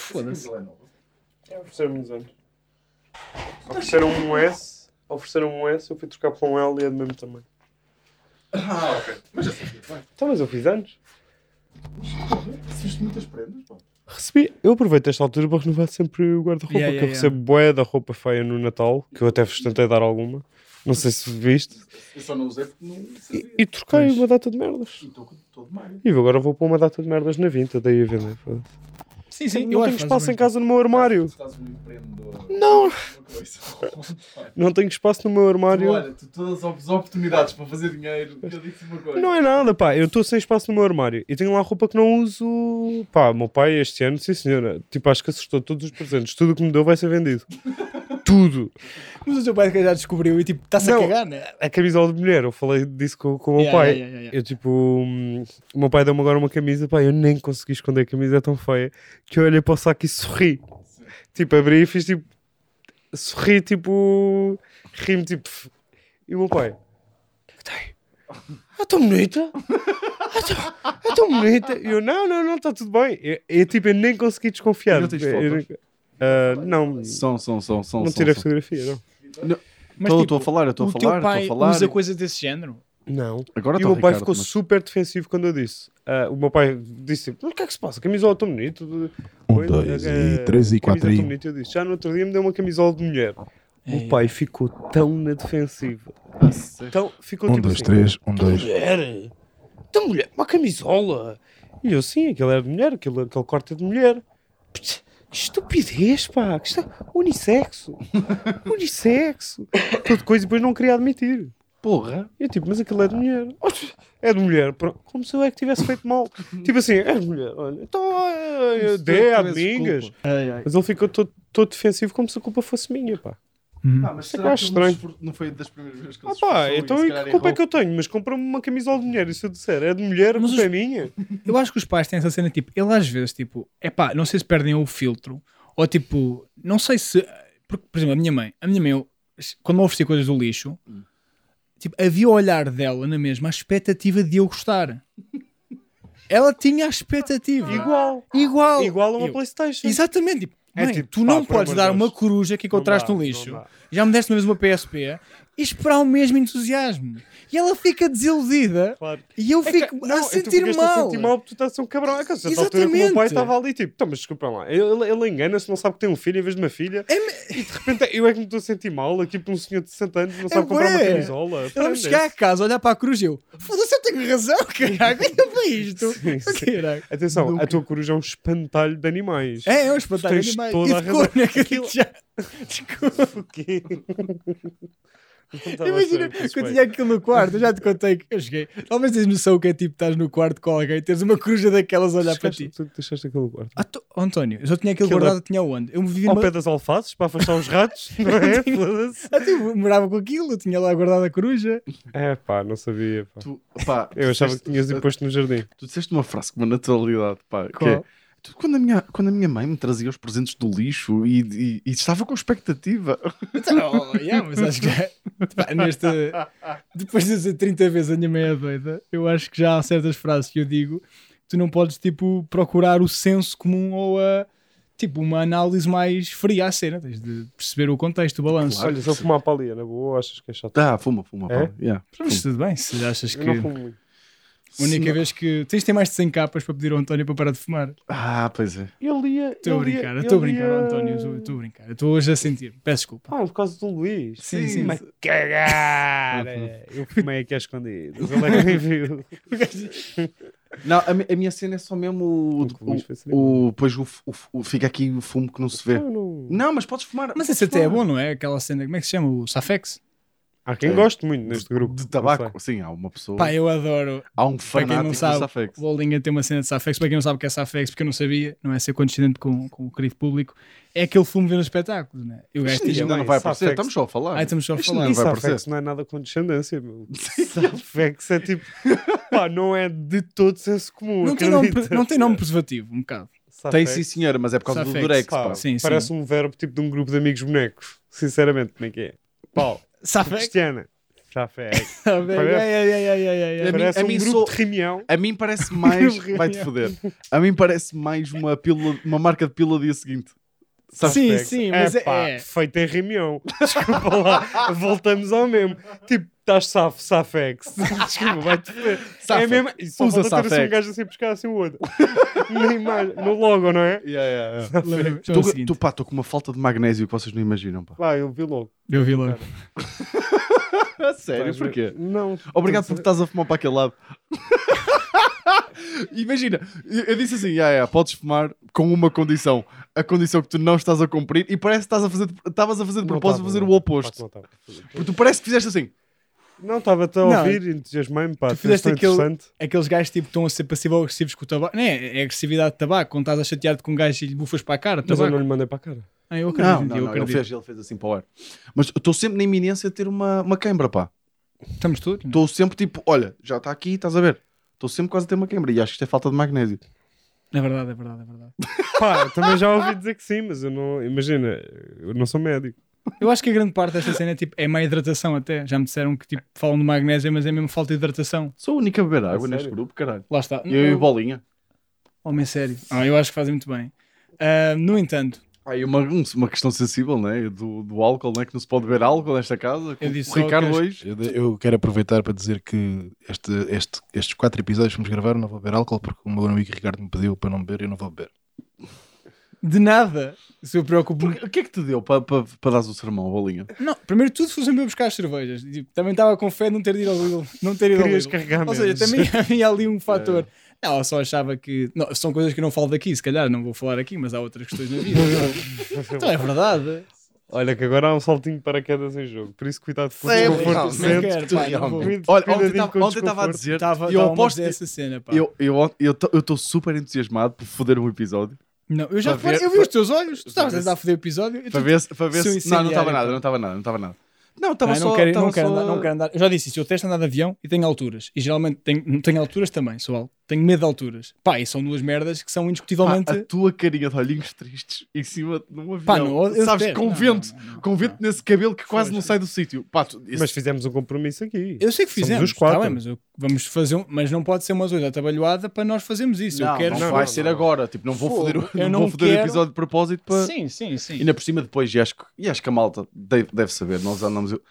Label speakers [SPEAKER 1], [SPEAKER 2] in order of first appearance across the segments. [SPEAKER 1] Foda-se.
[SPEAKER 2] É, Ofereceram-me uns anos. Ofereceram um S, ofereceram um S, eu fui trocar por um L e é do mesmo tamanho.
[SPEAKER 3] Ah, ok. Mas já sabia, vai.
[SPEAKER 2] Então, mas eu fiz anos.
[SPEAKER 3] Recebeste muitas prendas, pá.
[SPEAKER 2] Recebi, eu aproveito esta altura para renovar sempre o guarda-roupa,
[SPEAKER 1] Yeah,
[SPEAKER 2] que
[SPEAKER 1] yeah,
[SPEAKER 2] eu recebo boé da roupa feia no Natal, que eu até vos tentei dar alguma, não sei se viste,
[SPEAKER 3] Eu só não usei porque não sabia.
[SPEAKER 2] e, e troquei
[SPEAKER 1] Pois.
[SPEAKER 2] uma data de merdas.
[SPEAKER 3] E estou com todo maio.
[SPEAKER 2] E eu agora vou pôr uma data de merdas na vinta, daí a vender. foda-se.
[SPEAKER 1] Sim, sim,
[SPEAKER 2] não
[SPEAKER 1] eu
[SPEAKER 2] tenho
[SPEAKER 1] acho que faz
[SPEAKER 2] espaço em
[SPEAKER 1] bem.
[SPEAKER 2] casa no meu armário.
[SPEAKER 3] Estás um empreendedor.
[SPEAKER 2] Não.
[SPEAKER 3] Uma coisa.
[SPEAKER 2] Não tenho espaço no meu armário.
[SPEAKER 3] Olha, tu todas as oportunidades para fazer dinheiro, eu disse uma coisa.
[SPEAKER 2] Não é nada, pá. Eu estou sem espaço no meu armário. E tenho lá roupa que não uso. Pá, meu pai este ano, sim senhora. Tipo, acho que assustou todos os presentes. Tudo o que me deu vai ser vendido. Tudo.
[SPEAKER 1] Mas o teu pai já descobriu e tipo, está-se a
[SPEAKER 2] Não.
[SPEAKER 1] cagar, né?
[SPEAKER 2] A camisola de mulher, eu falei disso com, com o meu
[SPEAKER 1] Yeah,
[SPEAKER 2] pai.
[SPEAKER 1] yeah, yeah, yeah.
[SPEAKER 2] Eu tipo, hum, o meu pai deu-me agora uma camisa, pá, eu nem consegui esconder a camisa, é tão feia, que eu olhei para o saco e sorri.
[SPEAKER 3] Sim.
[SPEAKER 2] Tipo, abri e fiz tipo, sorri, tipo, ri-me, tipo, f- e o meu pai, "Que tem? Ah, tão bonita! Ah, tão, ah, tão bonita! E eu, não, não, não, está tudo bem. Eu, eu, tipo, eu nem consegui desconfiar.
[SPEAKER 4] E não tens
[SPEAKER 2] Eu- eu-
[SPEAKER 4] fotos?
[SPEAKER 2] Ah, não,
[SPEAKER 4] São, são, são, são.
[SPEAKER 2] não
[SPEAKER 4] são,
[SPEAKER 2] tirei
[SPEAKER 4] são.
[SPEAKER 2] fotografia, não.
[SPEAKER 1] Mas
[SPEAKER 4] Estou
[SPEAKER 1] tipo,
[SPEAKER 4] estou a falar, eu estou a
[SPEAKER 1] o teu
[SPEAKER 4] falar, estou
[SPEAKER 1] pai
[SPEAKER 4] a falar.
[SPEAKER 1] usa coisas desse género?
[SPEAKER 2] Não.
[SPEAKER 4] Agora
[SPEAKER 2] E
[SPEAKER 4] está
[SPEAKER 2] o meu pai
[SPEAKER 4] então, Ricardo,
[SPEAKER 2] ficou
[SPEAKER 4] mas-
[SPEAKER 2] super defensivo quando eu disse. Ah, o meu pai disse: tipo, O que é que se passa? Camisola tão bonito. de- coisa,
[SPEAKER 4] Um, dois e
[SPEAKER 2] eh,
[SPEAKER 4] três e
[SPEAKER 2] camisa
[SPEAKER 4] quatro e-
[SPEAKER 2] tão bonita." Eu disse: Já no outro dia me deu uma camisola de mulher. O pai ficou tão na defensiva. Então, ficou tipo assim,
[SPEAKER 4] um,
[SPEAKER 2] "Tão Mulher? Tão mulher? Uma camisola? E eu, sim, aquele era de mulher, aquele, aquele corte é de mulher. Pts, Que estupidez, pá! Que está... Unissexo! Unissexo! Tudo coisa e depois não queria admitir.
[SPEAKER 4] Porra.
[SPEAKER 2] E eu tipo, mas aquilo é de mulher. Oh, É de mulher, pronto. Como se eu é que tivesse feito mal. tipo assim, é de mulher, olha. Então, é, é, dê a mingas. Mas ele ficou todo, todo defensivo como se a culpa fosse minha, pá.
[SPEAKER 3] Ah, mas
[SPEAKER 2] que eu
[SPEAKER 3] será
[SPEAKER 2] acho
[SPEAKER 3] que ele não
[SPEAKER 2] estranho.
[SPEAKER 3] se for- não foi das primeiras vezes que ele
[SPEAKER 2] Ah
[SPEAKER 3] se
[SPEAKER 2] pá,
[SPEAKER 3] esforçou e
[SPEAKER 2] então
[SPEAKER 3] se
[SPEAKER 2] e
[SPEAKER 3] calhar
[SPEAKER 2] que culpa é
[SPEAKER 3] errou?
[SPEAKER 2] que eu tenho? Mas comprou-me uma camisola de mulher e se eu disser é de mulher, a
[SPEAKER 1] Mas
[SPEAKER 2] culpa
[SPEAKER 1] os-
[SPEAKER 2] é minha.
[SPEAKER 1] Eu acho que os pais têm essa cena, tipo, ele às vezes, tipo, é pá, não sei se perdem o filtro, ou tipo, não sei se. Porque, por exemplo, a minha mãe, a minha mãe, eu- quando me oferecia coisas do lixo, tipo, havia o olhar dela na mesma, a expectativa de eu gostar. Ela tinha a expectativa.
[SPEAKER 2] Igual.
[SPEAKER 1] Igual.
[SPEAKER 2] Igual a uma
[SPEAKER 1] Ah. Eu-
[SPEAKER 2] Playstation.
[SPEAKER 1] Exatamente. Tipo,
[SPEAKER 2] É
[SPEAKER 1] mãe,
[SPEAKER 2] tipo,
[SPEAKER 1] tu
[SPEAKER 2] pá,
[SPEAKER 1] não
[SPEAKER 2] por
[SPEAKER 1] podes
[SPEAKER 2] amor de
[SPEAKER 1] dar
[SPEAKER 2] Deus.
[SPEAKER 1] uma coruja que encontraste
[SPEAKER 2] dá,
[SPEAKER 1] no
[SPEAKER 2] não
[SPEAKER 1] lixo.
[SPEAKER 2] dá.
[SPEAKER 1] Já me deste uma vez uma PSP é? e esperar o mesmo entusiasmo. E ela fica desiludida
[SPEAKER 2] Claro.
[SPEAKER 1] e eu
[SPEAKER 2] É
[SPEAKER 1] fico
[SPEAKER 2] que-
[SPEAKER 1] a
[SPEAKER 2] não, é que tu
[SPEAKER 1] sentir
[SPEAKER 2] ficaste
[SPEAKER 1] mal.
[SPEAKER 2] A sentir mal porque tu estás a ser um cabrão. É que a certa altura que o meu
[SPEAKER 1] Exatamente.
[SPEAKER 2] pai estava ali tipo, então, mas desculpa lá, ele, ele engana-se, não sabe que tem um filho em vez de uma filha.
[SPEAKER 1] É
[SPEAKER 2] E de repente eu é que me estou a sentir mal aqui por um senhor de 60 anos que não
[SPEAKER 1] É,
[SPEAKER 2] sabe comprar uma
[SPEAKER 1] bué.
[SPEAKER 2] camisola.
[SPEAKER 1] Eu vou
[SPEAKER 2] Prende-se.
[SPEAKER 1] chegar a casa, olhar para a cruz e eu, foda-se, eu tenho razão, caralho, olha para isto.
[SPEAKER 2] Sim, sim.
[SPEAKER 1] Caralho.
[SPEAKER 2] Atenção, a tua coruja é um espantalho de animais.
[SPEAKER 1] É, é um espantalho
[SPEAKER 2] tens
[SPEAKER 1] animais.
[SPEAKER 2] toda
[SPEAKER 1] E
[SPEAKER 2] a
[SPEAKER 1] de
[SPEAKER 2] razão.
[SPEAKER 1] cor, né, que eu
[SPEAKER 2] Aquilo-
[SPEAKER 1] tinha- Desculpa.
[SPEAKER 2] O quê? Não estava a
[SPEAKER 1] Imagina
[SPEAKER 2] ser,
[SPEAKER 1] que eu
[SPEAKER 2] suspeito.
[SPEAKER 1] tinha aquilo no quarto, eu já te contei que eu cheguei. Talvez tens noção que é tipo, estás no quarto com alguém, tens uma coruja daquelas a olhar para
[SPEAKER 2] Deixaste-
[SPEAKER 1] ti.
[SPEAKER 2] Tu deixaste aquele quarto.
[SPEAKER 1] Ah, tu- António, eu só tinha aquilo
[SPEAKER 2] Aquilo
[SPEAKER 1] guardado, tinha onde? Eu me vivi
[SPEAKER 2] Ao
[SPEAKER 1] numa...
[SPEAKER 2] pé das alfaces, para afastar os ratos, não é? Foda-se.
[SPEAKER 1] Ah, tu morava com aquilo, eu tinha lá guardado a coruja.
[SPEAKER 2] É pá, não sabia. Pá.
[SPEAKER 3] Tu, pá, tu
[SPEAKER 2] Eu achava que
[SPEAKER 3] disseste-
[SPEAKER 2] tinhas imposto no jardim.
[SPEAKER 3] Tu disseste uma frase com uma naturalidade, pá. que
[SPEAKER 1] Qual?
[SPEAKER 3] é, tu- quando, a minha, quando a minha mãe me trazia os presentes do lixo e, e- e estava com expectativa.
[SPEAKER 1] Então, yeah, mas acho que pá, neste, depois de dizer 30 vezes a minha mãe é doida, eu acho que já há certas frases que eu digo que tu não podes tipo procurar o senso comum ou a tipo uma análise mais fria à cena, tens de perceber o contexto, o balanço.
[SPEAKER 3] Claro.
[SPEAKER 2] Olha, se eu fumar a palia na boa, achas que é chato?
[SPEAKER 3] Tá, fuma, fuma,
[SPEAKER 2] É?
[SPEAKER 3] pá. Yeah,
[SPEAKER 1] Mas
[SPEAKER 3] fuma.
[SPEAKER 1] tudo bem, se achas que
[SPEAKER 2] Eu não fumo muito.
[SPEAKER 1] a única
[SPEAKER 3] Se-
[SPEAKER 1] vez que tens de ter mais de 100 capas para pedir ao António para parar de fumar.
[SPEAKER 3] Ah, pois é.
[SPEAKER 2] Eu lia.
[SPEAKER 1] Estou a brincar, eu estou a brincar, António, eu estou a brincar, eu estou hoje a sentir, peço desculpa.
[SPEAKER 2] Ah, por causa do Luís.
[SPEAKER 1] Sim, sim.
[SPEAKER 2] Mas cagar! é. eu fumei aqui a escondidas. Ele é que me viu.
[SPEAKER 3] Não, a, mi- a minha cena é só mesmo o.
[SPEAKER 2] Nunca vou esquecer.
[SPEAKER 3] o, o pois o, f- o f- o- fica aqui o fumo que não se vê.
[SPEAKER 2] Eu não-
[SPEAKER 3] Não, mas podes fumar.
[SPEAKER 1] Ah, Mas
[SPEAKER 3] podes
[SPEAKER 1] esse até é
[SPEAKER 3] fumar.
[SPEAKER 1] bom, não é? Aquela cena, como é que se chama? O Safex?
[SPEAKER 2] Há quem
[SPEAKER 3] É.
[SPEAKER 2] goste muito neste grupo.
[SPEAKER 3] De
[SPEAKER 2] não
[SPEAKER 3] tabaco. Sim, há uma pessoa.
[SPEAKER 1] Pá, eu adoro.
[SPEAKER 3] há um
[SPEAKER 1] quem
[SPEAKER 3] fanático
[SPEAKER 1] não
[SPEAKER 3] do
[SPEAKER 1] sabe,
[SPEAKER 3] Safex.
[SPEAKER 1] O Bolinha tem uma cena de Safex, para quem não sabe o que é Safex, porque eu não sabia, não é ser condescendente com, com o querido público, é aquele fumo ver os espetáculos, né? E o gajo
[SPEAKER 3] Isto
[SPEAKER 1] tinha
[SPEAKER 3] ainda
[SPEAKER 2] bem,
[SPEAKER 3] não vai
[SPEAKER 2] Safex.
[SPEAKER 3] aparecer, estamos só a falar.
[SPEAKER 1] Ah, estamos só a
[SPEAKER 3] é Isto
[SPEAKER 1] falar.
[SPEAKER 2] sei.
[SPEAKER 3] Não
[SPEAKER 2] E
[SPEAKER 3] vai
[SPEAKER 2] Safex
[SPEAKER 3] aparecer.
[SPEAKER 2] não é nada condescendência, meu. Safex é tipo. Pá, não é de todo senso comum.
[SPEAKER 1] Não tem, nome,
[SPEAKER 2] acredita?
[SPEAKER 1] não tem nome preservativo, um bocado.
[SPEAKER 3] Tem
[SPEAKER 2] Safex,
[SPEAKER 3] sim, senhora, mas é por causa do
[SPEAKER 1] Safex,
[SPEAKER 3] Durex,
[SPEAKER 2] pá,
[SPEAKER 3] pá.
[SPEAKER 1] Sim, sim.
[SPEAKER 2] parece um verbo tipo de um grupo de amigos bonecos. Sinceramente, como é que é? Pau.
[SPEAKER 1] Safex?
[SPEAKER 2] Cristiana. Está feio. Parece-
[SPEAKER 1] Parece...
[SPEAKER 2] Parece
[SPEAKER 3] a
[SPEAKER 2] um
[SPEAKER 3] mim
[SPEAKER 2] grupo
[SPEAKER 3] sou-
[SPEAKER 2] de reunião.
[SPEAKER 3] A mim parece mais. Vai-te foder. A mim parece mais uma, pílula, uma marca de pílula do dia seguinte. Sabes?
[SPEAKER 1] Sim,
[SPEAKER 2] Aspecto.
[SPEAKER 1] sim, mas é-
[SPEAKER 2] Epá,
[SPEAKER 1] é.
[SPEAKER 2] Feito em reunião. Desculpa lá. Voltamos ao mesmo. Tipo, estás safo, safex. Desculpa, vai-te ver.
[SPEAKER 3] Safa.
[SPEAKER 2] É mesmo. E só
[SPEAKER 3] Usa
[SPEAKER 2] Usa falta ter assim um
[SPEAKER 3] safex.
[SPEAKER 2] gajo assim a pescar assim o outro. Na imagem. No logo, não é?
[SPEAKER 3] Yeah, yeah, yeah.
[SPEAKER 1] Lembra-me.
[SPEAKER 3] Estou tu, pá, estou com uma falta de magnésio que vocês não imaginam, pá.
[SPEAKER 2] Pá, eu vi logo.
[SPEAKER 1] Eu vi logo.
[SPEAKER 3] Sério,
[SPEAKER 2] Estás a ver?
[SPEAKER 3] porquê?
[SPEAKER 2] Não.
[SPEAKER 3] Obrigado porque estás a fumar para aquele lado. Imagina, eu, eu disse assim: yeah, yeah, podes fumar com uma condição, a condição que tu não estás a cumprir, e parece que estás a fazer, de- estavas a fazer de
[SPEAKER 2] Não
[SPEAKER 3] propósito
[SPEAKER 2] estava,
[SPEAKER 3] fazer
[SPEAKER 2] não.
[SPEAKER 3] o
[SPEAKER 2] Pá, que
[SPEAKER 3] oposto.
[SPEAKER 2] não estava.
[SPEAKER 3] Porque tu parece que fizeste assim.
[SPEAKER 2] Não, estava-te a
[SPEAKER 1] Não.
[SPEAKER 2] ouvir, entusiasmei-me, pá.
[SPEAKER 1] Tu fizeste
[SPEAKER 2] tão
[SPEAKER 1] aquele-
[SPEAKER 2] interessante.
[SPEAKER 1] Aqueles gajos tipo, estão a ser passivo-agressivos com o tabaco. Não é, é agressividade de tabaco. Quando estás a chatear-te com um gajo e lhe bufas para a cara,
[SPEAKER 2] Mas eu não
[SPEAKER 1] tabaco.
[SPEAKER 2] lhe mandei para a cara.
[SPEAKER 1] Ah, eu acredito,
[SPEAKER 3] Não, não,
[SPEAKER 1] eu
[SPEAKER 3] não, ele,
[SPEAKER 1] acredito.
[SPEAKER 3] fez, ele fez assim para o ar. Mas eu estou sempre na iminência de ter uma, uma queimbra, pá.
[SPEAKER 1] Estamos todos? é?
[SPEAKER 3] Estou sempre tipo: olha, já está aqui, estás a ver? Estou sempre quase a ter uma queimbra, e acho que isto é falta de magnésio.
[SPEAKER 1] É verdade, é verdade, é verdade.
[SPEAKER 2] Pá, eu também já ouvi dizer que sim, mas eu não. Imagina, eu não sou médico.
[SPEAKER 1] Eu acho que a grande parte desta cena é, tipo, é má hidratação até. Já me disseram que tipo, falam de magnésio, mas é mesmo falta de hidratação.
[SPEAKER 3] Sou a única a beber água neste
[SPEAKER 2] sério?
[SPEAKER 3] grupo, caralho.
[SPEAKER 1] Lá está.
[SPEAKER 3] E eu e bolinha.
[SPEAKER 1] Homem sério. Ah, eu acho que fazem muito bem. Ah, no entanto,
[SPEAKER 3] Ah, e uma, um- uma questão sensível, né? Do, do álcool, né? Que não se pode beber álcool nesta casa.
[SPEAKER 1] Eu disse
[SPEAKER 3] o
[SPEAKER 1] só
[SPEAKER 3] Ricardo
[SPEAKER 1] que as-
[SPEAKER 3] hoje.
[SPEAKER 4] Eu, de- eu quero aproveitar para dizer que este, este- estes quatro episódios que vamos gravar não vou beber álcool porque o meu amigo Ricardo me pediu para não beber e eu não vou beber.
[SPEAKER 1] de nada se eu preocupo.
[SPEAKER 3] Porque- o que é que te deu para, para, para dares o sermão, bolinha?
[SPEAKER 1] Não, primeiro de tudo fui sempre eu buscar as cervejas. E, tipo, também estava com fé de não ter ido ao Lidl. Não ter ido ao
[SPEAKER 2] Querias
[SPEAKER 1] Lidl.
[SPEAKER 2] carregar
[SPEAKER 1] Ou seja,
[SPEAKER 2] menos.
[SPEAKER 1] também havia ali um fator.
[SPEAKER 3] É.
[SPEAKER 1] Não, eu só achava que. Não, são coisas que eu não falo daqui, se calhar não vou falar aqui, mas há outras questões na vida. então é verdade.
[SPEAKER 2] Olha que agora há um saltinho de paraquedas em jogo, por isso cuidado com o
[SPEAKER 3] Sei,
[SPEAKER 2] desconforto
[SPEAKER 3] não,
[SPEAKER 2] que
[SPEAKER 3] não
[SPEAKER 2] sentes.
[SPEAKER 1] quero, pá, não vou.
[SPEAKER 2] Cuidado-
[SPEAKER 3] Olha,
[SPEAKER 2] cuidadinho
[SPEAKER 3] ontem tava-
[SPEAKER 2] com o
[SPEAKER 3] ontem estava a
[SPEAKER 2] desconforto.
[SPEAKER 3] dizer.
[SPEAKER 1] Estava
[SPEAKER 3] eu
[SPEAKER 1] eu
[SPEAKER 3] aposto.
[SPEAKER 1] aposto essa cena, pá.
[SPEAKER 3] Eu estou eu, tô- eu tô super entusiasmado por foder um episódio.
[SPEAKER 1] Não, eu já
[SPEAKER 3] Para ver-
[SPEAKER 1] falei, eu vi os teus olhos, tu estavas a
[SPEAKER 3] ver se-
[SPEAKER 1] tentar foder o episódio. eu
[SPEAKER 3] Para
[SPEAKER 1] tu-
[SPEAKER 3] ver se. Para ver
[SPEAKER 1] Se eu
[SPEAKER 3] se não, não estava
[SPEAKER 1] incendiar,
[SPEAKER 3] nada,
[SPEAKER 1] pá.
[SPEAKER 3] não estava nada, não estava nada. Não,
[SPEAKER 1] Não,
[SPEAKER 3] estava
[SPEAKER 1] eu
[SPEAKER 3] só.
[SPEAKER 1] não, quero,
[SPEAKER 3] tava
[SPEAKER 1] não, quero
[SPEAKER 3] só-
[SPEAKER 1] andar, não quero andar. Eu já disse isso, eu testo andar de avião e tenho alturas. E geralmente tenho, tenho alturas também, sou alto. Tenho medo de alturas. Pá, e são duas merdas que são indiscutivelmente.
[SPEAKER 3] Pá, a tua carinha de olhinhos tristes em cima de um avião.
[SPEAKER 1] Pá, não, eu
[SPEAKER 3] Sabes,
[SPEAKER 1] espero.
[SPEAKER 3] com
[SPEAKER 1] Não,
[SPEAKER 3] vento.
[SPEAKER 1] não, não, não,
[SPEAKER 3] Com vento nesse cabelo que quase
[SPEAKER 1] Pois.
[SPEAKER 3] não sai do sítio. Pá, tu- isso-
[SPEAKER 2] Mas fizemos um compromisso aqui.
[SPEAKER 1] Eu sei que
[SPEAKER 2] Somos
[SPEAKER 1] fizemos,
[SPEAKER 2] os quatro.
[SPEAKER 1] tá bem, mas eu- vamos fazer um, mas não pode ser uma zoeira atabalhoada para nós fazermos isso. eu
[SPEAKER 3] não,
[SPEAKER 1] quero.
[SPEAKER 3] não
[SPEAKER 2] Não,
[SPEAKER 3] vai
[SPEAKER 2] não,
[SPEAKER 3] ser
[SPEAKER 2] não.
[SPEAKER 3] agora. Tipo, não vou
[SPEAKER 1] Fogo,
[SPEAKER 3] foder, o-
[SPEAKER 1] eu
[SPEAKER 3] não
[SPEAKER 1] não
[SPEAKER 3] vou foder o
[SPEAKER 1] quero-
[SPEAKER 3] episódio de propósito para.
[SPEAKER 1] Sim, sim, sim.
[SPEAKER 3] Ainda por cima, depois, e acho, que- e acho que a malta de- deve saber. Nós andamos. eu-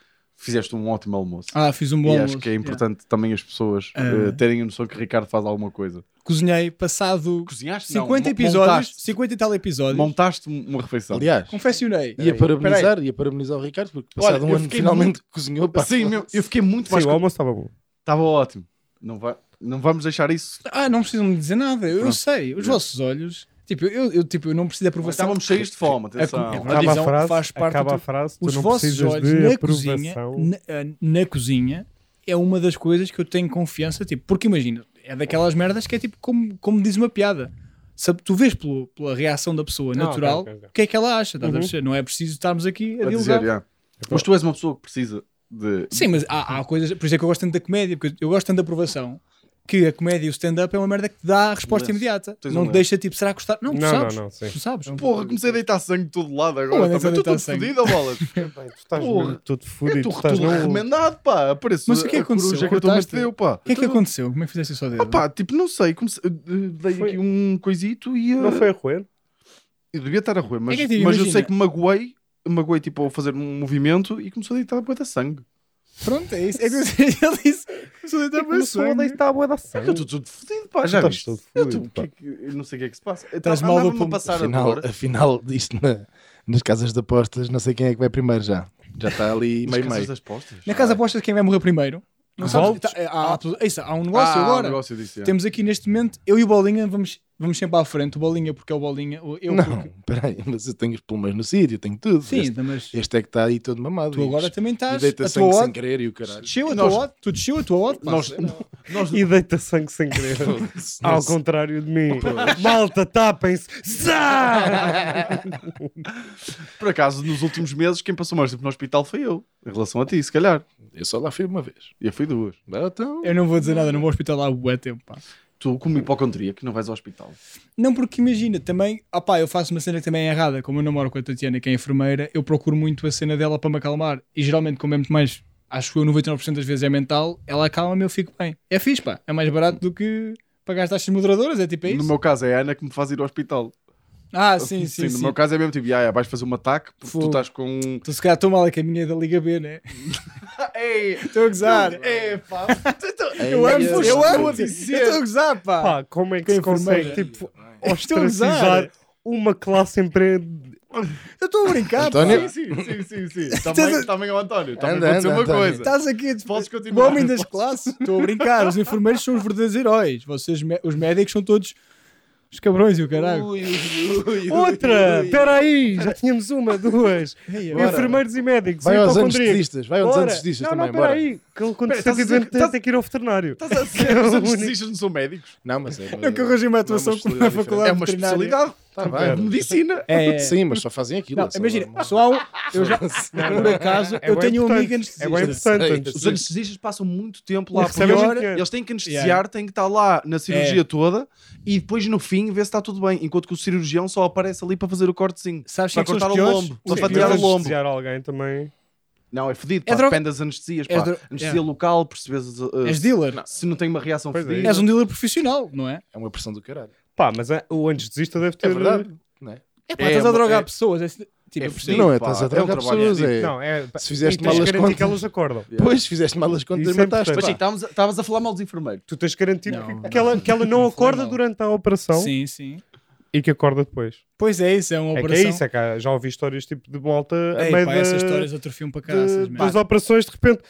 [SPEAKER 3] Fizeste um ótimo almoço.
[SPEAKER 1] Ah, fiz um
[SPEAKER 3] e
[SPEAKER 1] bom almoço.
[SPEAKER 3] acho que é
[SPEAKER 1] yeah.
[SPEAKER 3] importante também as pessoas
[SPEAKER 1] Ah.
[SPEAKER 3] eh, terem a noção que o Ricardo faz alguma coisa.
[SPEAKER 1] Cozinhei passado
[SPEAKER 3] Cozinhaste?
[SPEAKER 1] 50 episódios, 50 e tal episódios.
[SPEAKER 3] Montaste, montaste uma refeição.
[SPEAKER 4] Aliás,
[SPEAKER 1] Confeccionei.
[SPEAKER 4] ia
[SPEAKER 1] Peraí.
[SPEAKER 4] parabenizar, ia parabenizar o Ricardo porque passado
[SPEAKER 3] Olha,
[SPEAKER 4] um
[SPEAKER 3] eu
[SPEAKER 4] ano
[SPEAKER 3] fiquei
[SPEAKER 4] finalmente cozinhou. Pá,
[SPEAKER 3] Sim, meu, eu fiquei muito
[SPEAKER 2] Sim,
[SPEAKER 3] mais.
[SPEAKER 2] o almoço estava bom.
[SPEAKER 3] Estava ótimo. Não, vai, não vamos deixar isso.
[SPEAKER 1] Ah, não precisam me dizer nada. Eu
[SPEAKER 3] Pronto.
[SPEAKER 1] sei. Os
[SPEAKER 3] Já.
[SPEAKER 1] vossos olhos. Tipo, eu, eu, tipo, eu não preciso de aprovação.
[SPEAKER 3] Estávamos cheios de fome, atenção.
[SPEAKER 1] A- a-
[SPEAKER 2] Acaba a
[SPEAKER 1] visão
[SPEAKER 2] frase,
[SPEAKER 1] faz parte
[SPEAKER 2] acaba
[SPEAKER 1] do-
[SPEAKER 2] a frase tu
[SPEAKER 1] os
[SPEAKER 2] não
[SPEAKER 1] vossos
[SPEAKER 2] precisas
[SPEAKER 1] olhos
[SPEAKER 2] de
[SPEAKER 1] na
[SPEAKER 2] aprovação.
[SPEAKER 1] cozinha, na, ah, na cozinha é uma das coisas que eu tenho confiança, tipo, porque imagina, é daquelas merdas que é tipo como, como diz uma piada. Sabe, tu vês pelo- pela reação da pessoa
[SPEAKER 2] Ah,
[SPEAKER 1] natural
[SPEAKER 2] ok, ok, ok.
[SPEAKER 1] o que é que ela acha, estás a
[SPEAKER 2] Uhum.
[SPEAKER 1] perceber? Não é preciso estarmos aqui a,
[SPEAKER 3] a
[SPEAKER 1] dialogar.
[SPEAKER 3] dizer, yeah. Mas tu és uma pessoa que precisa de.
[SPEAKER 1] Sim, mas há, há coisas, por isso é que eu gosto tanto da comédia, porque eu gosto tanto da aprovação. Que a comédia e o stand-up é uma merda que te dá a resposta
[SPEAKER 3] lenço.
[SPEAKER 1] imediata.
[SPEAKER 3] Tens
[SPEAKER 1] não
[SPEAKER 3] um
[SPEAKER 1] te deixa tipo, será que gostar? Não, tu
[SPEAKER 2] Não,
[SPEAKER 1] sabes.
[SPEAKER 2] não, não, sim.
[SPEAKER 1] Tu sabes.
[SPEAKER 3] Porra, comecei a deitar sangue de todo lado
[SPEAKER 1] Não,
[SPEAKER 3] agora. tá
[SPEAKER 1] não é só
[SPEAKER 3] também.
[SPEAKER 1] deitar
[SPEAKER 3] Estou todo
[SPEAKER 1] sangue.
[SPEAKER 3] fodido, bolas.
[SPEAKER 2] Bem, tu estás
[SPEAKER 3] Porra.
[SPEAKER 2] mesmo todo
[SPEAKER 3] Eu
[SPEAKER 2] fodido, tu
[SPEAKER 3] Estou
[SPEAKER 2] estás
[SPEAKER 3] todo
[SPEAKER 2] no...
[SPEAKER 3] recomendado, pá. Aparece
[SPEAKER 1] Mas o que é que
[SPEAKER 3] a coruja
[SPEAKER 1] aconteceu?
[SPEAKER 3] que eu também te
[SPEAKER 1] Cortaste?
[SPEAKER 3] deu, pá.
[SPEAKER 1] O que é que aconteceu? Como é que fizeste isso ao dedo?
[SPEAKER 3] Ah, pá, tipo, não sei. Comecei, eh, dei
[SPEAKER 2] Foi-
[SPEAKER 3] aqui um coisito e. eh,
[SPEAKER 2] Não foi a roer?
[SPEAKER 3] Eu devia estar a roer, mas,
[SPEAKER 1] É que é tipo,
[SPEAKER 3] mas eu
[SPEAKER 1] imagina-
[SPEAKER 3] sei que me magoei. Magoei, tipo, ao fazer um movimento e começou a deitar a boa sangue.
[SPEAKER 1] Pronto, é isso. É que eu- ele disse. Começou a deitar bué de
[SPEAKER 2] Começou a
[SPEAKER 1] sangue.
[SPEAKER 2] deitar a boa da
[SPEAKER 1] É
[SPEAKER 3] É Eu estou
[SPEAKER 2] sangue.
[SPEAKER 3] todo fodido, pá.
[SPEAKER 2] Tu
[SPEAKER 3] Já
[SPEAKER 2] estás
[SPEAKER 3] viste?
[SPEAKER 2] todo
[SPEAKER 3] Eu tô-
[SPEAKER 2] fodido,
[SPEAKER 3] o que é que- eu não sei o que é que se passa. Eu
[SPEAKER 1] Estás
[SPEAKER 3] tava-
[SPEAKER 1] mal do
[SPEAKER 3] andava-me a
[SPEAKER 1] pum-
[SPEAKER 3] passar a
[SPEAKER 4] afinal,
[SPEAKER 3] dor.
[SPEAKER 4] afinal, isto na- nas casas de apostas, não sei quem é que vai primeiro já. Já está ali
[SPEAKER 3] Nas
[SPEAKER 4] meio
[SPEAKER 3] casas
[SPEAKER 4] meio.
[SPEAKER 3] das postas.
[SPEAKER 1] Na casa apostas quem vai morrer primeiro. Não sabes?
[SPEAKER 2] Voltes?
[SPEAKER 1] Tá, é, há, há- isso, há um
[SPEAKER 3] Ah,
[SPEAKER 1] negócio agora.
[SPEAKER 3] um negócio disso, é.
[SPEAKER 1] Temos aqui neste momento, eu e o Bolinha vamos, vamos sempre à frente. O Bolinha porque é o Bolinha. o- Eu
[SPEAKER 4] não,
[SPEAKER 1] porque-
[SPEAKER 4] peraí, mas eu tenho os pulmões no sítio, tenho tudo.
[SPEAKER 1] Sim,
[SPEAKER 4] este,
[SPEAKER 1] mas
[SPEAKER 4] este é que está aí todo mamado.
[SPEAKER 1] tu
[SPEAKER 4] e-
[SPEAKER 1] agora também
[SPEAKER 4] e
[SPEAKER 1] estás.
[SPEAKER 4] deita
[SPEAKER 1] A tua
[SPEAKER 4] sangue sem
[SPEAKER 1] odd.
[SPEAKER 4] querer e o caralho.
[SPEAKER 1] Desceu a
[SPEAKER 3] Nós-
[SPEAKER 1] tua odd. Tu desceu a tua odd. pá.
[SPEAKER 3] Nós, nós,
[SPEAKER 2] E deita sangue sem querer. Ao contrário de mim. Malta, tapem-se. Zá!
[SPEAKER 3] por acaso, nos últimos meses, quem passou mais tempo no hospital foi eu. Em relação a ti, se calhar.
[SPEAKER 4] Eu só lá fui uma vez.
[SPEAKER 3] Eu fui duas.
[SPEAKER 4] Ah, Então,
[SPEAKER 1] Eu não vou dizer nada, não vou ao hospital há bué tempo. Pá.
[SPEAKER 3] Tu, como hipocondria, que não vais ao hospital.
[SPEAKER 1] Não, porque imagina, também, ah pá, eu faço uma cena que também é errada. Como eu namoro com a Tatiana, que é enfermeira, eu procuro muito a cena dela para me acalmar. E geralmente, como é muito mais acho que eu 99% das vezes é mental, ela acalma-me e eu fico bem. É fixe, pá. É mais barato do que pagar as taxas moderadoras, é tipo é
[SPEAKER 3] No
[SPEAKER 1] isso.
[SPEAKER 3] meu caso é a Ana que me faz ir ao hospital.
[SPEAKER 1] Ah, sim, sim,
[SPEAKER 3] No
[SPEAKER 1] sim.
[SPEAKER 3] meu caso é mesmo tipo, "Ya, ya, vais fazer um ataque porque
[SPEAKER 1] Fogo.
[SPEAKER 3] tu estás com. um
[SPEAKER 1] Tu se calhar estou mal é que a minha é da Liga B, né?
[SPEAKER 3] Ei,
[SPEAKER 1] Estou a gozar.
[SPEAKER 3] é, pá. É
[SPEAKER 1] Eu amo, eu amo. Eu
[SPEAKER 3] dizer.
[SPEAKER 1] estou a gozar, pá.
[SPEAKER 2] Pá, como é que
[SPEAKER 1] Quem
[SPEAKER 2] se consegue,
[SPEAKER 1] enfermeira?
[SPEAKER 2] tipo,
[SPEAKER 1] Estou a gozar.
[SPEAKER 2] ostracizar uma classe empreendedora?
[SPEAKER 1] Eu estou a brincar,
[SPEAKER 4] António?
[SPEAKER 1] pá.
[SPEAKER 3] Sim, sim, sim, sim, sim. Também, também ao António. Também
[SPEAKER 4] Anda,
[SPEAKER 3] aconteceu
[SPEAKER 4] anda,
[SPEAKER 3] uma
[SPEAKER 4] António.
[SPEAKER 3] coisa.
[SPEAKER 1] Estás aqui a
[SPEAKER 3] Podes
[SPEAKER 1] o
[SPEAKER 3] continuar.
[SPEAKER 1] homem das classes. Estou a brincar. Os enfermeiros são os verdadeiros heróis. Vocês, mé- os médicos são todos os cabrões e o caralho.
[SPEAKER 3] Ui, ui, ui, ui,
[SPEAKER 2] Outra!
[SPEAKER 3] ui.
[SPEAKER 2] Espera aí! Já tínhamos uma, duas.
[SPEAKER 1] Ei,
[SPEAKER 4] Bora.
[SPEAKER 2] Enfermeiros e médicos.
[SPEAKER 4] Vai aos
[SPEAKER 2] hipocondríacos.
[SPEAKER 4] anestesistas, vai aos
[SPEAKER 2] Bora.
[SPEAKER 4] anestesistas
[SPEAKER 2] não,
[SPEAKER 4] também,
[SPEAKER 2] Não, espera
[SPEAKER 4] bora.
[SPEAKER 2] aí. Que ele quando
[SPEAKER 3] Espera,
[SPEAKER 2] se
[SPEAKER 3] estás a
[SPEAKER 2] sente
[SPEAKER 3] dizer que-
[SPEAKER 2] doente
[SPEAKER 3] estás-
[SPEAKER 2] tem que ir ao veternário.
[SPEAKER 3] Estás
[SPEAKER 1] É
[SPEAKER 3] a dizer que os anestesistas não são médicos?
[SPEAKER 4] Não, mas é.
[SPEAKER 1] Eu que arranjei uma
[SPEAKER 4] é
[SPEAKER 1] atuação com
[SPEAKER 4] especialidade
[SPEAKER 1] na faculdade
[SPEAKER 3] É uma
[SPEAKER 1] veterinária.
[SPEAKER 3] especialidade.
[SPEAKER 4] Tá
[SPEAKER 3] Tipo,
[SPEAKER 4] bem.
[SPEAKER 3] Medicina.
[SPEAKER 1] É,
[SPEAKER 4] diferente. Sim, mas só fazem aquilo.
[SPEAKER 1] não,
[SPEAKER 4] é só
[SPEAKER 1] imagina,
[SPEAKER 4] uma-
[SPEAKER 1] só há um. Eu já, por acaso, eu
[SPEAKER 2] bué
[SPEAKER 1] tenho um amigo
[SPEAKER 2] importante. É bem
[SPEAKER 1] anestesista.
[SPEAKER 2] importante.
[SPEAKER 4] Sei.
[SPEAKER 2] antes de-
[SPEAKER 3] Os anestesistas passam muito tempo
[SPEAKER 2] Lá
[SPEAKER 3] lá.
[SPEAKER 2] recebem
[SPEAKER 1] pior-
[SPEAKER 2] muito dinheiro.
[SPEAKER 3] Eles têm que anestesiar, têm que estar lá na cirurgia
[SPEAKER 1] É.
[SPEAKER 3] toda e depois no fim ver se está tudo bem. Enquanto que o cirurgião só aparece ali para fazer o cortezinho.
[SPEAKER 1] Sabes
[SPEAKER 3] Para
[SPEAKER 1] quem é que são
[SPEAKER 3] cortar
[SPEAKER 1] os
[SPEAKER 3] o
[SPEAKER 1] piores?
[SPEAKER 3] lombo. Para
[SPEAKER 2] Sim,
[SPEAKER 3] fatiar
[SPEAKER 2] mas
[SPEAKER 3] o lombo.
[SPEAKER 2] anestesiar alguém também.
[SPEAKER 3] Não, é fedido.
[SPEAKER 1] É
[SPEAKER 3] pá,
[SPEAKER 1] droga.
[SPEAKER 3] Depende das anestesias.
[SPEAKER 1] É
[SPEAKER 3] pá.
[SPEAKER 1] dro-
[SPEAKER 3] Anestesia
[SPEAKER 1] yeah.
[SPEAKER 3] local, percebes uh,
[SPEAKER 1] És dealer.
[SPEAKER 3] não, se não tem uma reação
[SPEAKER 2] Pois é.
[SPEAKER 3] fedida.
[SPEAKER 1] És um dealer profissional, não é?
[SPEAKER 4] É uma pressão do caralho.
[SPEAKER 2] Pá, mas ah, o anestesista deve
[SPEAKER 4] É
[SPEAKER 2] ter...
[SPEAKER 4] verdade. não é?
[SPEAKER 1] É
[SPEAKER 3] É,
[SPEAKER 1] estás a drogar
[SPEAKER 3] é-
[SPEAKER 1] pessoas. É, tipo,
[SPEAKER 3] é fedido,
[SPEAKER 4] Não é,
[SPEAKER 3] pá.
[SPEAKER 4] estás a
[SPEAKER 3] É um
[SPEAKER 4] drogar
[SPEAKER 3] trabalho
[SPEAKER 4] pessoas.
[SPEAKER 3] fedido.
[SPEAKER 4] É...
[SPEAKER 2] Não, é...
[SPEAKER 4] Se fizeste
[SPEAKER 2] e tens
[SPEAKER 4] mal as
[SPEAKER 2] garantir
[SPEAKER 4] contas.
[SPEAKER 2] que elas acordam.
[SPEAKER 4] Pois, fizeste mal as contas,
[SPEAKER 2] Isso é
[SPEAKER 4] mataste.
[SPEAKER 3] Mas sim,
[SPEAKER 4] pá.
[SPEAKER 3] estávamos a- estavas a falar mal dos enfermeiros.
[SPEAKER 2] Tu tens que garantir
[SPEAKER 1] Não,
[SPEAKER 2] que, que ela, que ela não
[SPEAKER 1] Não foi
[SPEAKER 2] acorda
[SPEAKER 1] mal.
[SPEAKER 2] durante a operação
[SPEAKER 1] sim, sim.
[SPEAKER 2] e que acorda depois.
[SPEAKER 1] Pois é, isso é uma
[SPEAKER 2] É que
[SPEAKER 1] operação.
[SPEAKER 2] é isso, é que há- já ouvi histórias tipo de malta a
[SPEAKER 1] Ei,
[SPEAKER 2] meio
[SPEAKER 1] pá,
[SPEAKER 2] da-
[SPEAKER 1] essas histórias atrofiam para
[SPEAKER 2] de-
[SPEAKER 1] caraças, mesmo.
[SPEAKER 2] das operações de repente.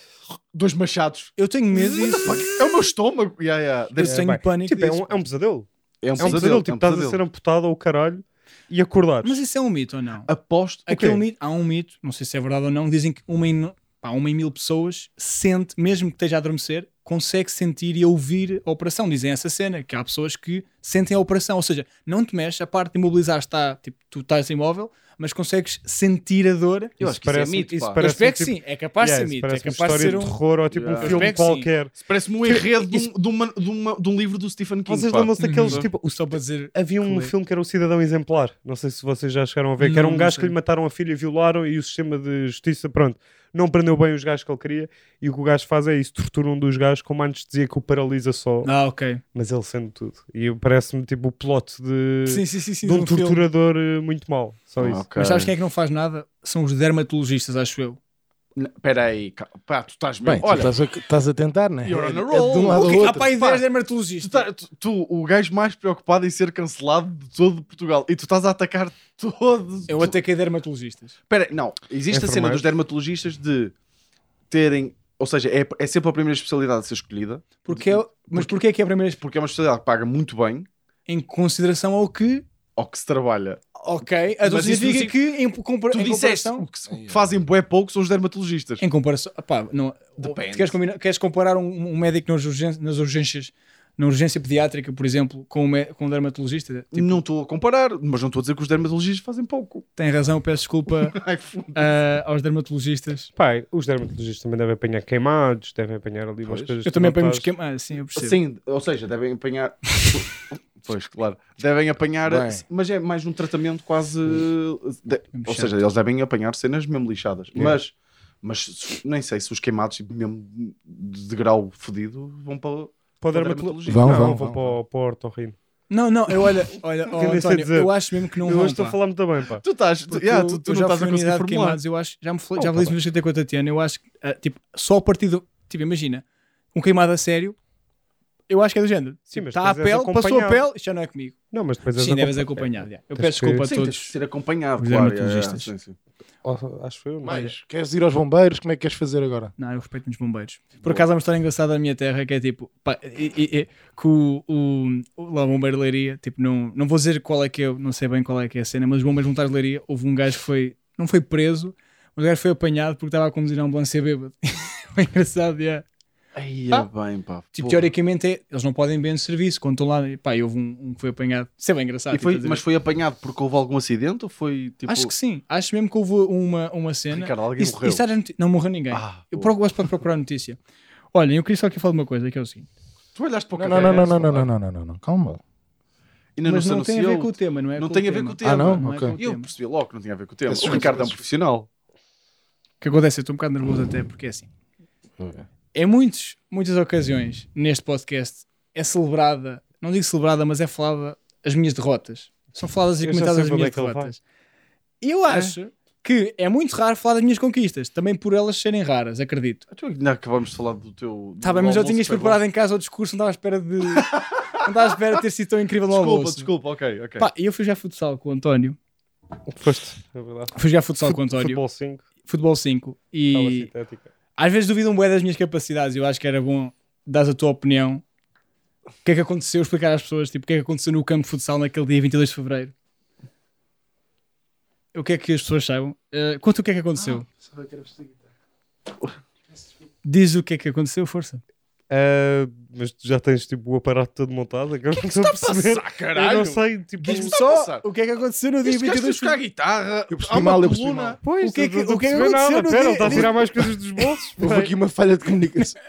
[SPEAKER 3] Dois machados.
[SPEAKER 1] Eu tenho medo disso.
[SPEAKER 3] É o meu estômago. Yeah, yeah. Deve
[SPEAKER 1] Eu
[SPEAKER 3] ser-
[SPEAKER 1] tenho
[SPEAKER 2] bem,
[SPEAKER 1] pânico
[SPEAKER 2] Tipo, é
[SPEAKER 1] disso,
[SPEAKER 2] um, é um pesadelo.
[SPEAKER 3] É um
[SPEAKER 2] É um pesadelo, tipo, estás a ser amputado ou caralho e acordares.
[SPEAKER 1] Mas isso é um mito ou não?
[SPEAKER 3] Aposto. é.
[SPEAKER 1] Aquele
[SPEAKER 2] quê?
[SPEAKER 1] mito, há um mito, não sei se é verdade ou não, dizem que uma em, pá, uma em mil pessoas sente, mesmo que esteja a adormecer, consegue sentir e ouvir a operação. Dizem essa cena, que há pessoas que sentem a operação, ou seja, não te mexes, a parte de imobilizar está, tipo, tu estás imóvel, mas consegues sentir a dor.
[SPEAKER 3] Eu
[SPEAKER 2] Isso
[SPEAKER 3] acho que isso é
[SPEAKER 2] parece-
[SPEAKER 3] mito.
[SPEAKER 2] isso
[SPEAKER 3] pá.
[SPEAKER 1] Eu
[SPEAKER 2] parece
[SPEAKER 1] espero
[SPEAKER 2] um
[SPEAKER 1] que
[SPEAKER 2] tipo-
[SPEAKER 1] sim, é capaz de
[SPEAKER 2] Yeah,
[SPEAKER 1] ser
[SPEAKER 2] isso
[SPEAKER 1] mito, é
[SPEAKER 2] parece uma
[SPEAKER 1] capaz de ser
[SPEAKER 2] história de
[SPEAKER 1] um...
[SPEAKER 2] terror ou tipo
[SPEAKER 3] Yeah.
[SPEAKER 2] um
[SPEAKER 1] Eu
[SPEAKER 2] filme
[SPEAKER 1] espero que sim.
[SPEAKER 2] qualquer.
[SPEAKER 3] Parece-me um enredo de um, de uma- de uma- de um livro do Stephen King.
[SPEAKER 2] Vocês
[SPEAKER 3] pá.
[SPEAKER 2] lembram-se daqueles
[SPEAKER 1] Uhum.
[SPEAKER 2] tipo. o-
[SPEAKER 1] Só para dizer...
[SPEAKER 2] Havia um
[SPEAKER 1] Claro.
[SPEAKER 2] filme que era o Cidadão Exemplar. Não sei se vocês já chegaram a ver, que era
[SPEAKER 1] Não,
[SPEAKER 2] um
[SPEAKER 1] não
[SPEAKER 2] gajo que
[SPEAKER 1] sei.
[SPEAKER 2] lhe mataram a filha, violaram e o sistema de justiça, pronto, não prendeu bem os gajos que ele queria. E o que o gajo faz é isso: tortura um dos gajos com uma anestesia que o paralisa só,
[SPEAKER 1] Ah, ok.
[SPEAKER 2] mas ele sendo tudo. E eu- parece-me tipo o plot de,
[SPEAKER 1] Sim, sim, sim, sim,
[SPEAKER 2] de um
[SPEAKER 1] filme.
[SPEAKER 2] torturador eh, muito mau. Só isso.
[SPEAKER 1] Mas sabes quem é que não faz nada? São os dermatologistas, acho eu.
[SPEAKER 3] Espera aí, ca- pá, tu estás
[SPEAKER 4] Bem,
[SPEAKER 3] bem.
[SPEAKER 4] tu
[SPEAKER 3] Olha,
[SPEAKER 4] estás, a, estás a tentar, não é?
[SPEAKER 3] You're on a
[SPEAKER 4] É
[SPEAKER 3] roll.
[SPEAKER 4] de um lado
[SPEAKER 1] Ok, Há
[SPEAKER 4] ao outro.
[SPEAKER 1] pá aí
[SPEAKER 3] Pá,
[SPEAKER 1] 10
[SPEAKER 3] tu,
[SPEAKER 1] dermatologistas.
[SPEAKER 3] tá- tu- tu, o gajo mais preocupado em ser cancelado de todo Portugal e tu estás a atacar todos.
[SPEAKER 1] Eu ataquei dermatologistas.
[SPEAKER 3] Espera aí, não, existe a cena
[SPEAKER 2] Enfermeiros.
[SPEAKER 3] dos dermatologistas de terem, ou seja, é, é sempre a primeira especialidade a ser escolhida
[SPEAKER 1] Porque é- mas porquê é que é a primeira
[SPEAKER 3] porque é uma especialidade que paga muito bem
[SPEAKER 1] Em consideração ao que,
[SPEAKER 3] ao que se trabalha.
[SPEAKER 1] ok, a
[SPEAKER 3] Mas isso
[SPEAKER 1] significa
[SPEAKER 3] não sig-
[SPEAKER 1] que em, compara-
[SPEAKER 3] Tu
[SPEAKER 1] em
[SPEAKER 3] disseste
[SPEAKER 1] comparação...
[SPEAKER 3] o que, se- o que fazem bué pouco são os dermatologistas.
[SPEAKER 1] Em comparação... Opá, não,
[SPEAKER 3] Depende.
[SPEAKER 1] tu queres, combinar- queres comparar um, um médico nas, urgen- nas urgências, na urgência pediátrica, por exemplo, com um, mé- com um dermatologista? Tipo,
[SPEAKER 3] Não estou a comparar, mas não estou a dizer que os dermatologistas fazem pouco.
[SPEAKER 1] tem razão, peço desculpa
[SPEAKER 3] Ai, foda-se.
[SPEAKER 1] ah, aos dermatologistas.
[SPEAKER 2] Pai, os dermatologistas também devem apanhar queimados, devem apanhar ali umas
[SPEAKER 3] Pois.
[SPEAKER 2] coisas.
[SPEAKER 1] Eu também
[SPEAKER 2] que não
[SPEAKER 1] apanho um
[SPEAKER 2] estás-
[SPEAKER 1] esquema... Ah, sim, eu percebo.
[SPEAKER 3] Sim, ou seja, devem apanhar. pois, claro. Devem apanhar.
[SPEAKER 4] Bem.
[SPEAKER 3] Mas é mais um tratamento quase. Hum. de-
[SPEAKER 1] Mesmo
[SPEAKER 3] Ou
[SPEAKER 1] chato.
[SPEAKER 3] seja, eles devem apanhar cenas mesmo lixadas. Mas. Mas se- nem sei se os queimados, tipo, mesmo de grau fedido, vão para.
[SPEAKER 2] Para o
[SPEAKER 3] Para o dermatologista.
[SPEAKER 2] dermatologista.
[SPEAKER 4] Vão,
[SPEAKER 2] não,
[SPEAKER 4] vão,
[SPEAKER 2] vou
[SPEAKER 4] vão.
[SPEAKER 2] para o, para o ortorrino.
[SPEAKER 1] Não, não, eu olha, olha, ó,
[SPEAKER 2] Queria
[SPEAKER 1] António,
[SPEAKER 2] dizer-
[SPEAKER 1] eu acho mesmo que não
[SPEAKER 2] eu
[SPEAKER 1] vão,
[SPEAKER 2] hoje estou a
[SPEAKER 1] pá.
[SPEAKER 2] falar-me também, pá.
[SPEAKER 3] Tu estás. Tu,
[SPEAKER 1] Porque
[SPEAKER 3] yeah,
[SPEAKER 1] eu-
[SPEAKER 3] tu, tu
[SPEAKER 1] eu
[SPEAKER 3] não
[SPEAKER 1] já
[SPEAKER 3] estás
[SPEAKER 1] fui
[SPEAKER 3] a
[SPEAKER 1] à
[SPEAKER 3] conseguir
[SPEAKER 1] unidade de
[SPEAKER 3] formular.
[SPEAKER 1] queimados, eu acho, já me falei,
[SPEAKER 3] Oh,
[SPEAKER 1] já
[SPEAKER 3] tá
[SPEAKER 1] falei isso mas até com a Tatiana, eu acho que, ah, tipo, só a partir do, tipo, imagina, um queimado a sério, eu acho que é do género.
[SPEAKER 2] Sim, mas
[SPEAKER 1] Está à
[SPEAKER 2] depois és
[SPEAKER 1] pele, passou a
[SPEAKER 2] acompanhado.
[SPEAKER 1] pele, já não é comigo.
[SPEAKER 2] Não, mas depois és
[SPEAKER 1] Sim, deves
[SPEAKER 2] acompanhado.
[SPEAKER 1] acompanhar. já. Eu
[SPEAKER 2] Tens
[SPEAKER 1] peço
[SPEAKER 2] que-
[SPEAKER 1] desculpa a
[SPEAKER 3] Sim, tens de
[SPEAKER 1] todos.
[SPEAKER 3] ser acompanhado,
[SPEAKER 1] Os
[SPEAKER 3] claro. yeah, yeah,
[SPEAKER 1] dermatologistas.
[SPEAKER 3] sim, sim.
[SPEAKER 2] Oh, acho eu, mas...
[SPEAKER 4] Mais, queres ir aos bombeiros? Como é que queres fazer agora?
[SPEAKER 1] Não, eu respeito os bombeiros. Por acaso há uma história engraçada na minha terra que é tipo, pá, e- e- e- que o, o, o, lá o bombeiro de leiria, tipo, não, não vou dizer qual é que é, não sei bem qual é que é a cena, mas os bombeiros voluntários de leiria, houve um gajo que foi, não foi preso, mas o gajo foi apanhado porque estava a conduzir a ambulância bêbado. Foi engraçado, yeah.
[SPEAKER 3] Aí
[SPEAKER 1] Ah.
[SPEAKER 3] é bem, pá.
[SPEAKER 1] Tipo,
[SPEAKER 3] Porra.
[SPEAKER 1] teoricamente, é- eles não podem bem de serviço. Quando estão lá, e pá, e houve um, um que foi apanhado. Isso é bem engraçado.
[SPEAKER 3] E foi-
[SPEAKER 1] tipo, a
[SPEAKER 3] mas
[SPEAKER 1] dizer-
[SPEAKER 3] foi apanhado porque houve algum acidente ou foi tipo.
[SPEAKER 1] Acho que sim. Acho mesmo que houve uma, uma cena.
[SPEAKER 3] Ricardo, alguém
[SPEAKER 1] Isso-
[SPEAKER 3] morreu.
[SPEAKER 1] isso era noti- Não morreu ninguém.
[SPEAKER 3] Ah,
[SPEAKER 1] eu
[SPEAKER 3] boa.
[SPEAKER 1] procuro, gosto para procurar a notícia. Olha, eu queria só aqui falar de uma coisa, que é o seguinte.
[SPEAKER 3] Tu olhaste para o
[SPEAKER 4] Não, não,
[SPEAKER 3] café,
[SPEAKER 4] não, não,
[SPEAKER 3] é,
[SPEAKER 4] não, não,
[SPEAKER 3] falar.
[SPEAKER 4] não, não, não, não. Calma.
[SPEAKER 3] Ainda
[SPEAKER 1] mas
[SPEAKER 3] se
[SPEAKER 1] não tem a ver
[SPEAKER 3] anunciou.
[SPEAKER 1] com o tema, não é?
[SPEAKER 3] Não tem a ver com o tema.
[SPEAKER 4] Ah, não?
[SPEAKER 1] é
[SPEAKER 4] Ok.
[SPEAKER 1] com o
[SPEAKER 3] Eu
[SPEAKER 1] tema.
[SPEAKER 3] percebi logo que não tinha a ver com o tema.
[SPEAKER 4] Esses
[SPEAKER 3] O Ricardo é um
[SPEAKER 4] esses-
[SPEAKER 3] profissional.
[SPEAKER 1] O que acontece? Eu estou um bocado nervoso até, porque é assim. Em muitos, muitas ocasiões neste podcast é celebrada, não digo celebrada, mas é falada as minhas derrotas. São faladas e
[SPEAKER 2] Eu já sei
[SPEAKER 1] comentadas as
[SPEAKER 2] para onde
[SPEAKER 1] minhas
[SPEAKER 2] é que ele vai. É?
[SPEAKER 1] derrotas. Eu acho que é muito raro falar das minhas conquistas, também por elas serem raras, acredito.
[SPEAKER 3] Então, ainda que vamos falar do teu.
[SPEAKER 1] Tá bem, mas já tinhas preparado em casa o discurso, não estava à espera de. não estava à espera de ter sido tão incrível no
[SPEAKER 3] Desculpa,
[SPEAKER 1] almoço.
[SPEAKER 3] desculpa, ok, ok.
[SPEAKER 1] Pá, eu fui já futsal com o António.
[SPEAKER 2] Foste, é verdade.
[SPEAKER 1] Fui já futsal com o António. Futebol,
[SPEAKER 2] Futebol 5,
[SPEAKER 1] 5.
[SPEAKER 2] tava
[SPEAKER 1] E
[SPEAKER 2] sintética.
[SPEAKER 1] às vezes duvidam bué das minhas capacidades. Eu acho que era bom dar a tua opinião. O que é que aconteceu? Explicar às pessoas tipo, o que é que aconteceu no campo de futsal naquele dia 22 de fevereiro. O que é que as pessoas saibam? Eh, conta o que é que aconteceu.
[SPEAKER 3] Ah,
[SPEAKER 1] Diz o que é que aconteceu, força.
[SPEAKER 2] Ah, mas tu já tens tipo o aparato todo montado? Agora
[SPEAKER 1] é
[SPEAKER 2] não estou a perceber. Eu não sei, tipo.
[SPEAKER 3] Diz-me
[SPEAKER 2] Diz-me
[SPEAKER 3] só a passar?
[SPEAKER 1] o que é que aconteceu no dia
[SPEAKER 3] Este gajo
[SPEAKER 1] 22 de
[SPEAKER 3] tem de tocar
[SPEAKER 1] fevereiro?
[SPEAKER 3] guitarra,
[SPEAKER 4] Eu percebi
[SPEAKER 3] há uma
[SPEAKER 4] mal, eu percebi
[SPEAKER 3] coluna.
[SPEAKER 1] o que é que- o que é que aconteceu
[SPEAKER 2] nada.
[SPEAKER 1] no dia-
[SPEAKER 2] Pera, ele está a
[SPEAKER 1] dia-
[SPEAKER 2] tirar mais coisas dos bolsos.
[SPEAKER 4] Houve
[SPEAKER 2] pai.
[SPEAKER 4] aqui uma falha de comunicação.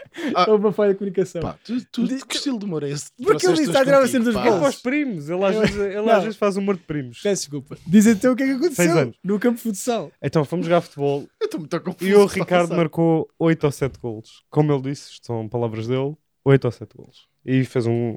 [SPEAKER 1] Houve uma falha de comunicação.
[SPEAKER 4] Pá, tu, tu,
[SPEAKER 1] De-
[SPEAKER 4] que estilo de humor é esse?
[SPEAKER 1] Porque ele
[SPEAKER 4] Trouxeste
[SPEAKER 1] disse, está a tirar
[SPEAKER 4] contigo,
[SPEAKER 1] cenas
[SPEAKER 4] pá.
[SPEAKER 1] de
[SPEAKER 2] É
[SPEAKER 1] bolso.
[SPEAKER 2] para os primos. Ele às vezes, ele
[SPEAKER 1] Não.
[SPEAKER 2] às vezes faz humor de primos.
[SPEAKER 1] Peço desculpa. Diz então o que é que
[SPEAKER 2] Seis
[SPEAKER 1] aconteceu
[SPEAKER 2] anos.
[SPEAKER 1] no campo de futsal.
[SPEAKER 2] Então fomos jogar futebol
[SPEAKER 3] Eu estou muito confuso.
[SPEAKER 2] e o
[SPEAKER 3] Tá a
[SPEAKER 2] Ricardo
[SPEAKER 3] passar.
[SPEAKER 2] marcou 8 ou 7 golos. Como ele disse, isto são palavras dele, 8 ou 7 golos. E fez um,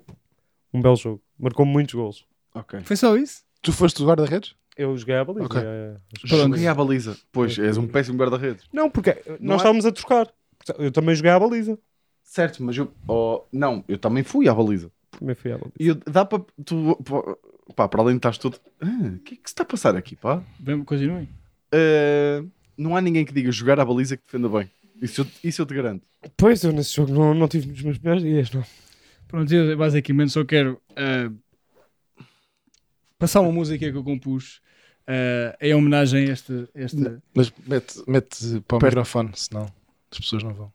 [SPEAKER 2] um belo jogo. Marcou muitos golos.
[SPEAKER 4] Ok.
[SPEAKER 1] Foi só isso?
[SPEAKER 4] Tu foste o guarda-redes?
[SPEAKER 2] Eu joguei a baliza.
[SPEAKER 4] Ok.
[SPEAKER 2] é.
[SPEAKER 1] Pronto.
[SPEAKER 3] Joguei à baliza. Pois, és um péssimo guarda-redes.
[SPEAKER 2] Não, porque
[SPEAKER 3] Não
[SPEAKER 2] nós
[SPEAKER 3] é-
[SPEAKER 2] estávamos a trocar. Portanto, Eu também joguei à baliza.
[SPEAKER 3] Certo, mas eu. oh, não, eu também fui à baliza.
[SPEAKER 2] Também fui à baliza.
[SPEAKER 3] E eu- dá para. Tu. pá, Pá, para além de estás todo. Ah, O que é que se está a passar aqui, pá?
[SPEAKER 1] Bem, continuem.
[SPEAKER 3] Ah, não há ninguém que diga jogar à baliza que defenda bem. Isso eu, isso eu te garanto.
[SPEAKER 2] Pois, eu nesse jogo não, não tive nos meus melhores dias, não.
[SPEAKER 1] Pronto, eu basicamente só quero ah, passar uma música que eu compus ah, em homenagem a esta. esta...
[SPEAKER 4] Mas mete, mete para o microfone, senão as pessoas não vão.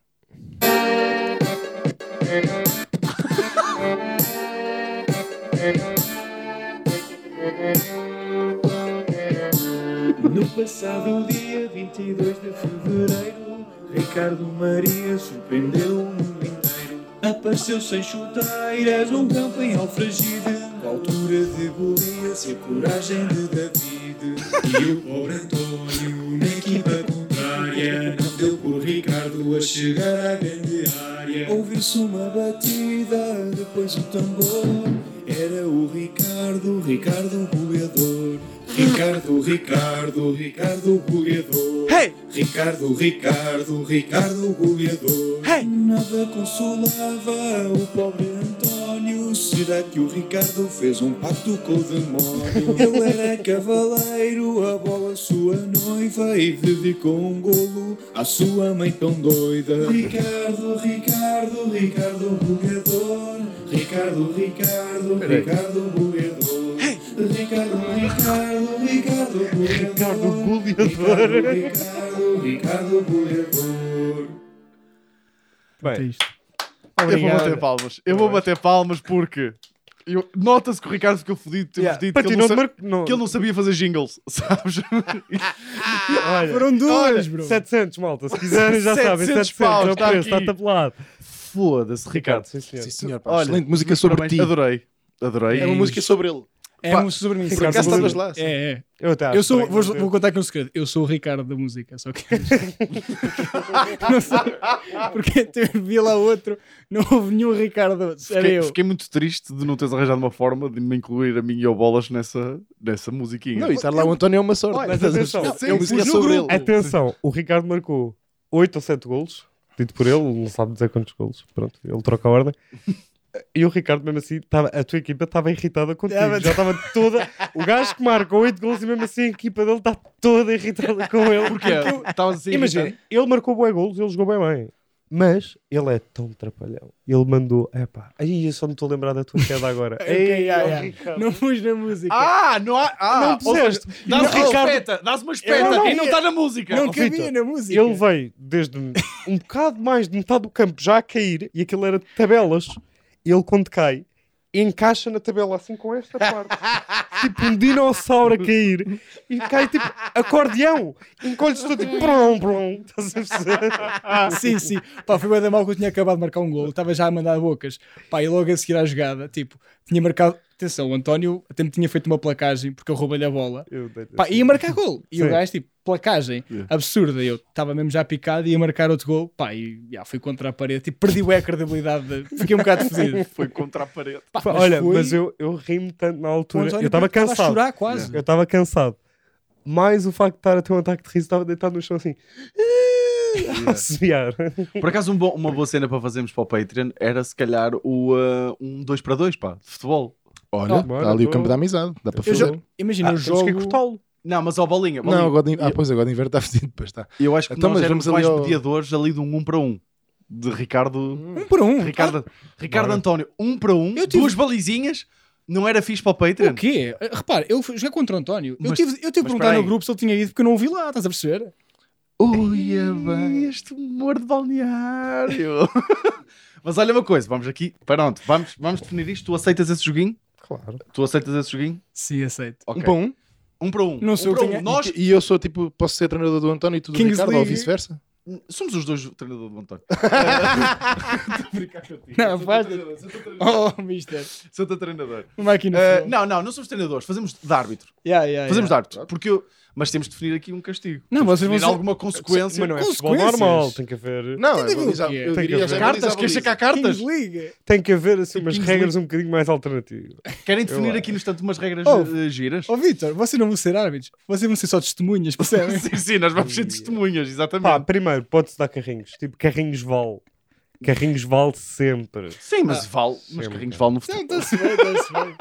[SPEAKER 5] No passado dia 22 de fevereiro, Ricardo Maria surpreendeu o mundo inteiro. Apareceu sem chuteiras num campo em Alfragide, com a altura de Golias e a coragem de David. E o pobre António, na equipa contrária, não deu por Ricardo a chegar à grande área. Ouviu-se uma batida, depois o tambor. Era o Ricardo, Ricardo goleador. Ricardo, Ricardo, Ricardo goleador.
[SPEAKER 1] Hey!
[SPEAKER 5] Ricardo, Ricardo, Ricardo goleador.
[SPEAKER 1] Hey!
[SPEAKER 5] Nada consolava o pobre António. Será que o Ricardo fez um pacto com o demônio? Ele era cavaleiro, a bola sua noiva e dedicou um golo à sua mãe tão doida. Ricardo, Ricardo, Ricardo goleador. Ricardo, Ricardo, Ricardo goleador. Ricardo, Ricardo, Ricardo goleador.
[SPEAKER 2] Ricardo goleador.
[SPEAKER 5] Ricardo, Ricardo goleador.
[SPEAKER 1] É
[SPEAKER 2] Bem,
[SPEAKER 1] isto.
[SPEAKER 3] Eu
[SPEAKER 1] Obrigado.
[SPEAKER 3] vou bater palmas. Eu vou bater palmas porque. eu- Nota-se que o Ricardo ficou fodido de ter
[SPEAKER 2] yeah.
[SPEAKER 3] fodido.
[SPEAKER 2] para
[SPEAKER 3] que
[SPEAKER 2] ti
[SPEAKER 3] ele não
[SPEAKER 2] não
[SPEAKER 3] sa-
[SPEAKER 2] te marco. Não...
[SPEAKER 3] Que ele não sabia fazer jingles, sabes?
[SPEAKER 2] Olha,
[SPEAKER 1] Foram duas,
[SPEAKER 2] olha,
[SPEAKER 1] bro.
[SPEAKER 2] 700, malta. Se quiserem, já sabem.
[SPEAKER 3] 700
[SPEAKER 2] 700
[SPEAKER 3] paus,
[SPEAKER 2] é o
[SPEAKER 3] está
[SPEAKER 2] preço,
[SPEAKER 3] aqui.
[SPEAKER 2] está tabelado.
[SPEAKER 3] Foda-se, Ricardo.
[SPEAKER 2] sim, senhor.
[SPEAKER 4] Sim, senhor. Pá,
[SPEAKER 3] Olha,
[SPEAKER 4] excelente música sobre ti.
[SPEAKER 3] Parabéns. Adorei. Adorei.
[SPEAKER 4] É uma música sobre ele.
[SPEAKER 1] É
[SPEAKER 4] Pá,
[SPEAKER 1] um sobre mim.
[SPEAKER 4] Por acaso
[SPEAKER 2] Ricardo,
[SPEAKER 4] estavas lá? sim.
[SPEAKER 1] É, é.
[SPEAKER 2] Eu, até
[SPEAKER 1] Eu
[SPEAKER 2] acho
[SPEAKER 1] sou,
[SPEAKER 2] estranho,
[SPEAKER 1] vou,
[SPEAKER 2] mas eu-
[SPEAKER 1] vou contar aqui um segredo. Eu sou o Ricardo da música, só que. não sei. Porque eu vi lá outro, não houve nenhum Ricardo. Era
[SPEAKER 3] Fiquei,
[SPEAKER 1] eu.
[SPEAKER 3] fiquei muito triste de não teres arranjado uma forma de me incluir a mim e ao Bolas nessa, nessa musiquinha.
[SPEAKER 4] Não, e estar lá o António é uma sorte.
[SPEAKER 2] Olha,
[SPEAKER 4] Mas
[SPEAKER 2] mas
[SPEAKER 4] estás a-
[SPEAKER 2] atenção,
[SPEAKER 4] é uma
[SPEAKER 3] eu
[SPEAKER 4] música
[SPEAKER 3] pus no
[SPEAKER 4] sobre ele.
[SPEAKER 3] grupo.
[SPEAKER 2] Atenção, o Ricardo marcou 8 ou 7 golos, dito por ele, não sabe dizer quantos golos. Pronto, ele troca a ordem. E o Ricardo, mesmo assim, tava- a tua equipa estava irritada contigo.
[SPEAKER 1] Tava-
[SPEAKER 2] Já estava toda. O gajo que marca 8 golos e mesmo assim a equipa dele está toda irritada com ele.
[SPEAKER 3] Porquê? Estavas assim.
[SPEAKER 2] Imagina, ele marcou bem golos, ele jogou bem bem. Mas ele é tão trapalhão. Ele mandou, epá, aí eu só me estou a lembrar da tua queda agora.
[SPEAKER 1] Ok,
[SPEAKER 2] Ei,
[SPEAKER 1] já,
[SPEAKER 2] ó,
[SPEAKER 1] já.
[SPEAKER 2] Ricardo.
[SPEAKER 1] Não pus na música.
[SPEAKER 3] é. Ah, não há. Ah,
[SPEAKER 2] Não puseste.
[SPEAKER 3] ou seja, Dás uma
[SPEAKER 2] Não, Ricardo-
[SPEAKER 3] espeta. Dás uma espeta.
[SPEAKER 1] Eu não-
[SPEAKER 3] e não está na música.
[SPEAKER 1] não
[SPEAKER 2] ó,
[SPEAKER 1] cabia
[SPEAKER 2] Vitor,
[SPEAKER 1] na música.
[SPEAKER 2] Ele veio desde um bocado mais de metade do campo já a cair e aquilo era de tabelas. Ele, quando cai, encaixa na tabela assim com esta parte, tipo um dinossauro a cair e cai tipo acordeão. Encolhe-se todo tipo brum, brum. Estás a perceber?
[SPEAKER 1] Sim, sim. Pá, foi bem da mal que eu tinha acabado de marcar um gol. Estava já a mandar bocas. Pá, e logo a seguir à jogada, tipo, tinha marcado. Atenção, o António até me tinha feito uma placagem porque eu roubei-lhe a bola.
[SPEAKER 2] Eu deito
[SPEAKER 1] Pá,
[SPEAKER 2] assim.
[SPEAKER 1] ia marcar gol. E o
[SPEAKER 2] Sim.
[SPEAKER 1] gajo, tipo, placagem
[SPEAKER 3] Yeah.
[SPEAKER 1] absurda. Eu estava mesmo já picado e ia marcar outro gol. Pá, e já, fui contra a parede. Tipo, perdi bué a credibilidade. de- Fiquei um bocado fodido.
[SPEAKER 3] Foi contra a parede.
[SPEAKER 1] Pá,
[SPEAKER 2] Pá, olha,
[SPEAKER 1] foi-
[SPEAKER 2] mas eu, eu ri-me tanto na
[SPEAKER 1] o
[SPEAKER 2] altura.
[SPEAKER 1] António
[SPEAKER 2] Eu estava
[SPEAKER 1] Pedro a
[SPEAKER 2] cansado.
[SPEAKER 1] chorar quase.
[SPEAKER 2] Eu estava cansado. Mais o facto de estar a ter um ataque de riso, estava deitado no chão assim. A assobiar.
[SPEAKER 3] Por acaso, um bom- uma boa cena para fazermos para o Patreon era se calhar o, ah, um 2 para 2 pá, de futebol.
[SPEAKER 4] Olha,
[SPEAKER 2] Ah, bora,
[SPEAKER 4] está ali
[SPEAKER 2] tô-
[SPEAKER 4] o campo da amizade. Dá para
[SPEAKER 1] Eu
[SPEAKER 4] fazer.
[SPEAKER 1] já- Imagina,
[SPEAKER 3] Ah,
[SPEAKER 1] eu
[SPEAKER 3] temos
[SPEAKER 2] Temos que
[SPEAKER 1] jogo...
[SPEAKER 2] cortá-lo.
[SPEAKER 3] Não, mas ó, bolinha. bolinha.
[SPEAKER 4] Não, agora de... Ah,
[SPEAKER 3] é eu,
[SPEAKER 4] pois, agora de inverno está fedido, pois está.
[SPEAKER 3] eu acho que
[SPEAKER 4] Então,
[SPEAKER 3] nós
[SPEAKER 4] mas
[SPEAKER 3] éramos
[SPEAKER 4] vamos
[SPEAKER 3] mais
[SPEAKER 4] ali ao- Hum,
[SPEAKER 3] mediadores ali de um 1 um para 1. Um, de Ricardo...
[SPEAKER 1] Um por
[SPEAKER 4] então?
[SPEAKER 1] um.
[SPEAKER 3] Ricardo, Ricardo
[SPEAKER 2] Bora.
[SPEAKER 3] António, 1 um para 1, um,
[SPEAKER 1] Eu tive-
[SPEAKER 3] duas balizinhas. Não era fixe para o
[SPEAKER 1] Ah,
[SPEAKER 3] Patreon?
[SPEAKER 1] o quê? Ah, Repare, eu fui- joguei contra o António. eu
[SPEAKER 3] Mas-
[SPEAKER 1] tive, eu tive de
[SPEAKER 3] mas
[SPEAKER 1] perguntar no
[SPEAKER 3] peraí.
[SPEAKER 1] grupo se ele tinha ido porque eu não o vi lá. Estás a perceber?
[SPEAKER 3] Uia, é bem, este humor de balneário. Mas olha uma coisa, vamos aqui, pronto, vamos, vamos definir isto. Tu aceitas esse joguinho?
[SPEAKER 2] Claro.
[SPEAKER 3] Tu aceitas esse joguinho?
[SPEAKER 1] Sim, aceito.
[SPEAKER 3] Ok.
[SPEAKER 4] Um para um.
[SPEAKER 3] Um para um.
[SPEAKER 1] Não sei
[SPEAKER 3] um
[SPEAKER 1] o
[SPEAKER 3] para
[SPEAKER 1] que é.
[SPEAKER 3] um. Nós
[SPEAKER 4] E eu sou tipo, posso ser treinador do António e tu do
[SPEAKER 1] Kings
[SPEAKER 4] Ricardo, ou
[SPEAKER 1] League.
[SPEAKER 4] vice-versa.
[SPEAKER 3] somos os dois treinadores do António.
[SPEAKER 1] Não, faz. Oh, mister.
[SPEAKER 3] Sou teu treinador.
[SPEAKER 1] Máquina.
[SPEAKER 3] Ah,
[SPEAKER 1] não,
[SPEAKER 3] não, não, não somos treinadores, fazemos de árbitro.
[SPEAKER 1] yeah, yeah,
[SPEAKER 3] Fazemos de
[SPEAKER 1] yeah.
[SPEAKER 3] árbitro. Porque eu... Mas temos de definir aqui um castigo.
[SPEAKER 1] Não,
[SPEAKER 3] Temos de
[SPEAKER 1] vocês vão
[SPEAKER 3] definir
[SPEAKER 1] ser-
[SPEAKER 3] alguma consequência.
[SPEAKER 2] Mas não é futebol
[SPEAKER 1] Consequências.
[SPEAKER 2] normal. Tem que haver.
[SPEAKER 4] Não,
[SPEAKER 1] Tem de ver
[SPEAKER 4] eu
[SPEAKER 1] o
[SPEAKER 4] baliza-
[SPEAKER 1] que é.
[SPEAKER 4] eu
[SPEAKER 2] Tem que
[SPEAKER 4] diria
[SPEAKER 2] haver.
[SPEAKER 4] já
[SPEAKER 3] Cartas,
[SPEAKER 4] baliza-
[SPEAKER 3] queres sacar
[SPEAKER 1] Kings
[SPEAKER 3] cartas?
[SPEAKER 1] Liga.
[SPEAKER 2] Tem que haver assim umas
[SPEAKER 3] Kings
[SPEAKER 2] regras um bocadinho mais alternativas.
[SPEAKER 3] Querem definir
[SPEAKER 2] Eu-
[SPEAKER 3] aqui, no entanto, umas regras
[SPEAKER 1] Oh.
[SPEAKER 3] eh, giras?
[SPEAKER 1] Ó Vitor, vocês não vão ser árbitros. Vocês vão ser só testemunhas, percebem?
[SPEAKER 3] Sim, sim, nós vamos ser testemunhas, exatamente.
[SPEAKER 2] Pá, primeiro, pode-se dar carrinhos. Tipo, carrinhos vale. Carrinhos vale sempre.
[SPEAKER 3] Sim, mas vale. Mas
[SPEAKER 2] sim,
[SPEAKER 3] carrinhos vale no futebol.
[SPEAKER 1] Não, está-se bem, está-se bem.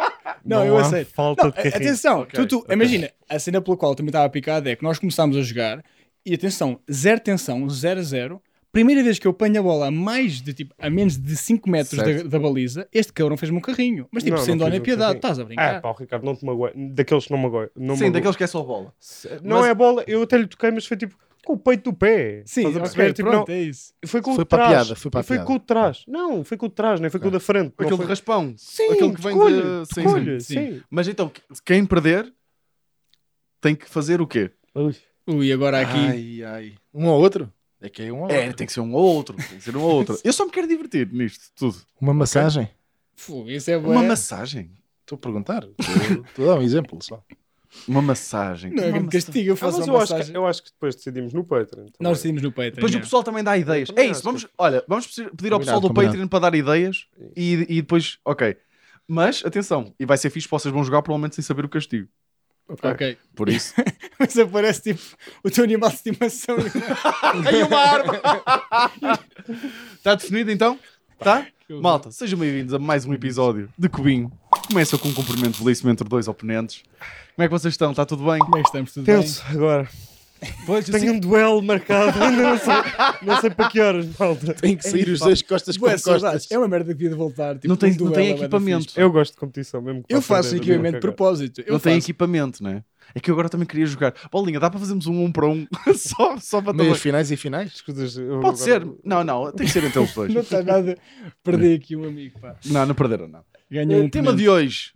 [SPEAKER 1] Não, eu
[SPEAKER 2] há é
[SPEAKER 1] aceito.
[SPEAKER 2] Falta
[SPEAKER 1] Não,
[SPEAKER 2] de carrinhos.
[SPEAKER 1] atenção,
[SPEAKER 3] Ok,
[SPEAKER 1] tu, tu- imagina, a cena pela qual eu também estava picado é que nós começámos a jogar e atenção, zero tensão, 0 a 0. Primeira vez que eu apanho a bola a mais de tipo, a menos de 5 metros da,
[SPEAKER 3] Certo.
[SPEAKER 1] da baliza, este cabrão fez-me um carrinho. Mas tipo,
[SPEAKER 2] Não, não
[SPEAKER 1] sem dó
[SPEAKER 2] fez
[SPEAKER 1] nem
[SPEAKER 2] um
[SPEAKER 1] piedade,
[SPEAKER 2] carrinho.
[SPEAKER 1] estás a
[SPEAKER 2] Ah,
[SPEAKER 1] brincar.
[SPEAKER 2] pá, o Ricardo, não te magoa. Daqueles que não magoa. Não,
[SPEAKER 3] Sim,
[SPEAKER 2] magoa.
[SPEAKER 3] daqueles que é só bola.
[SPEAKER 2] não
[SPEAKER 3] mas-
[SPEAKER 2] é bola. Eu até lhe toquei, mas foi tipo com o peito do pé.
[SPEAKER 1] Sim,
[SPEAKER 2] Estás a
[SPEAKER 1] ok,
[SPEAKER 2] perceber? Tipo,
[SPEAKER 1] pronto, é isso.
[SPEAKER 2] não, foi com
[SPEAKER 4] Foi
[SPEAKER 2] o
[SPEAKER 4] para a
[SPEAKER 2] trás.
[SPEAKER 4] piada, foi para a
[SPEAKER 2] Foi
[SPEAKER 4] piada.
[SPEAKER 2] com o trás. Não, foi com o trás, nem foi com o da frente. não
[SPEAKER 3] Aquele
[SPEAKER 2] foi...
[SPEAKER 3] de raspão.
[SPEAKER 2] Sim,
[SPEAKER 3] aquele que vem de-
[SPEAKER 2] colho,
[SPEAKER 3] sim,
[SPEAKER 2] colho,
[SPEAKER 1] sim,
[SPEAKER 2] sim.
[SPEAKER 3] Mas então, quem perder tem que fazer o quê?
[SPEAKER 2] Ui.
[SPEAKER 1] Ui, agora aqui.
[SPEAKER 3] Ai, ai.
[SPEAKER 4] Um ao outro? É que é um ao
[SPEAKER 3] É,
[SPEAKER 4] outro.
[SPEAKER 3] tem que ser um ou outro. Tem que ser um ou outro. Eu só me quero divertir nisto tudo.
[SPEAKER 4] Uma massagem?
[SPEAKER 1] Fu, isso é bom.
[SPEAKER 3] Uma massagem.
[SPEAKER 4] Estou a perguntar. Estou- Estou a dar um exemplo só.
[SPEAKER 3] Uma massagem.
[SPEAKER 1] Não é
[SPEAKER 3] Uma
[SPEAKER 1] grande
[SPEAKER 3] massagem.
[SPEAKER 1] castigo, eu
[SPEAKER 2] Ah,
[SPEAKER 1] faço
[SPEAKER 2] mas
[SPEAKER 1] uma
[SPEAKER 2] eu acho,
[SPEAKER 1] massagem.
[SPEAKER 2] que, eu acho que depois decidimos no Patreon. tá também.
[SPEAKER 1] Nós decidimos no Patreon.
[SPEAKER 3] Depois o
[SPEAKER 1] yeah.
[SPEAKER 3] pessoal também dá ideias. É
[SPEAKER 2] Também
[SPEAKER 3] isso,
[SPEAKER 2] acho
[SPEAKER 3] vamos, olha, vamos pedir pedir ao
[SPEAKER 4] Combinado,
[SPEAKER 3] pessoal do
[SPEAKER 4] combinado.
[SPEAKER 3] Patreon para dar ideias e, e depois, ok. Mas, atenção, e vai ser fixe, vocês vão jogar provavelmente sem saber o castigo.
[SPEAKER 1] Ok.
[SPEAKER 3] Por isso.
[SPEAKER 1] Mas aparece tipo o teu animal de estimação.
[SPEAKER 3] Caiu uma árvore! Está definido então? Tá? Malta, sejam bem-vindos a mais um episódio de Cubinho. Começa com um cumprimento belíssimo entre dois oponentes. Como é que vocês estão? Está tudo bem?
[SPEAKER 1] Como é que estamos? Tudo bem?
[SPEAKER 2] Penso agora.
[SPEAKER 3] Pois,
[SPEAKER 2] Tenho um duelo marcado. ainda não, sei, não sei para que horas, malta.
[SPEAKER 4] Tem que sair os dois costas com
[SPEAKER 1] Bué,
[SPEAKER 4] costas.
[SPEAKER 1] saudades. É uma merda que devia de voltar. Tipo,
[SPEAKER 3] não tem,
[SPEAKER 1] um
[SPEAKER 3] não
[SPEAKER 1] duelo
[SPEAKER 3] tem
[SPEAKER 1] é bué da
[SPEAKER 3] equipamento.
[SPEAKER 1] fixe.
[SPEAKER 2] Eu gosto de competição mesmo. que
[SPEAKER 1] Eu
[SPEAKER 2] vá
[SPEAKER 1] faço
[SPEAKER 2] perder,
[SPEAKER 1] equipamento de
[SPEAKER 2] não vou cagar.
[SPEAKER 1] propósito. Eu
[SPEAKER 3] não tem
[SPEAKER 1] faço.
[SPEAKER 3] equipamento, né? É que eu agora também queria jogar. Bolinha, dá para fazermos um um para um? só, só
[SPEAKER 2] Então,
[SPEAKER 3] para
[SPEAKER 4] Meias
[SPEAKER 3] também.
[SPEAKER 4] finais e finais?
[SPEAKER 2] Escutas, eu agora-
[SPEAKER 3] Pode ser. Não, não, tem que ser entre os dois.
[SPEAKER 1] Não está nada. Perdi aqui um amigo, pá.
[SPEAKER 3] não, não perderam, não.
[SPEAKER 1] Ganhou um
[SPEAKER 3] o Eh, tema
[SPEAKER 1] ponto.
[SPEAKER 3] de hoje: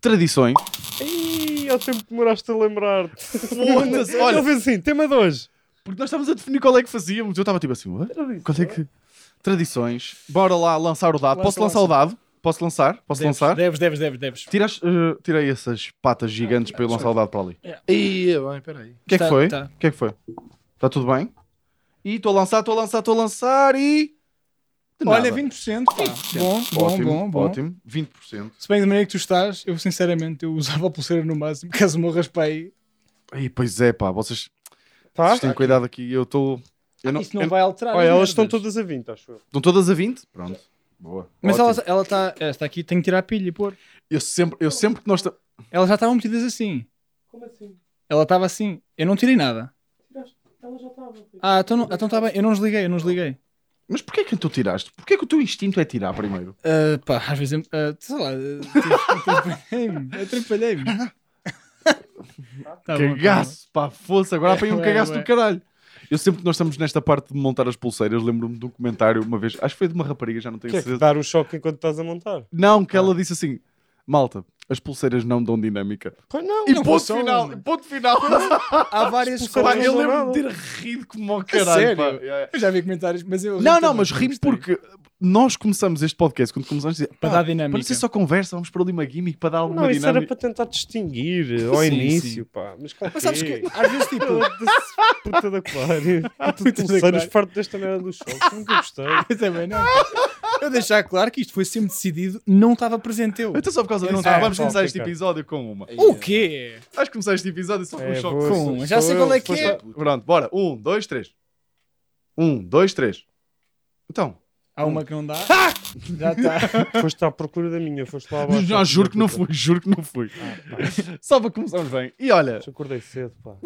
[SPEAKER 3] tradições.
[SPEAKER 2] Ih, ao tempo que demoraste a lembrar-te.
[SPEAKER 3] Foda-se, olha.
[SPEAKER 2] Ele fez assim, tema de hoje.
[SPEAKER 3] Porque nós estávamos a definir qual é que fazíamos. Eu estava tipo assim, "Ué? qual é que. Tradições. Bora lá lançar o dado.
[SPEAKER 1] Lança,
[SPEAKER 3] Posso lançar o dado? Posso lançar? Posso
[SPEAKER 1] Deves,
[SPEAKER 3] lançar?
[SPEAKER 1] Deves, deves, deves, deves.
[SPEAKER 3] Tira as- eh, tirei essas patas gigantes para eu lançar o dado para ali. O
[SPEAKER 4] Ia bem, peraí.
[SPEAKER 3] que é que
[SPEAKER 1] Tá,
[SPEAKER 3] foi?
[SPEAKER 1] tá.
[SPEAKER 3] O que é que foi? Está tudo bem? E estou a lançar, estou a lançar, estou a lançar e. De nada.
[SPEAKER 1] Olha, 20%. Pá. Bom, bom,
[SPEAKER 3] ótimo,
[SPEAKER 1] bom, bom.
[SPEAKER 3] Ótimo, 20%.
[SPEAKER 1] Se bem da maneira que tu estás, eu sinceramente eu usava a pulseira no máximo, caso morras para aí.
[SPEAKER 3] Ai, pois é, pá, vocês,
[SPEAKER 2] Tá?
[SPEAKER 3] vocês têm cuidado aqui. Eu estou. Eu não,
[SPEAKER 1] Ah, Isso não
[SPEAKER 3] eu-
[SPEAKER 1] vai alterar.
[SPEAKER 2] Olha,
[SPEAKER 1] as
[SPEAKER 2] elas estão
[SPEAKER 1] merdas.
[SPEAKER 2] todas a 20, acho eu.
[SPEAKER 3] Estão todas a 20? Pronto. Boa.
[SPEAKER 1] Mas
[SPEAKER 3] Ótimo.
[SPEAKER 1] elas- ela está. Esta aqui tem que tirar a pilha e pôr.
[SPEAKER 3] Eu sempre, eu sempre que nós. ta-
[SPEAKER 1] Elas já estavam metidas assim.
[SPEAKER 2] Como assim?
[SPEAKER 1] Ela estava assim. Eu não tirei nada.
[SPEAKER 2] Ela já estava.
[SPEAKER 1] Ah, então está então tá bem. Eu não desliguei, eu não desliguei.
[SPEAKER 3] Mas porquê é que tu tiraste? Porquê que o teu instinto é tirar primeiro?
[SPEAKER 1] Ah, pá, às vezes. ah, sei lá. ah, Atrapalhei-me. Atrapalhei-me. Tá bom, tá bom.
[SPEAKER 3] Cagaço, pá, fosse, agora apanhei um
[SPEAKER 1] Ué,
[SPEAKER 3] cagaço
[SPEAKER 1] ué.
[SPEAKER 3] do caralho. Eu sempre que nós estamos nesta parte de montar as pulseiras, lembro-me de um comentário uma vez, acho que foi de uma rapariga, já não tenho
[SPEAKER 2] Que é que
[SPEAKER 3] certeza.
[SPEAKER 2] dar um choque enquanto estás a montar.
[SPEAKER 3] Não, que ela disse assim: malta, As pulseiras não dão dinâmica.
[SPEAKER 2] Pois não.
[SPEAKER 3] E
[SPEAKER 2] não
[SPEAKER 3] ponto
[SPEAKER 2] são.
[SPEAKER 3] final, e ponto final.
[SPEAKER 2] Há várias
[SPEAKER 3] Pá,
[SPEAKER 2] coisas
[SPEAKER 3] eu
[SPEAKER 2] não é
[SPEAKER 3] lembro-me
[SPEAKER 2] nada.
[SPEAKER 3] de ter rido como ao
[SPEAKER 1] A
[SPEAKER 3] caralho.
[SPEAKER 1] sério?
[SPEAKER 3] pá. Yeah, yeah.
[SPEAKER 1] Eu já vi comentários, mas eu.
[SPEAKER 3] Não, não, mas rimo porque nós começamos este podcast quando começamos a dizer
[SPEAKER 1] Para
[SPEAKER 3] pá,
[SPEAKER 1] dar
[SPEAKER 3] Para
[SPEAKER 1] dinâmica.
[SPEAKER 3] não ser só conversa, vamos por ali uma gimmick para dar alguma
[SPEAKER 2] Não, isso era
[SPEAKER 3] dinâmica.
[SPEAKER 2] para tentar distinguir ao
[SPEAKER 1] Sim,
[SPEAKER 2] início, pá. Mas cá
[SPEAKER 1] Mas sabes que
[SPEAKER 2] quê?
[SPEAKER 1] às vezes, tipo,
[SPEAKER 2] Foda-se, Puta da aquário.
[SPEAKER 1] Puta
[SPEAKER 2] Puta
[SPEAKER 1] de
[SPEAKER 2] de aquário.
[SPEAKER 1] aquário.
[SPEAKER 2] farto desta merda dos choques. Nunca gostei. É,
[SPEAKER 1] eu também não. Eu deixar claro que isto foi sempre decidido, não estava presente eu.
[SPEAKER 3] Então só por causa
[SPEAKER 2] Eu não
[SPEAKER 3] disso,
[SPEAKER 2] sei.
[SPEAKER 3] vamos
[SPEAKER 2] Ah,
[SPEAKER 3] começar
[SPEAKER 2] ok,
[SPEAKER 3] este
[SPEAKER 2] cara.
[SPEAKER 3] episódio com uma.
[SPEAKER 1] O quê?
[SPEAKER 3] Acho que começar este episódio só com um
[SPEAKER 2] É,
[SPEAKER 3] choque.
[SPEAKER 2] vou-
[SPEAKER 1] Com, já sei
[SPEAKER 2] sou
[SPEAKER 1] qual é
[SPEAKER 2] eu,
[SPEAKER 1] que
[SPEAKER 2] foste
[SPEAKER 1] é.
[SPEAKER 3] Pronto, bora. Um, dois, três. Um, dois, três. Então.
[SPEAKER 1] Há uma que não dá. Já está.
[SPEAKER 2] Foste à procura da minha, foste lá abaixo.
[SPEAKER 3] Não, juro que não fui, juro que não fui. Só para começarmos bem. E olha.
[SPEAKER 2] Mas acordei cedo, pá.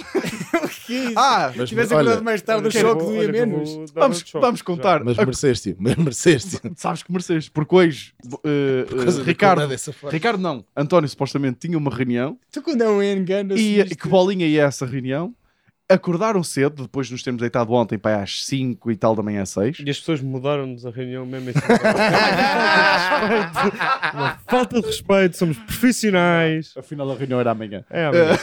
[SPEAKER 3] Ah,
[SPEAKER 4] Mas-
[SPEAKER 1] Tivesse
[SPEAKER 4] olha,
[SPEAKER 1] acordado mais tarde, o
[SPEAKER 2] Olha que
[SPEAKER 1] choque
[SPEAKER 2] vou-
[SPEAKER 1] doía
[SPEAKER 2] olha que
[SPEAKER 1] menos.
[SPEAKER 2] vou dar
[SPEAKER 3] vamos,
[SPEAKER 2] outro choque.
[SPEAKER 3] vamos contar.
[SPEAKER 4] Mas
[SPEAKER 3] A-
[SPEAKER 4] mereceste, mas mereceste.
[SPEAKER 3] Sabes que mereces, porque hoje eh, eh,
[SPEAKER 4] Coisa de acordar
[SPEAKER 3] Ricardo,
[SPEAKER 4] dessa forma.
[SPEAKER 3] Ricardo não, António supostamente tinha uma reunião
[SPEAKER 1] Tu quando é um engano
[SPEAKER 3] E
[SPEAKER 1] assim,
[SPEAKER 3] que bolinha é essa reunião? Acordaram cedo, depois de nos termos deitado ontem para aí às 5 e tal da manhã às 6.
[SPEAKER 2] E as pessoas mudaram-nos a reunião mesmo em cima da hora. Uma falta de respeito. Uma falta de respeito, somos profissionais.
[SPEAKER 3] Afinal, a reunião era amanhã.
[SPEAKER 2] É, amigo.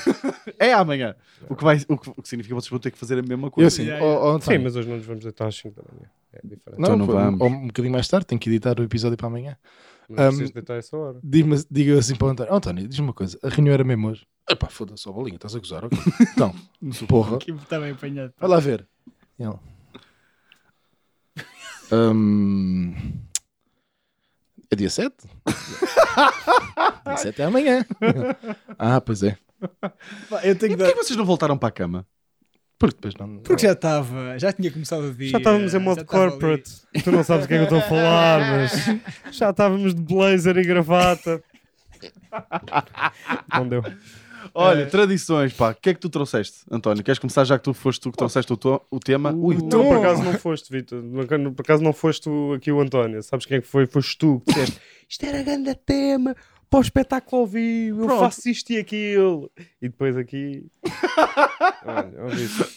[SPEAKER 3] É amanhã. O que, vai, o que, o que significa que vocês vão ter que fazer a mesma
[SPEAKER 4] Eu
[SPEAKER 3] coisa.
[SPEAKER 4] assim,
[SPEAKER 1] Yeah,
[SPEAKER 4] ó- ó,
[SPEAKER 2] Sim,
[SPEAKER 4] António,
[SPEAKER 2] mas hoje não nos vamos deitar às 5 da manhã. É diferente.
[SPEAKER 4] não,
[SPEAKER 3] Então não
[SPEAKER 4] foi-
[SPEAKER 3] vamos.
[SPEAKER 4] ou um bocadinho mais tarde, tenho que editar o episódio para amanhã.
[SPEAKER 2] Não
[SPEAKER 4] Ahm,
[SPEAKER 2] precisas deitar a essa hora.
[SPEAKER 4] Diga, diga assim para o António, "Oh, António, diz-me uma coisa, a reunião era mesmo hoje. Epá, foda-se, ó bolinha, estás a gozar? ok?" Então, porra,
[SPEAKER 1] Que está bem apanhado.
[SPEAKER 4] vai lá ver. E ele, "Hum, é dia 7? dia 7 é amanhã. ah, pois é.
[SPEAKER 1] Pá, Eu tenho
[SPEAKER 3] E
[SPEAKER 1] que
[SPEAKER 3] porquê
[SPEAKER 1] dar.
[SPEAKER 3] que vocês não voltaram para a cama?
[SPEAKER 4] Porque depois não.
[SPEAKER 1] Porque já estava, já tinha começado o dia.
[SPEAKER 2] Já estávamos em modo
[SPEAKER 1] já estava ali.
[SPEAKER 2] corporate. Tu não sabes o que é que eu estou a falar, mas já estávamos de blazer e gravata. Não deu.
[SPEAKER 3] Olha, tradições, pá. O que é que tu trouxeste, António? Queres começar já que tu foste tu que trouxeste o, to- o tema? Ui,
[SPEAKER 2] não, por acaso não foste, Vitor. Não- Por acaso não foste tu aqui o António. Sabes quem é que foi? Foste tu que disseste isto era grande tema para o espetáculo ao vivo. Eu
[SPEAKER 3] Pronto.
[SPEAKER 2] faço isto e aquilo. E depois aqui. Olha, ó, Vitor.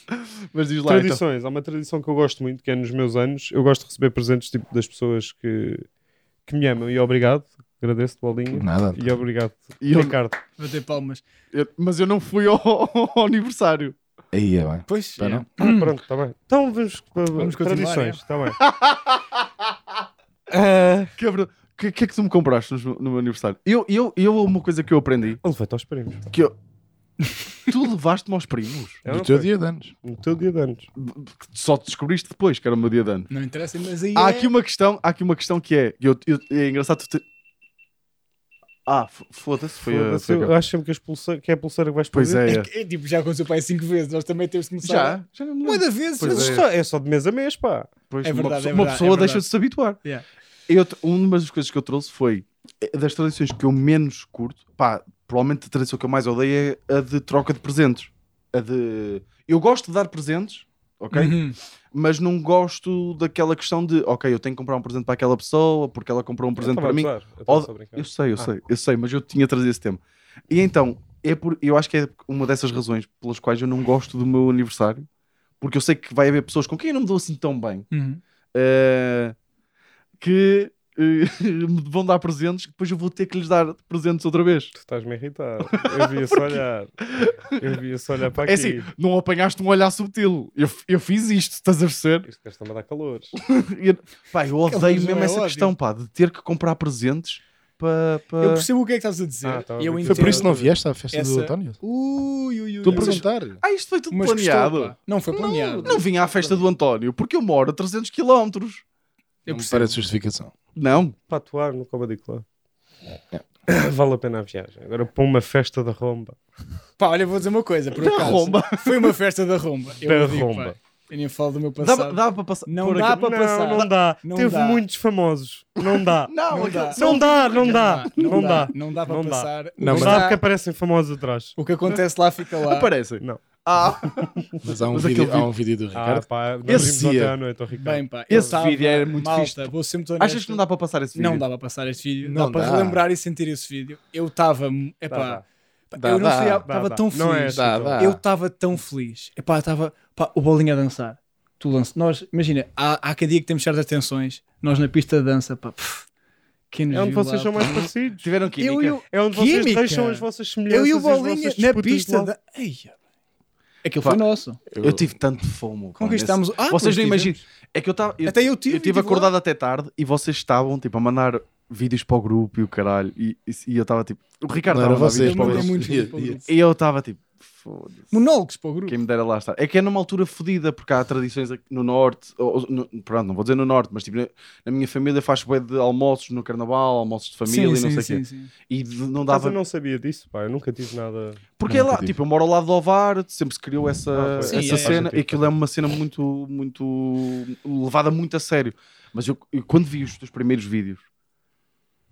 [SPEAKER 3] Mas diz lá, então.
[SPEAKER 2] Tradições. Há uma tradição que eu gosto muito, que é nos meus anos. Eu gosto de receber presentes tipo, das pessoas que, que me amam. E obrigado. Agradeço-te, Bolinha.
[SPEAKER 4] Nada.
[SPEAKER 2] E obrigado,
[SPEAKER 3] E eu-
[SPEAKER 2] Ricardo.
[SPEAKER 1] Bater palmas.
[SPEAKER 3] Eu- mas eu não fui ao, ao aniversário.
[SPEAKER 4] Aí é bem.
[SPEAKER 1] Pois.
[SPEAKER 4] Pá, não?
[SPEAKER 2] Ah, pronto, está bem. Então vamos,
[SPEAKER 1] Vamos continuar,
[SPEAKER 2] tradições,
[SPEAKER 1] é?
[SPEAKER 2] está bem.
[SPEAKER 3] Que é verdade. O que, que é que tu me compraste no, no meu aniversário? Eu, eu, eu, uma coisa que eu aprendi,
[SPEAKER 2] Levanta aos primos.
[SPEAKER 3] que eu... tu levaste-me aos primos.
[SPEAKER 2] Eu
[SPEAKER 4] Do
[SPEAKER 2] não
[SPEAKER 4] teu
[SPEAKER 2] sei.
[SPEAKER 4] dia de anos.
[SPEAKER 2] No teu dia de anos.
[SPEAKER 3] Só descobriste depois que era o meu dia de ano.
[SPEAKER 1] Não interessa, mas aí.
[SPEAKER 3] Há
[SPEAKER 1] é-
[SPEAKER 3] aqui uma questão, há aqui uma questão que é. eu- eu- é engraçado tu ter. Ah, f- foda-se, foi, a-
[SPEAKER 2] Foda-se,
[SPEAKER 3] foi
[SPEAKER 2] eu
[SPEAKER 3] a-
[SPEAKER 2] acho sempre que, as pulseira, que é a pulseira que vais
[SPEAKER 3] Pois
[SPEAKER 2] perder.
[SPEAKER 3] é. é.
[SPEAKER 1] é que- é, tipo, já aconteceu para aí 5 vezes, nós também temos de começar.
[SPEAKER 3] Já? Já não me
[SPEAKER 1] Uma
[SPEAKER 3] lembro.
[SPEAKER 1] da vez,
[SPEAKER 3] Pois
[SPEAKER 2] Mas
[SPEAKER 3] é.
[SPEAKER 1] mas
[SPEAKER 2] isto é só de mês a mês, pá.
[SPEAKER 3] Pois,
[SPEAKER 1] É
[SPEAKER 3] uma
[SPEAKER 1] verdade,
[SPEAKER 3] pessoa,
[SPEAKER 1] é
[SPEAKER 3] uma
[SPEAKER 1] verdade,
[SPEAKER 3] pessoa
[SPEAKER 1] é
[SPEAKER 3] deixa
[SPEAKER 1] verdade.
[SPEAKER 3] de se habituar.
[SPEAKER 1] Yeah.
[SPEAKER 3] Eu, uma das coisas que eu trouxe foi eh, das tradições que eu menos curto. Pá, provavelmente a tradição que eu mais odeio é a de troca de presentes. A de. Eu gosto de dar presentes, ok?
[SPEAKER 1] Uhum.
[SPEAKER 3] Mas não gosto daquela questão de, ok, eu tenho que comprar um presente para aquela pessoa porque ela comprou um presente
[SPEAKER 2] Eu
[SPEAKER 3] para
[SPEAKER 2] estava a
[SPEAKER 3] mim.
[SPEAKER 2] gozar, Então eu estava
[SPEAKER 3] Ou-
[SPEAKER 2] só a brincar.
[SPEAKER 3] Eu Ah, sei, eu sei, eu sei, mas eu tinha trazido esse tema. E então, é por, eu acho que é uma dessas razões pelas quais eu não gosto do meu aniversário, porque eu sei que vai haver pessoas com quem eu não me dou assim tão bem,
[SPEAKER 1] Uhum.
[SPEAKER 3] eh, que eh, me vão dar presentes que depois eu vou ter que lhes dar presentes outra vez.
[SPEAKER 2] Tu estás-me a irritar. Eu via-se olhar. Eu via-se olhar para aqui.
[SPEAKER 3] É assim, não apanhaste um olhar subtil. Eu, f- eu fiz isto, estás a perceber?
[SPEAKER 2] Isto está-me a dar calores.
[SPEAKER 3] Eu, pá, eu odeio
[SPEAKER 1] visão
[SPEAKER 3] mesmo
[SPEAKER 1] é
[SPEAKER 3] essa
[SPEAKER 1] ódio.
[SPEAKER 3] questão, pá, de ter que comprar presentes para... para-
[SPEAKER 1] Eu percebo o que é que estás a dizer.
[SPEAKER 2] Ah, tá,
[SPEAKER 1] e eu
[SPEAKER 2] ok.
[SPEAKER 4] Foi
[SPEAKER 1] entendo.
[SPEAKER 4] por isso que não vieste à festa
[SPEAKER 1] Essa-
[SPEAKER 4] do António?
[SPEAKER 1] Ui, ui, ui.
[SPEAKER 4] Tu a
[SPEAKER 1] ui.
[SPEAKER 4] perguntar.
[SPEAKER 3] Ah, isto foi tudo
[SPEAKER 1] Mas gostou,
[SPEAKER 3] planeado.
[SPEAKER 1] pá. não foi planeado.
[SPEAKER 3] Não vim à festa do António porque eu moro a 300 km.
[SPEAKER 1] eu
[SPEAKER 4] Não me
[SPEAKER 1] percebo.
[SPEAKER 4] parece justificação.
[SPEAKER 3] Não.
[SPEAKER 2] Para atuar no Comedy Club. Vale a pena a viagem. Agora para uma festa da romba.
[SPEAKER 1] Pá, olha, vou dizer uma coisa. Por
[SPEAKER 3] Da
[SPEAKER 1] acaso,
[SPEAKER 3] romba.
[SPEAKER 1] Foi uma festa da romba. Eu
[SPEAKER 2] Da
[SPEAKER 1] digo, pá,
[SPEAKER 2] romba.
[SPEAKER 1] Eu nem falo do meu passado.
[SPEAKER 3] Dava, dava para passar.
[SPEAKER 1] Não
[SPEAKER 3] por
[SPEAKER 1] dá
[SPEAKER 3] aqui-
[SPEAKER 1] para passar.
[SPEAKER 2] Não, não dá.
[SPEAKER 1] Não
[SPEAKER 2] Teve
[SPEAKER 1] dá.
[SPEAKER 2] muitos famosos. Não dá.
[SPEAKER 3] Não,
[SPEAKER 1] Não dá.
[SPEAKER 3] aquilo-
[SPEAKER 2] Não dá, não dá. Não dá.
[SPEAKER 1] Não dá para
[SPEAKER 2] Não dá.
[SPEAKER 1] passar.
[SPEAKER 4] Não,
[SPEAKER 1] O
[SPEAKER 2] Não
[SPEAKER 1] que
[SPEAKER 4] mas-
[SPEAKER 2] dá
[SPEAKER 1] está-
[SPEAKER 2] porque aparecem famosos atrás.
[SPEAKER 1] O que acontece lá fica lá.
[SPEAKER 3] aparecem.
[SPEAKER 2] Não.
[SPEAKER 3] Ah,
[SPEAKER 4] Mas há um,
[SPEAKER 3] Mas
[SPEAKER 4] vídeo,
[SPEAKER 3] aquele
[SPEAKER 4] há um vídeo do
[SPEAKER 2] Ah,
[SPEAKER 4] Ricardo.
[SPEAKER 2] pá, nós
[SPEAKER 4] Esse
[SPEAKER 2] vimos ontem
[SPEAKER 4] dia.
[SPEAKER 2] à noite ao Ricardo.
[SPEAKER 1] Bem, pá.
[SPEAKER 3] Esse
[SPEAKER 1] eu tava-
[SPEAKER 3] vídeo era muito
[SPEAKER 1] malta,
[SPEAKER 3] fixe.
[SPEAKER 1] Vou ser muito honesto.
[SPEAKER 3] achas que não dá para passar esse vídeo?
[SPEAKER 1] Não dá para passar este vídeo.
[SPEAKER 4] Não
[SPEAKER 1] dá para
[SPEAKER 4] dá.
[SPEAKER 1] relembrar e sentir esse vídeo. Eu estava.
[SPEAKER 2] Tá,
[SPEAKER 1] Epá. pá, Eu não
[SPEAKER 4] Dá,
[SPEAKER 1] sei.
[SPEAKER 4] dá.
[SPEAKER 1] Estava
[SPEAKER 2] Dá,
[SPEAKER 1] tão
[SPEAKER 2] dá. Não é
[SPEAKER 1] feliz.
[SPEAKER 2] essa,
[SPEAKER 4] Dá,
[SPEAKER 2] então.
[SPEAKER 4] dá.
[SPEAKER 3] Ah.
[SPEAKER 1] Eu estava tão feliz. Epá, estava pá, o bolinho a dançar. Tu lança. Nós, imagina, há, há cada dia que temos certas tensões. Nós na pista de dança, pá, pff, Que nos
[SPEAKER 2] É onde
[SPEAKER 1] viu
[SPEAKER 2] vocês
[SPEAKER 1] lá,
[SPEAKER 2] são
[SPEAKER 1] pá.
[SPEAKER 2] mais parecidos.
[SPEAKER 3] Tiveram química.
[SPEAKER 1] Eu e o-
[SPEAKER 2] É onde vocês
[SPEAKER 1] Química.
[SPEAKER 2] deixam as vossas
[SPEAKER 1] eu
[SPEAKER 2] semelhanças.
[SPEAKER 1] e o
[SPEAKER 2] as
[SPEAKER 1] Bolinha
[SPEAKER 2] vossas
[SPEAKER 1] na
[SPEAKER 2] disputas de
[SPEAKER 1] pista
[SPEAKER 2] lado.
[SPEAKER 1] da. Ei, aquilo foi
[SPEAKER 3] Pá,
[SPEAKER 1] nosso.
[SPEAKER 3] Eu, tive tanto fomo. pá,
[SPEAKER 1] Conquistámos-
[SPEAKER 3] nesse-
[SPEAKER 1] Ah,
[SPEAKER 3] vocês
[SPEAKER 1] pois
[SPEAKER 3] não
[SPEAKER 1] tivemos.
[SPEAKER 3] imaginam. É que eu estava. Eu,
[SPEAKER 1] Até eu
[SPEAKER 3] eu
[SPEAKER 1] tive. "Ah,
[SPEAKER 3] tive,
[SPEAKER 1] tive lá.
[SPEAKER 3] acordado até tarde e vocês estavam tipo a mandar vídeos para o grupo e o caralho. E, e- e eu estava tipo. O Ricardo
[SPEAKER 4] Não, era
[SPEAKER 3] estava a mandar
[SPEAKER 4] vocês,
[SPEAKER 3] vídeos para o
[SPEAKER 1] mandei
[SPEAKER 3] grupo.
[SPEAKER 4] vocês.
[SPEAKER 1] muitos vídeos para o
[SPEAKER 4] Ia- ia-
[SPEAKER 1] grupo.
[SPEAKER 3] E eu estava tipo. Foda-se.
[SPEAKER 1] Monólogos para o grupo.
[SPEAKER 3] Quem me dera lá estar. É que é numa altura fodida, porque há tradições aqui no norte, ou, ou no- pronto, não vou dizer no norte, mas tipo, na, na minha família faz bué de almoços no carnaval, almoços de família e não sei o quê.
[SPEAKER 1] sim.
[SPEAKER 3] E de- não
[SPEAKER 2] Mas
[SPEAKER 3] dava.
[SPEAKER 2] eu não sabia disso, pá. Eu nunca tive nada.
[SPEAKER 3] Porque é
[SPEAKER 4] Não,
[SPEAKER 3] lá,
[SPEAKER 4] nunca tive.
[SPEAKER 3] tipo, eu moro ao lado do Ovar, sempre se criou essa,
[SPEAKER 2] Ah,
[SPEAKER 1] foi. Sim,
[SPEAKER 3] essa
[SPEAKER 1] é.
[SPEAKER 3] cena, e
[SPEAKER 2] Faz
[SPEAKER 3] aquilo é uma cena muito, muito levada muito a sério. Mas eu, eu quando vi os teus primeiros vídeos,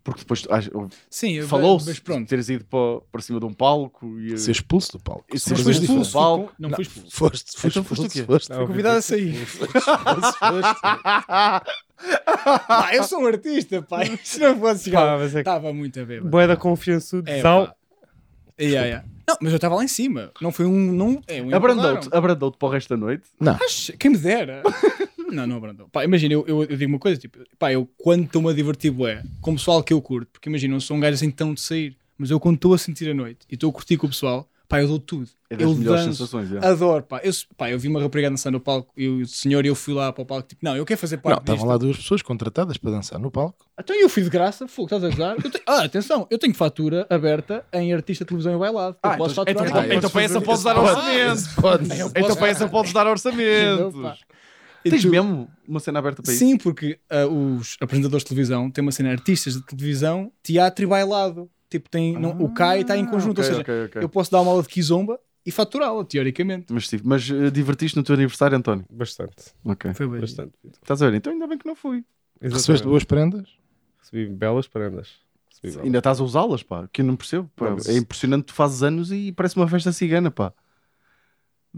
[SPEAKER 3] porque depois ah,
[SPEAKER 1] Sim, eu-
[SPEAKER 3] falou-se
[SPEAKER 1] Mas
[SPEAKER 3] de
[SPEAKER 1] pronto.
[SPEAKER 3] teres ido para, para cima de um palco e eh,
[SPEAKER 4] Ser expulso do palco.
[SPEAKER 3] e
[SPEAKER 4] São
[SPEAKER 3] ser
[SPEAKER 4] coisas
[SPEAKER 3] expulso do
[SPEAKER 4] diferentes.
[SPEAKER 3] um palco.
[SPEAKER 1] Não, fui expulso.
[SPEAKER 4] Foste, foste,
[SPEAKER 3] Então foste o
[SPEAKER 4] foste,
[SPEAKER 3] quê?
[SPEAKER 4] foste.
[SPEAKER 2] Ah, ok.
[SPEAKER 1] Convidado a sair.
[SPEAKER 4] foste, foste.
[SPEAKER 3] Ah,
[SPEAKER 1] Pá, eu sou um artista, pá. Isso não pode
[SPEAKER 2] Pá,
[SPEAKER 1] chegar.
[SPEAKER 2] mas é que.
[SPEAKER 1] Estava muito a ver.
[SPEAKER 2] Boé da confiança de
[SPEAKER 1] É,
[SPEAKER 2] sal.
[SPEAKER 1] pá. Yeah, yeah. Não, mas eu estava lá em cima. Não foi um. Não, é, um
[SPEAKER 3] abrandou-te
[SPEAKER 1] empurraram.
[SPEAKER 3] abrandou-te para o resto da noite.
[SPEAKER 1] Acho- Quem me dera. não, não abrandou. Pá, imagina, eu, eu, eu digo uma coisa, tipo, pá, eu quando estou-me a divertir, é com o pessoal que eu curto, porque imagina, eu não sou um gajo assim tão de sair, mas eu quando estou a sentir a noite e estou a curtir com o pessoal, pá, eu dou tudo.
[SPEAKER 3] É das
[SPEAKER 1] eu
[SPEAKER 3] melhores
[SPEAKER 1] danço,
[SPEAKER 3] sensações. é.
[SPEAKER 1] adoro, pá. Eu, pá, eu vi uma rapariga dançar no palco e o senhor, eu fui lá para o palco, tipo, não, eu quero fazer
[SPEAKER 4] Não,
[SPEAKER 1] parte disto.
[SPEAKER 4] estavam lá duas pessoas contratadas para dançar no palco.
[SPEAKER 1] Então eu fui de graça, fogo, estás a gozar? Eu tenho- Ah, atenção, eu tenho fatura aberta em artista, televisão e bailado. Eu
[SPEAKER 3] Ah,
[SPEAKER 1] posso
[SPEAKER 3] então-
[SPEAKER 1] faturar.
[SPEAKER 3] então-
[SPEAKER 1] Ah, eu
[SPEAKER 3] então
[SPEAKER 1] posso
[SPEAKER 3] para essa
[SPEAKER 1] fazer
[SPEAKER 3] podes
[SPEAKER 1] isso.
[SPEAKER 3] dar orçamentos.
[SPEAKER 4] Podes.
[SPEAKER 3] Então para essa podes dar
[SPEAKER 1] Não, pá.
[SPEAKER 3] orçamentos.
[SPEAKER 1] E
[SPEAKER 3] Tens
[SPEAKER 1] tu-
[SPEAKER 3] mesmo uma cena aberta para isso?
[SPEAKER 1] Sim, porque ah, os apresentadores de televisão têm uma cena artistas de televisão, teatro e bailado. Tipo, tem, não, o CAI está em conjunto. ou
[SPEAKER 3] ok,
[SPEAKER 1] seja,
[SPEAKER 3] ok, ok.
[SPEAKER 1] eu posso dar uma aula de Kizomba e faturá-la, teoricamente.
[SPEAKER 3] Mas, tive- mas eh, divertiste no teu aniversário, António?
[SPEAKER 2] Bastante.
[SPEAKER 3] Ok.
[SPEAKER 1] Foi bem.
[SPEAKER 2] Bastante.
[SPEAKER 3] Estás a ver? Então ainda bem que não fui.
[SPEAKER 4] Recebeste boas prendas?
[SPEAKER 2] Recebi belas prendas. Recebi belas.
[SPEAKER 3] Ainda estás a usá-las, pá. Que eu não percebo. pá.
[SPEAKER 2] Não, mas-
[SPEAKER 3] É impressionante, tu fazes anos e parece uma festa cigana, pá.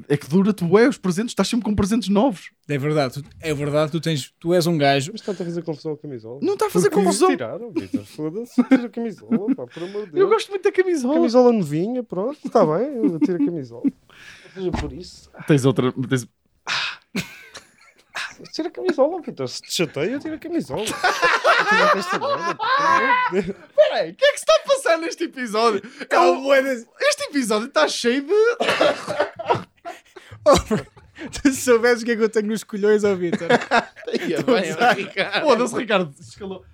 [SPEAKER 3] É que dura-te bué os presentes, estás sempre com presentes novos.
[SPEAKER 1] É verdade, tu- é verdade, tu tens, tu és um gajo.
[SPEAKER 2] Mas está a fazer confusão à camisola.
[SPEAKER 3] Não está a fazer
[SPEAKER 2] Porque
[SPEAKER 3] confusão.
[SPEAKER 2] Tiraram, Vitor. Foda-se. Tira a camisola, pá. Por amor de Deus.
[SPEAKER 3] Eu gosto muito da camisola.
[SPEAKER 2] Camisola novinha, pronto. Está bem. Eu tiro a camisola. Seja por isso.
[SPEAKER 3] Tens outra. Tens...
[SPEAKER 2] Tira a camisola, Vitor. Se te chateia, eu tiro a camisola. Eu tiro a camisola, pá, por amor de Deus.
[SPEAKER 3] Peraí, o que é que se está a passar neste episódio? É um- Este episódio está cheio de. Oh,
[SPEAKER 1] tu soubesses o que é que eu tenho nos colhões, ó Vitor.
[SPEAKER 3] Foda-se, Ricardo. Escalou.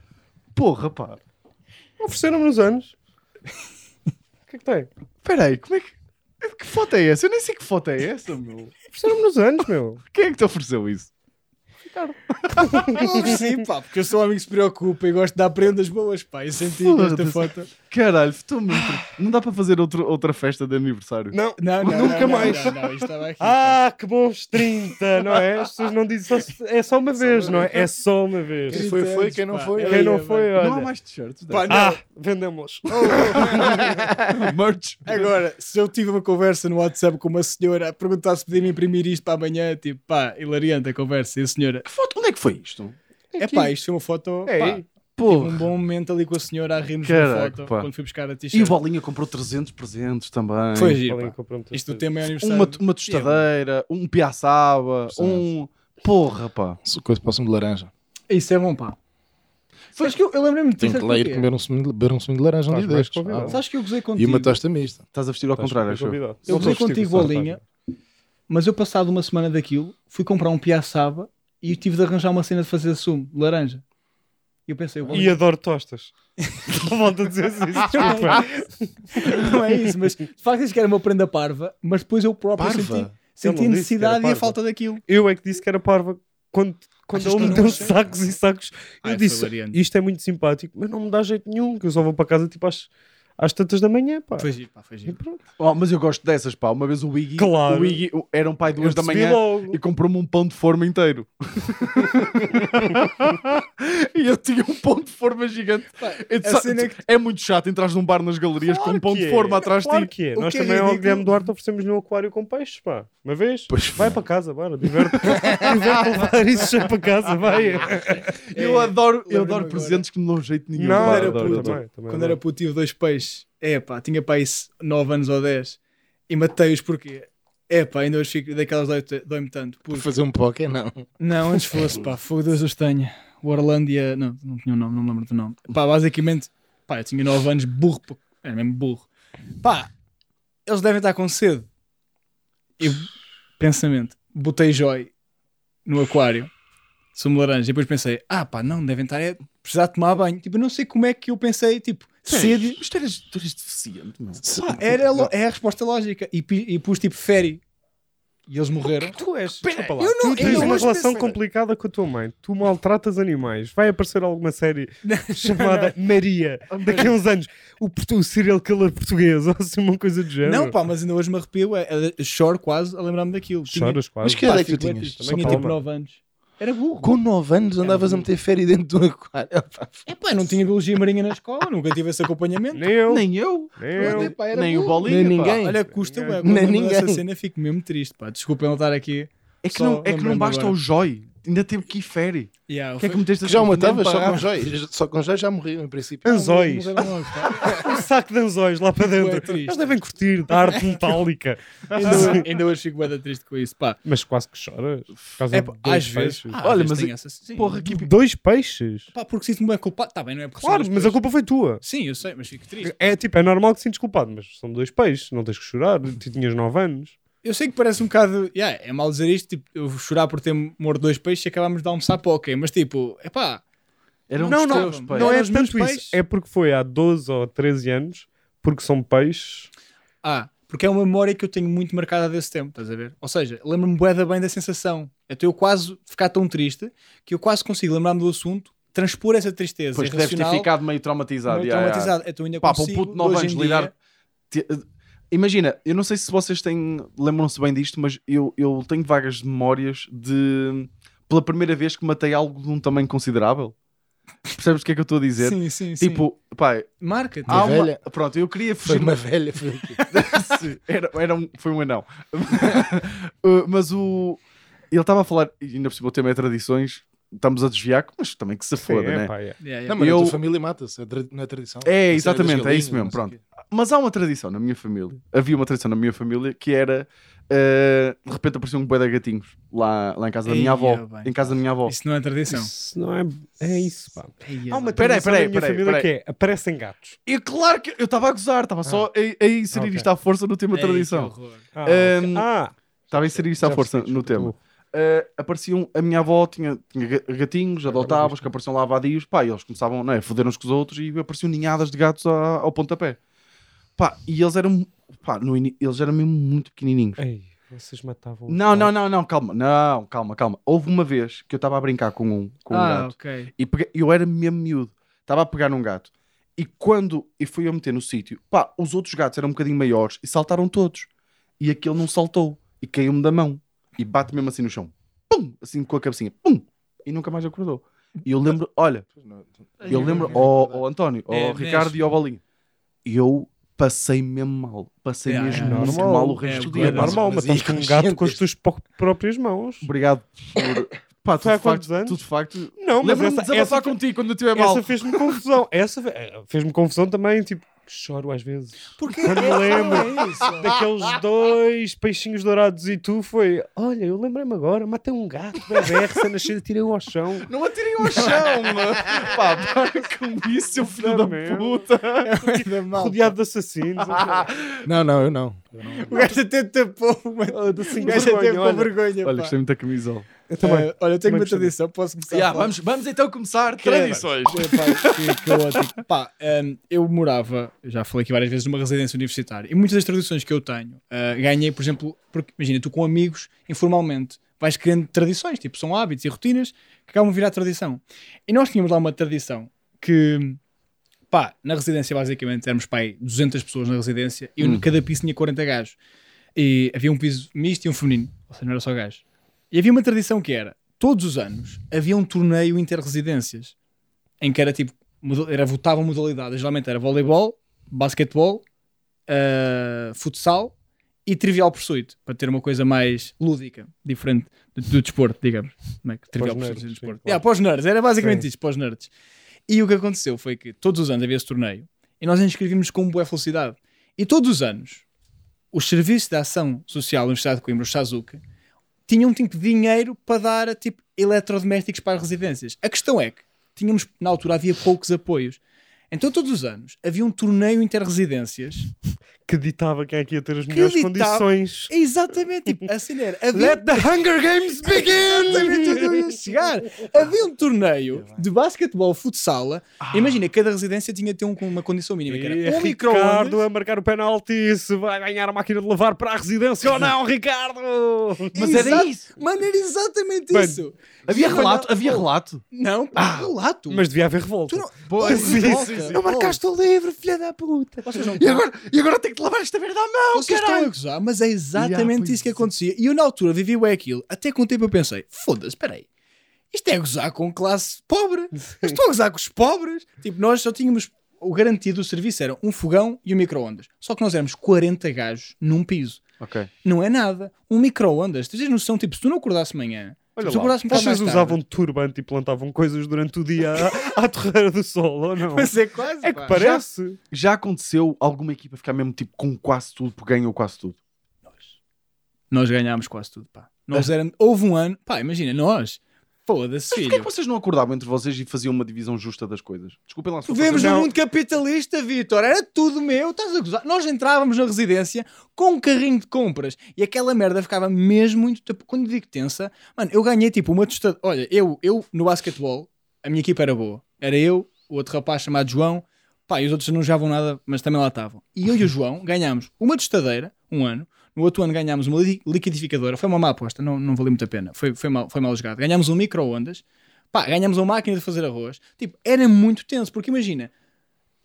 [SPEAKER 3] Porra, pá.
[SPEAKER 2] Ofereceram-me nos anos. O que é que tem?
[SPEAKER 3] Peraí, como é que. Que foto é essa? Eu nem sei que foto é essa, meu.
[SPEAKER 2] Ofereceram-me nos anos, meu.
[SPEAKER 3] Quem é que te ofereceu isso?
[SPEAKER 1] Sim, pá, porque eu sou um amigo que se preocupa e gosto de dar prendas boas, pá. Eu senti esta
[SPEAKER 3] Foda-se.
[SPEAKER 1] foto.
[SPEAKER 3] Caralho, estou muito. Não dá para fazer outro- outra festa de aniversário.
[SPEAKER 2] Não.
[SPEAKER 1] Não, não,
[SPEAKER 2] Nunca
[SPEAKER 1] não,
[SPEAKER 2] mais.
[SPEAKER 1] Não, não, não, isto estava aqui.
[SPEAKER 2] Ah, que bons 30, não é? As pessoas não dizem só, é só uma vez, não é? É só uma vez.
[SPEAKER 4] Quem foi, foi, quem não
[SPEAKER 1] Pá,
[SPEAKER 4] foi,
[SPEAKER 1] é
[SPEAKER 2] Quem não
[SPEAKER 1] verdade.
[SPEAKER 2] foi,
[SPEAKER 3] Não há
[SPEAKER 2] olha.
[SPEAKER 3] mais t-shirts.
[SPEAKER 1] Pá, não,
[SPEAKER 2] Ah, vendemos.
[SPEAKER 3] Merch.
[SPEAKER 1] Agora, se eu tive uma conversa no WhatsApp com uma senhora a perguntar se podia me imprimir isto para amanhã, tipo, pá, hilariante a conversa. E a senhora,
[SPEAKER 3] Que foto? Onde é que foi isto?
[SPEAKER 1] é pá, isto foi uma foto. Pá,
[SPEAKER 2] Ei,
[SPEAKER 1] tive um bom momento ali com a senhora a rirmos da
[SPEAKER 3] Caraca,
[SPEAKER 1] foto
[SPEAKER 3] pá.
[SPEAKER 1] quando fui buscar a
[SPEAKER 3] E o
[SPEAKER 1] t-shirt.
[SPEAKER 3] Bolinha comprou 300 presentes também.
[SPEAKER 1] Foi
[SPEAKER 2] Alguém
[SPEAKER 1] giro. pá.
[SPEAKER 2] comprou-me três
[SPEAKER 1] Isto do
[SPEAKER 2] coisas.
[SPEAKER 1] tema é aniversário.
[SPEAKER 3] Uma, uma tostadeira, um piaçaba,
[SPEAKER 4] Impressionante.
[SPEAKER 3] um. Porra, pá.
[SPEAKER 4] Coisa para o sumo de laranja.
[SPEAKER 1] Isso é bom, pá. Sabes que eu, eu lembrei-me de
[SPEAKER 4] Tenho que lá ir comer um sumo de, beber um sumo de laranja um
[SPEAKER 2] Estás
[SPEAKER 4] dia
[SPEAKER 2] mais
[SPEAKER 4] destes.
[SPEAKER 2] convidado.
[SPEAKER 4] Ah,
[SPEAKER 1] Sabes que eu gozei
[SPEAKER 4] E
[SPEAKER 1] contigo,
[SPEAKER 4] uma tosta mista.
[SPEAKER 3] Estás a vestir ao
[SPEAKER 2] Estás
[SPEAKER 3] contrário,
[SPEAKER 2] super
[SPEAKER 3] acho eu.
[SPEAKER 2] convidado.
[SPEAKER 1] Eu
[SPEAKER 2] Não
[SPEAKER 1] usei
[SPEAKER 2] estou vestido,
[SPEAKER 1] contigo
[SPEAKER 2] só
[SPEAKER 1] bolinha.
[SPEAKER 2] rapaz.
[SPEAKER 1] mas eu passado uma semana daquilo, fui comprar um piaçaba e tive de arranjar uma cena de fazer sumo, de laranja. E eu pensei, bom,
[SPEAKER 2] E adoro tostas. Volto a dizer isso, desculpa.
[SPEAKER 1] não é isso, mas de facto isso que era uma prenda parva, mas depois eu próprio senti,
[SPEAKER 4] Parva?
[SPEAKER 1] senti
[SPEAKER 2] Ele
[SPEAKER 1] a
[SPEAKER 2] não disse que era
[SPEAKER 1] necessidade e a
[SPEAKER 2] parva.
[SPEAKER 1] falta daquilo.
[SPEAKER 2] Eu é que disse que era parva. Quando, quando
[SPEAKER 1] Achas que
[SPEAKER 2] ele
[SPEAKER 1] eu
[SPEAKER 2] me
[SPEAKER 1] não
[SPEAKER 2] deu
[SPEAKER 1] achei?
[SPEAKER 2] sacos e sacos,
[SPEAKER 1] Ai,
[SPEAKER 2] eu
[SPEAKER 1] foi
[SPEAKER 2] disse:
[SPEAKER 1] variante.
[SPEAKER 2] Isto é muito simpático, mas não me dá jeito nenhum. Que eu só vou para casa tipo às, às tantas da manhã. Pá.
[SPEAKER 1] Foi giro, pá, foi
[SPEAKER 2] E
[SPEAKER 1] giro.
[SPEAKER 2] pronto.
[SPEAKER 3] Oh, mas eu gosto dessas, pá. Uma vez o Iggy.
[SPEAKER 2] Claro.
[SPEAKER 3] O Iggy o- era um pai
[SPEAKER 2] Eu
[SPEAKER 3] duas da
[SPEAKER 2] percebi
[SPEAKER 3] manhã
[SPEAKER 2] logo.
[SPEAKER 3] e comprou-me um pão de forma inteiro. e eu tinha um pão de forma gigante. Eu
[SPEAKER 1] a
[SPEAKER 3] sa-
[SPEAKER 1] cena é que-
[SPEAKER 3] É muito chato entras num bar nas galerias
[SPEAKER 2] Claro
[SPEAKER 3] com um pão
[SPEAKER 2] que
[SPEAKER 3] de
[SPEAKER 2] é.
[SPEAKER 3] forma atrás de
[SPEAKER 2] Claro
[SPEAKER 3] ti.
[SPEAKER 2] que é.
[SPEAKER 1] O
[SPEAKER 2] Nós
[SPEAKER 1] que é
[SPEAKER 2] também ao
[SPEAKER 1] ridículo.
[SPEAKER 2] Guilherme Duarte oferecemos-lhe um aquário com peixes, pá. Uma vez.
[SPEAKER 4] Pois
[SPEAKER 2] vai
[SPEAKER 4] foi.
[SPEAKER 2] para casa, bora. Diverte. Diverte a levar Ah, isso já para casa, vai.
[SPEAKER 3] Eu adoro, eu adoro
[SPEAKER 1] lembro-me
[SPEAKER 3] presentes que me dão jeito nenhum.
[SPEAKER 2] Não,
[SPEAKER 3] pá,
[SPEAKER 1] era
[SPEAKER 3] adoro,
[SPEAKER 1] puto,
[SPEAKER 3] adoro.
[SPEAKER 2] também, também
[SPEAKER 1] Quando
[SPEAKER 2] adoro.
[SPEAKER 1] era puto tive dois peixes. É pá, tinha pá isso 9 anos ou 10. E matei-os porque... É pá, ainda hoje fico daquelas dói- dói-me tanto.
[SPEAKER 4] Por
[SPEAKER 1] Porque...
[SPEAKER 4] fazer um poké, não.
[SPEAKER 1] Não, antes fosse pá, fogo Deus os tenha. o Orlândia. Não, não tinha o nome, não me lembro do nome. Pá, basicamente, pá, eu tinha 9 anos, burro, pô, era mesmo burro. Pá, eles devem estar com sede. Eu, pensamento, botei joy no aquário, sumo laranja, e depois pensei, ah pá, não, devem estar a precisar tomar banho. Tipo, eu não sei como é que eu pensei, tipo, sede.
[SPEAKER 3] Mas tu eras, tu eras deficiente, meu.
[SPEAKER 1] Pá, era lo- é a resposta lógica. E, pi- e pus tipo féri. E eles morreram.
[SPEAKER 2] Tu és.
[SPEAKER 1] eu não,
[SPEAKER 2] Tu tens
[SPEAKER 1] eu não
[SPEAKER 2] uma
[SPEAKER 1] hoje
[SPEAKER 2] relação
[SPEAKER 1] pensei-
[SPEAKER 2] complicada com a tua mãe. Tu maltratas animais. Vai aparecer alguma série chamada Maria daqui a uns anos. O, portu- o serial killer português ou assim, uma coisa do género.
[SPEAKER 1] Não, pá, mas ainda hoje me arrepio. é- é- Choro quase a lembrar-me daquilo. Tinha-
[SPEAKER 2] Choras quase.
[SPEAKER 4] Mas que idade é que tu
[SPEAKER 1] fico
[SPEAKER 4] tinhas?
[SPEAKER 1] letista.
[SPEAKER 4] Só
[SPEAKER 1] Tinha
[SPEAKER 4] para
[SPEAKER 1] tipo
[SPEAKER 4] lembrar.
[SPEAKER 1] 9 anos. Era burro.
[SPEAKER 4] Com 9 anos andavas a meter férias dentro de um aquário.
[SPEAKER 1] É pá, eu não tinha biologia marinha na escola, nunca tive esse acompanhamento.
[SPEAKER 2] Nem eu.
[SPEAKER 3] Nem eu.
[SPEAKER 2] Nem eu.
[SPEAKER 4] é
[SPEAKER 1] Epá, era
[SPEAKER 3] Nem o
[SPEAKER 1] burro.
[SPEAKER 3] bolinho.
[SPEAKER 4] Nem
[SPEAKER 3] pá.
[SPEAKER 4] ninguém.
[SPEAKER 1] Olha, custa bué,
[SPEAKER 4] Nem
[SPEAKER 1] quando eu lembro dessa
[SPEAKER 4] ninguém.
[SPEAKER 1] cena fico mesmo triste, pá. Desculpa eu não estar aqui.
[SPEAKER 3] É que
[SPEAKER 1] Só
[SPEAKER 3] não, é que não
[SPEAKER 1] lembrando
[SPEAKER 3] basta
[SPEAKER 1] agora.
[SPEAKER 3] o joy. Ainda teve que ir fere.
[SPEAKER 1] Yeah,
[SPEAKER 3] O que é que
[SPEAKER 1] foi-
[SPEAKER 3] meteste
[SPEAKER 4] Que
[SPEAKER 3] a
[SPEAKER 4] já o
[SPEAKER 3] sua
[SPEAKER 4] matavas,
[SPEAKER 3] mulher
[SPEAKER 4] só
[SPEAKER 3] para-
[SPEAKER 4] com joias. Só com joias já morriam, em princípio.
[SPEAKER 2] Anzóis.
[SPEAKER 1] morreram logo, pá.
[SPEAKER 2] Um saco de anzóis lá para
[SPEAKER 1] Bué
[SPEAKER 2] dentro.
[SPEAKER 1] triste.
[SPEAKER 2] Eles devem curtir da arte metálica.
[SPEAKER 1] Ainda hoje- Ainda hoje fico bué da triste com isso, pá.
[SPEAKER 2] Mas quase que choras. Por causa
[SPEAKER 1] É,
[SPEAKER 2] de
[SPEAKER 1] pá,
[SPEAKER 2] dois
[SPEAKER 1] às vezes.
[SPEAKER 2] peixes.
[SPEAKER 1] ah, às
[SPEAKER 3] Olha,
[SPEAKER 1] vezes
[SPEAKER 3] mas
[SPEAKER 1] tenho
[SPEAKER 3] é-
[SPEAKER 1] essas- sim.
[SPEAKER 3] Porra, que
[SPEAKER 2] Dois peixes?
[SPEAKER 1] Pá, porque sinto-me bem culpado. Tá bem, não é porque são
[SPEAKER 2] Claro,
[SPEAKER 1] dois
[SPEAKER 2] mas a
[SPEAKER 1] peixes.
[SPEAKER 2] culpa foi tua.
[SPEAKER 1] Sim, eu sei, mas fico triste.
[SPEAKER 2] É tipo, é normal que sintes culpado, mas são dois peixes, não tens que chorar. Tu tinhas 9 anos.
[SPEAKER 1] Eu sei que parece um bocado. yeah, é mal dizer isto, tipo, eu vou chorar por ter morto dois peixes e acabámos de almoçar para ok, mas tipo, é pá.
[SPEAKER 3] Eram
[SPEAKER 2] Não,
[SPEAKER 3] os
[SPEAKER 2] não,
[SPEAKER 3] teus, um pá.
[SPEAKER 2] Não
[SPEAKER 1] Eram
[SPEAKER 2] é
[SPEAKER 1] os meus
[SPEAKER 2] tanto
[SPEAKER 1] peixes.
[SPEAKER 2] isso, é porque foi há 12 ou 13 anos, porque são peixes.
[SPEAKER 1] Ah, porque é uma memória que eu tenho muito marcada desse tempo, estás a ver? Ou seja, lembro-me bué da bem da sensação. Até eu quase ficar tão triste que eu quase consigo lembrar-me do assunto, transpor essa tristeza
[SPEAKER 3] Pois deves ter
[SPEAKER 1] irracional,
[SPEAKER 3] ficado meio traumatizado.
[SPEAKER 1] meio
[SPEAKER 3] yeah, yeah.
[SPEAKER 1] traumatizada. Então ainda
[SPEAKER 3] Pá, para um
[SPEAKER 1] consigo,
[SPEAKER 3] puto de 9
[SPEAKER 1] hoje
[SPEAKER 3] anos
[SPEAKER 1] em
[SPEAKER 3] lidar.
[SPEAKER 1] dia-
[SPEAKER 3] Ti- Imagina, eu não sei se vocês têm. lembram-se bem disto, mas eu, eu tenho vagas memórias de. pela primeira vez que matei algo de um tamanho considerável. Percebes o que é que eu estou a dizer?
[SPEAKER 1] Sim, sim, sim.
[SPEAKER 3] Tipo, pá,
[SPEAKER 1] marca-te.
[SPEAKER 3] há uma-
[SPEAKER 4] velha?
[SPEAKER 3] Pronto, eu queria
[SPEAKER 4] Foi
[SPEAKER 3] fugir.
[SPEAKER 4] uma velha. Foi o quê?
[SPEAKER 3] Sim, era, era um, foi um anão. Uh, mas o. Ele estava a falar, e ainda por cima o tema é tradições, estamos a desviar, mas também que se foda,
[SPEAKER 2] é,
[SPEAKER 3] né?
[SPEAKER 2] pá, é.
[SPEAKER 1] Yeah, yeah.
[SPEAKER 4] Não, mas
[SPEAKER 3] Eu-
[SPEAKER 4] a tua família mata-se. é tra- Não é tradição.
[SPEAKER 3] É,
[SPEAKER 4] A cena das
[SPEAKER 3] exatamente, é isso
[SPEAKER 4] galinhas, não
[SPEAKER 3] mesmo,
[SPEAKER 4] sei o quê.
[SPEAKER 3] Mas há uma tradição na minha família. Havia uma tradição na minha família que era uh, de repente apareciam um boi de gatinhos lá, lá em casa da minha
[SPEAKER 1] Eia,
[SPEAKER 3] avó.
[SPEAKER 1] bem.
[SPEAKER 3] Em casa da minha avó.
[SPEAKER 1] Isso não é tradição.
[SPEAKER 2] Isso não é. É isso, pá.
[SPEAKER 1] Eia,
[SPEAKER 2] Há uma
[SPEAKER 1] bem.
[SPEAKER 3] Peraí,
[SPEAKER 2] tradição
[SPEAKER 3] peraí,
[SPEAKER 2] na minha
[SPEAKER 3] peraí,
[SPEAKER 2] família
[SPEAKER 3] peraí.
[SPEAKER 2] que é aparecem gatos.
[SPEAKER 3] E claro que eu estava a gozar, estava só a, a inserir
[SPEAKER 2] Ah, ok.
[SPEAKER 3] isto à força no tema
[SPEAKER 1] Ei,
[SPEAKER 3] tradição.
[SPEAKER 1] que horror.
[SPEAKER 2] Ah,
[SPEAKER 3] Ahm,
[SPEAKER 2] ok. Ah,
[SPEAKER 3] Estava a inserir isto à
[SPEAKER 2] já
[SPEAKER 3] Hum, força
[SPEAKER 2] percebi,
[SPEAKER 3] no
[SPEAKER 2] desculpa.
[SPEAKER 3] tema. Uh, apareciam, a minha avó tinha, tinha ga- gatinhos, adotavas, que apareciam lá vadios, pá, e eles começavam não é, a foder uns com os outros e apareciam ninhadas de gatos a- ao pontapé. Pá, e eles eram, pá, no ini- eles eram mesmo muito pequenininhos.
[SPEAKER 2] Ei, vocês matavam.
[SPEAKER 3] Não, não, não, não, calma, não, calma, calma. Houve uma vez que eu estava a brincar com um, com um
[SPEAKER 1] Ah,
[SPEAKER 3] gato
[SPEAKER 1] ok.
[SPEAKER 3] e peguei- eu era mesmo miúdo, estava a pegar num gato e quando e fui a meter no sítio, pá, os outros gatos eram um bocadinho maiores e saltaram todos e aquele não saltou e caiu-me da mão e bate mesmo assim no chão, pum, assim com a cabecinha, pum, e nunca mais acordou. E eu lembro, olha,
[SPEAKER 4] Pois não, tu-
[SPEAKER 3] eu
[SPEAKER 2] É
[SPEAKER 3] lembro ao, ao António, ao
[SPEAKER 1] É,
[SPEAKER 3] Ricardo e ao Bolinho, eu passei mesmo mal, passei
[SPEAKER 1] Yeah,
[SPEAKER 3] mesmo
[SPEAKER 1] yeah.
[SPEAKER 3] muito
[SPEAKER 2] Normal.
[SPEAKER 3] mal o
[SPEAKER 1] É,
[SPEAKER 3] resto do
[SPEAKER 1] bué
[SPEAKER 3] dia.
[SPEAKER 2] É
[SPEAKER 1] Mas-
[SPEAKER 2] normal,
[SPEAKER 4] mas
[SPEAKER 2] mataste um gato com as tuas po- próprias mãos.
[SPEAKER 3] Obrigado por. Pá, tu
[SPEAKER 2] Foi há
[SPEAKER 3] de facto,
[SPEAKER 2] quantos anos?
[SPEAKER 3] tu de facto.
[SPEAKER 2] Não, mas
[SPEAKER 3] Lembra-me de
[SPEAKER 2] essa,
[SPEAKER 3] desabafar
[SPEAKER 2] essa,
[SPEAKER 3] contigo quando eu estiver mal.
[SPEAKER 2] essa fez-me confusão. Essa fe- eh, fez-me confusão também, tipo, choro às vezes.
[SPEAKER 1] Porque
[SPEAKER 2] Quando me lembro
[SPEAKER 1] é isso.
[SPEAKER 2] daqueles dois peixinhos dourados e tu foi, olha, eu lembrei-me agora, matei um gato, bebê, recém-nascido, tirei-o ao chão.
[SPEAKER 3] Não atirem ao chão, mano. Pá, para com isso, seu filho da
[SPEAKER 2] Também.
[SPEAKER 3] puta.
[SPEAKER 1] Da malta.
[SPEAKER 2] Rodeado de assassinos.
[SPEAKER 4] Não, não, eu não.
[SPEAKER 3] Um
[SPEAKER 1] O gajo até tapou, mano.
[SPEAKER 2] Oh, de assim,
[SPEAKER 1] O gajo até
[SPEAKER 2] vergonha,
[SPEAKER 1] ficou com
[SPEAKER 2] olha.
[SPEAKER 1] vergonha.
[SPEAKER 3] Olha,
[SPEAKER 1] pá.
[SPEAKER 3] gostei muito da camisola.
[SPEAKER 2] Eu também.
[SPEAKER 1] Eh, olha, eu tenho
[SPEAKER 2] Também
[SPEAKER 1] uma
[SPEAKER 2] gostei.
[SPEAKER 1] tradição, posso começar? a falar?
[SPEAKER 3] vamos, vamos então começar tradições.
[SPEAKER 1] Epá, que, que ótimo. Pá, hum, eu morava, eu já falei aqui várias vezes, numa residência universitária e muitas das tradições que eu tenho ah, ganhei, por exemplo, porque imagina, tu com amigos, informalmente, vais criando tradições, tipo, são hábitos e rotinas que acabam a virar tradição. E nós tínhamos lá uma tradição que, pá, na residência basicamente éramos, pá, aí 200 pessoas na residência e
[SPEAKER 3] Hum.
[SPEAKER 1] cada piso tinha 40 gajos. E havia um piso misto e um feminino, ou seja, não era só gajo. E havia uma tradição que era, todos os anos, havia um torneio interresidências em que era tipo, moda- era, votavam modalidades. Geralmente era voleibol, basquetebol, ah, futsal e trivial pursuit, para ter uma coisa mais lúdica, diferente do, do desporto, digamos. Como é que trivial
[SPEAKER 2] Para
[SPEAKER 1] pursuit
[SPEAKER 2] os nerds,
[SPEAKER 1] é
[SPEAKER 2] sim,
[SPEAKER 1] desporto?
[SPEAKER 2] claro.
[SPEAKER 1] Yeah, para os nerds, era basicamente
[SPEAKER 2] Sim.
[SPEAKER 1] isso, para os nerds. E o que aconteceu foi que todos os anos havia esse torneio e nós inscrevíamos com boa felicidade. E todos os anos, os serviços de ação social da Universidade de Coimbra, o Shazuka, tinham tipo dinheiro para dar a tipo eletrodomésticos para as residências. A questão é que tínhamos, na altura havia poucos apoios. Então todos os anos havia um torneio interresidências.
[SPEAKER 2] Que ditava quem é que ia ter as
[SPEAKER 1] Que
[SPEAKER 2] melhores
[SPEAKER 1] ditava?
[SPEAKER 2] condições.
[SPEAKER 1] É Exatamente, tipo, assim era. Havia
[SPEAKER 2] Let the Hunger Games
[SPEAKER 1] Exatamente onde eu
[SPEAKER 2] begin!
[SPEAKER 1] ia chegar. Havia um torneio de basquetebol, futsala. Imagina, cada residência tinha de ter um com uma condição mínima. Que
[SPEAKER 2] E
[SPEAKER 1] era um
[SPEAKER 2] Ricardo
[SPEAKER 1] micro-ondas.
[SPEAKER 2] a marcar o penalti. Se vai ganhar a máquina de lavar para a residência ou não, Ricardo!
[SPEAKER 3] Mas era
[SPEAKER 1] Exato.
[SPEAKER 3] isso.
[SPEAKER 1] Mano, era exatamente
[SPEAKER 2] Mano,
[SPEAKER 1] isso.
[SPEAKER 3] Havia
[SPEAKER 1] Sim,
[SPEAKER 3] relato, havia relato.
[SPEAKER 1] Não, pá, relato.
[SPEAKER 2] Mas devia haver revolta.
[SPEAKER 1] Tu não-
[SPEAKER 3] Pois,
[SPEAKER 1] Sim,
[SPEAKER 3] volta.
[SPEAKER 1] sim, sim.
[SPEAKER 3] Não marcaste o livro, filha da puta. E agora, e agora tenho que lavar esta merda à mão,
[SPEAKER 1] Vocês estão a
[SPEAKER 3] caralho.
[SPEAKER 1] gozar, mas é
[SPEAKER 3] Ya,
[SPEAKER 1] exatamente
[SPEAKER 3] pois
[SPEAKER 1] isso que
[SPEAKER 3] é.
[SPEAKER 1] acontecia. E eu, na altura, vivi o aquilo. Até com o tempo eu pensei: foda-se, peraí. Isto é gozar com classe pobre. Eu estou a gozar com os pobres. Tipo, nós só tínhamos. O garantido do serviço era um fogão e um micro-ondas. Só que nós éramos 40 gajos num piso.
[SPEAKER 3] Ok.
[SPEAKER 1] Não é nada. Um micro-ondas. Tu tens noção, tipo, se tu não acordasse amanhã.
[SPEAKER 3] Olha
[SPEAKER 1] se tu
[SPEAKER 3] lá,
[SPEAKER 1] acordasse um bocado
[SPEAKER 2] Vocês
[SPEAKER 1] mais tarde-
[SPEAKER 2] usavam turbante e plantavam coisas durante o dia à, à torreira do sol, ou não?
[SPEAKER 1] Mas é quase.
[SPEAKER 2] é
[SPEAKER 1] pá.
[SPEAKER 2] que parece.
[SPEAKER 3] Já aconteceu alguma equipa ficar mesmo tipo com quase tudo, porque ganhou quase tudo?
[SPEAKER 1] Nós ganhámos quase tudo, pá. Nós éramos. Houve um ano. Pá, imagina, nós. Foda-se,
[SPEAKER 3] Mas porquê é
[SPEAKER 1] filho.
[SPEAKER 3] que vocês não acordavam entre vocês e faziam uma divisão justa das coisas? Desculpem lá se Tipo, estou a
[SPEAKER 1] Vivemos
[SPEAKER 3] fazer-
[SPEAKER 1] num
[SPEAKER 2] Não.
[SPEAKER 1] mundo capitalista, Vitor. Era tudo meu. Estás a gozar? Nós entrávamos na residência com um carrinho de compras e aquela merda ficava mesmo muito. tempo. Quando digo tensa, mano, eu ganhei tipo uma tostada. Olha, eu, eu no basquetebol, a minha equipa era boa. Era eu, o outro rapaz chamado João, pá, e os outros não jogavam nada, mas também lá estavam. E eu e o João ganhámos uma tostadeira, um ano. No outro ano ganhámos uma li- liquidificadora. Foi uma má aposta, não, não valia muito a pena. Foi, foi, mal, foi mal jogado. Ganhámos um micro-ondas. Pá, ganhámos uma máquina de fazer arroz. Tipo, era muito tenso, porque imagina,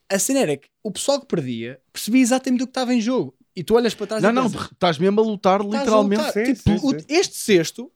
[SPEAKER 1] a cena era que o pessoal que perdia percebia exatamente o que estava em jogo. E tu olhas para trás
[SPEAKER 3] Não,
[SPEAKER 1] e
[SPEAKER 3] não,
[SPEAKER 1] pensas,
[SPEAKER 3] estás mesmo a lutar
[SPEAKER 1] "Estás a
[SPEAKER 3] literalmente.
[SPEAKER 1] lutar."
[SPEAKER 2] sim,
[SPEAKER 1] Tipo,
[SPEAKER 2] sim,
[SPEAKER 1] o-
[SPEAKER 2] sim.
[SPEAKER 1] este cesto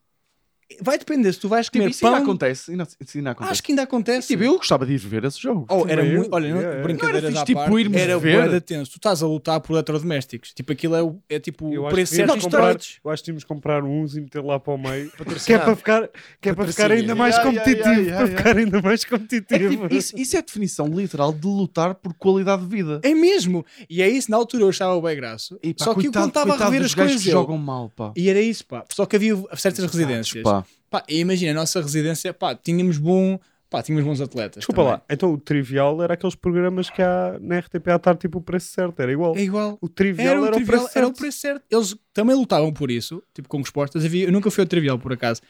[SPEAKER 1] vai depender se tu vais
[SPEAKER 3] Tipo,
[SPEAKER 1] comer
[SPEAKER 3] isso ainda
[SPEAKER 1] pão.
[SPEAKER 3] acontece. ainda- Isso ainda acontece.
[SPEAKER 1] Acho que ainda acontece.
[SPEAKER 3] Tipo, eu gostava de ir ver esse jogo.
[SPEAKER 1] Oh, era
[SPEAKER 2] Também
[SPEAKER 1] muito.
[SPEAKER 2] eu.
[SPEAKER 1] Olha, não-
[SPEAKER 2] Yeah, yeah.
[SPEAKER 1] brincadeiras
[SPEAKER 3] Não
[SPEAKER 1] à
[SPEAKER 3] era fixe, tipo,
[SPEAKER 1] parte,
[SPEAKER 3] irmos
[SPEAKER 1] era
[SPEAKER 3] ver?
[SPEAKER 1] bué de tenso. Tu estás a lutar por eletrodomésticos. Tipo, aquilo é, o- é tipo
[SPEAKER 2] Eu
[SPEAKER 1] o
[SPEAKER 2] acho
[SPEAKER 1] preço
[SPEAKER 2] que
[SPEAKER 1] certo
[SPEAKER 2] devíamos
[SPEAKER 1] dos
[SPEAKER 2] comprar,
[SPEAKER 1] tomates.
[SPEAKER 2] eu acho que tínhamos de comprar uns e meter lá para o meio. Que é para ficar, que é para ficar
[SPEAKER 4] Patrocinar.
[SPEAKER 2] ainda mais
[SPEAKER 3] Yeah, yeah, yeah,
[SPEAKER 2] competitivo.
[SPEAKER 3] yeah,
[SPEAKER 2] para
[SPEAKER 3] yeah.
[SPEAKER 2] ficar ainda mais
[SPEAKER 3] É que,
[SPEAKER 2] competitivo.
[SPEAKER 3] tipo, isso, isso é a definição literal de lutar por qualidade de vida.
[SPEAKER 1] É mesmo. E é isso, na altura eu achava bem graça.
[SPEAKER 3] E, pá,
[SPEAKER 1] Só que eu
[SPEAKER 3] coitado-
[SPEAKER 1] contava a
[SPEAKER 3] coitado
[SPEAKER 1] rever
[SPEAKER 3] dos
[SPEAKER 1] as
[SPEAKER 3] gajos
[SPEAKER 1] coisas.
[SPEAKER 3] que
[SPEAKER 1] eu-
[SPEAKER 3] jogam mal, pá.
[SPEAKER 1] E era isso, pá. Só que havia certas residências.
[SPEAKER 3] Pá.
[SPEAKER 1] Pá, e imagina, a nossa residência, pá, tínhamos bom. Pá, tínhamos bons atletas.
[SPEAKER 2] Desculpa
[SPEAKER 1] também.
[SPEAKER 2] lá. Então o Trivial era aqueles programas que há na RTP à tarde, tipo o preço certo. Era igual.
[SPEAKER 1] É igual.
[SPEAKER 2] O Trivial
[SPEAKER 1] Era o, trivial,
[SPEAKER 2] preço
[SPEAKER 1] era o
[SPEAKER 2] certo.
[SPEAKER 1] preço certo. Eles também lutavam por isso, tipo com respostas. Havia, eu nunca fui ao trivial, por acaso.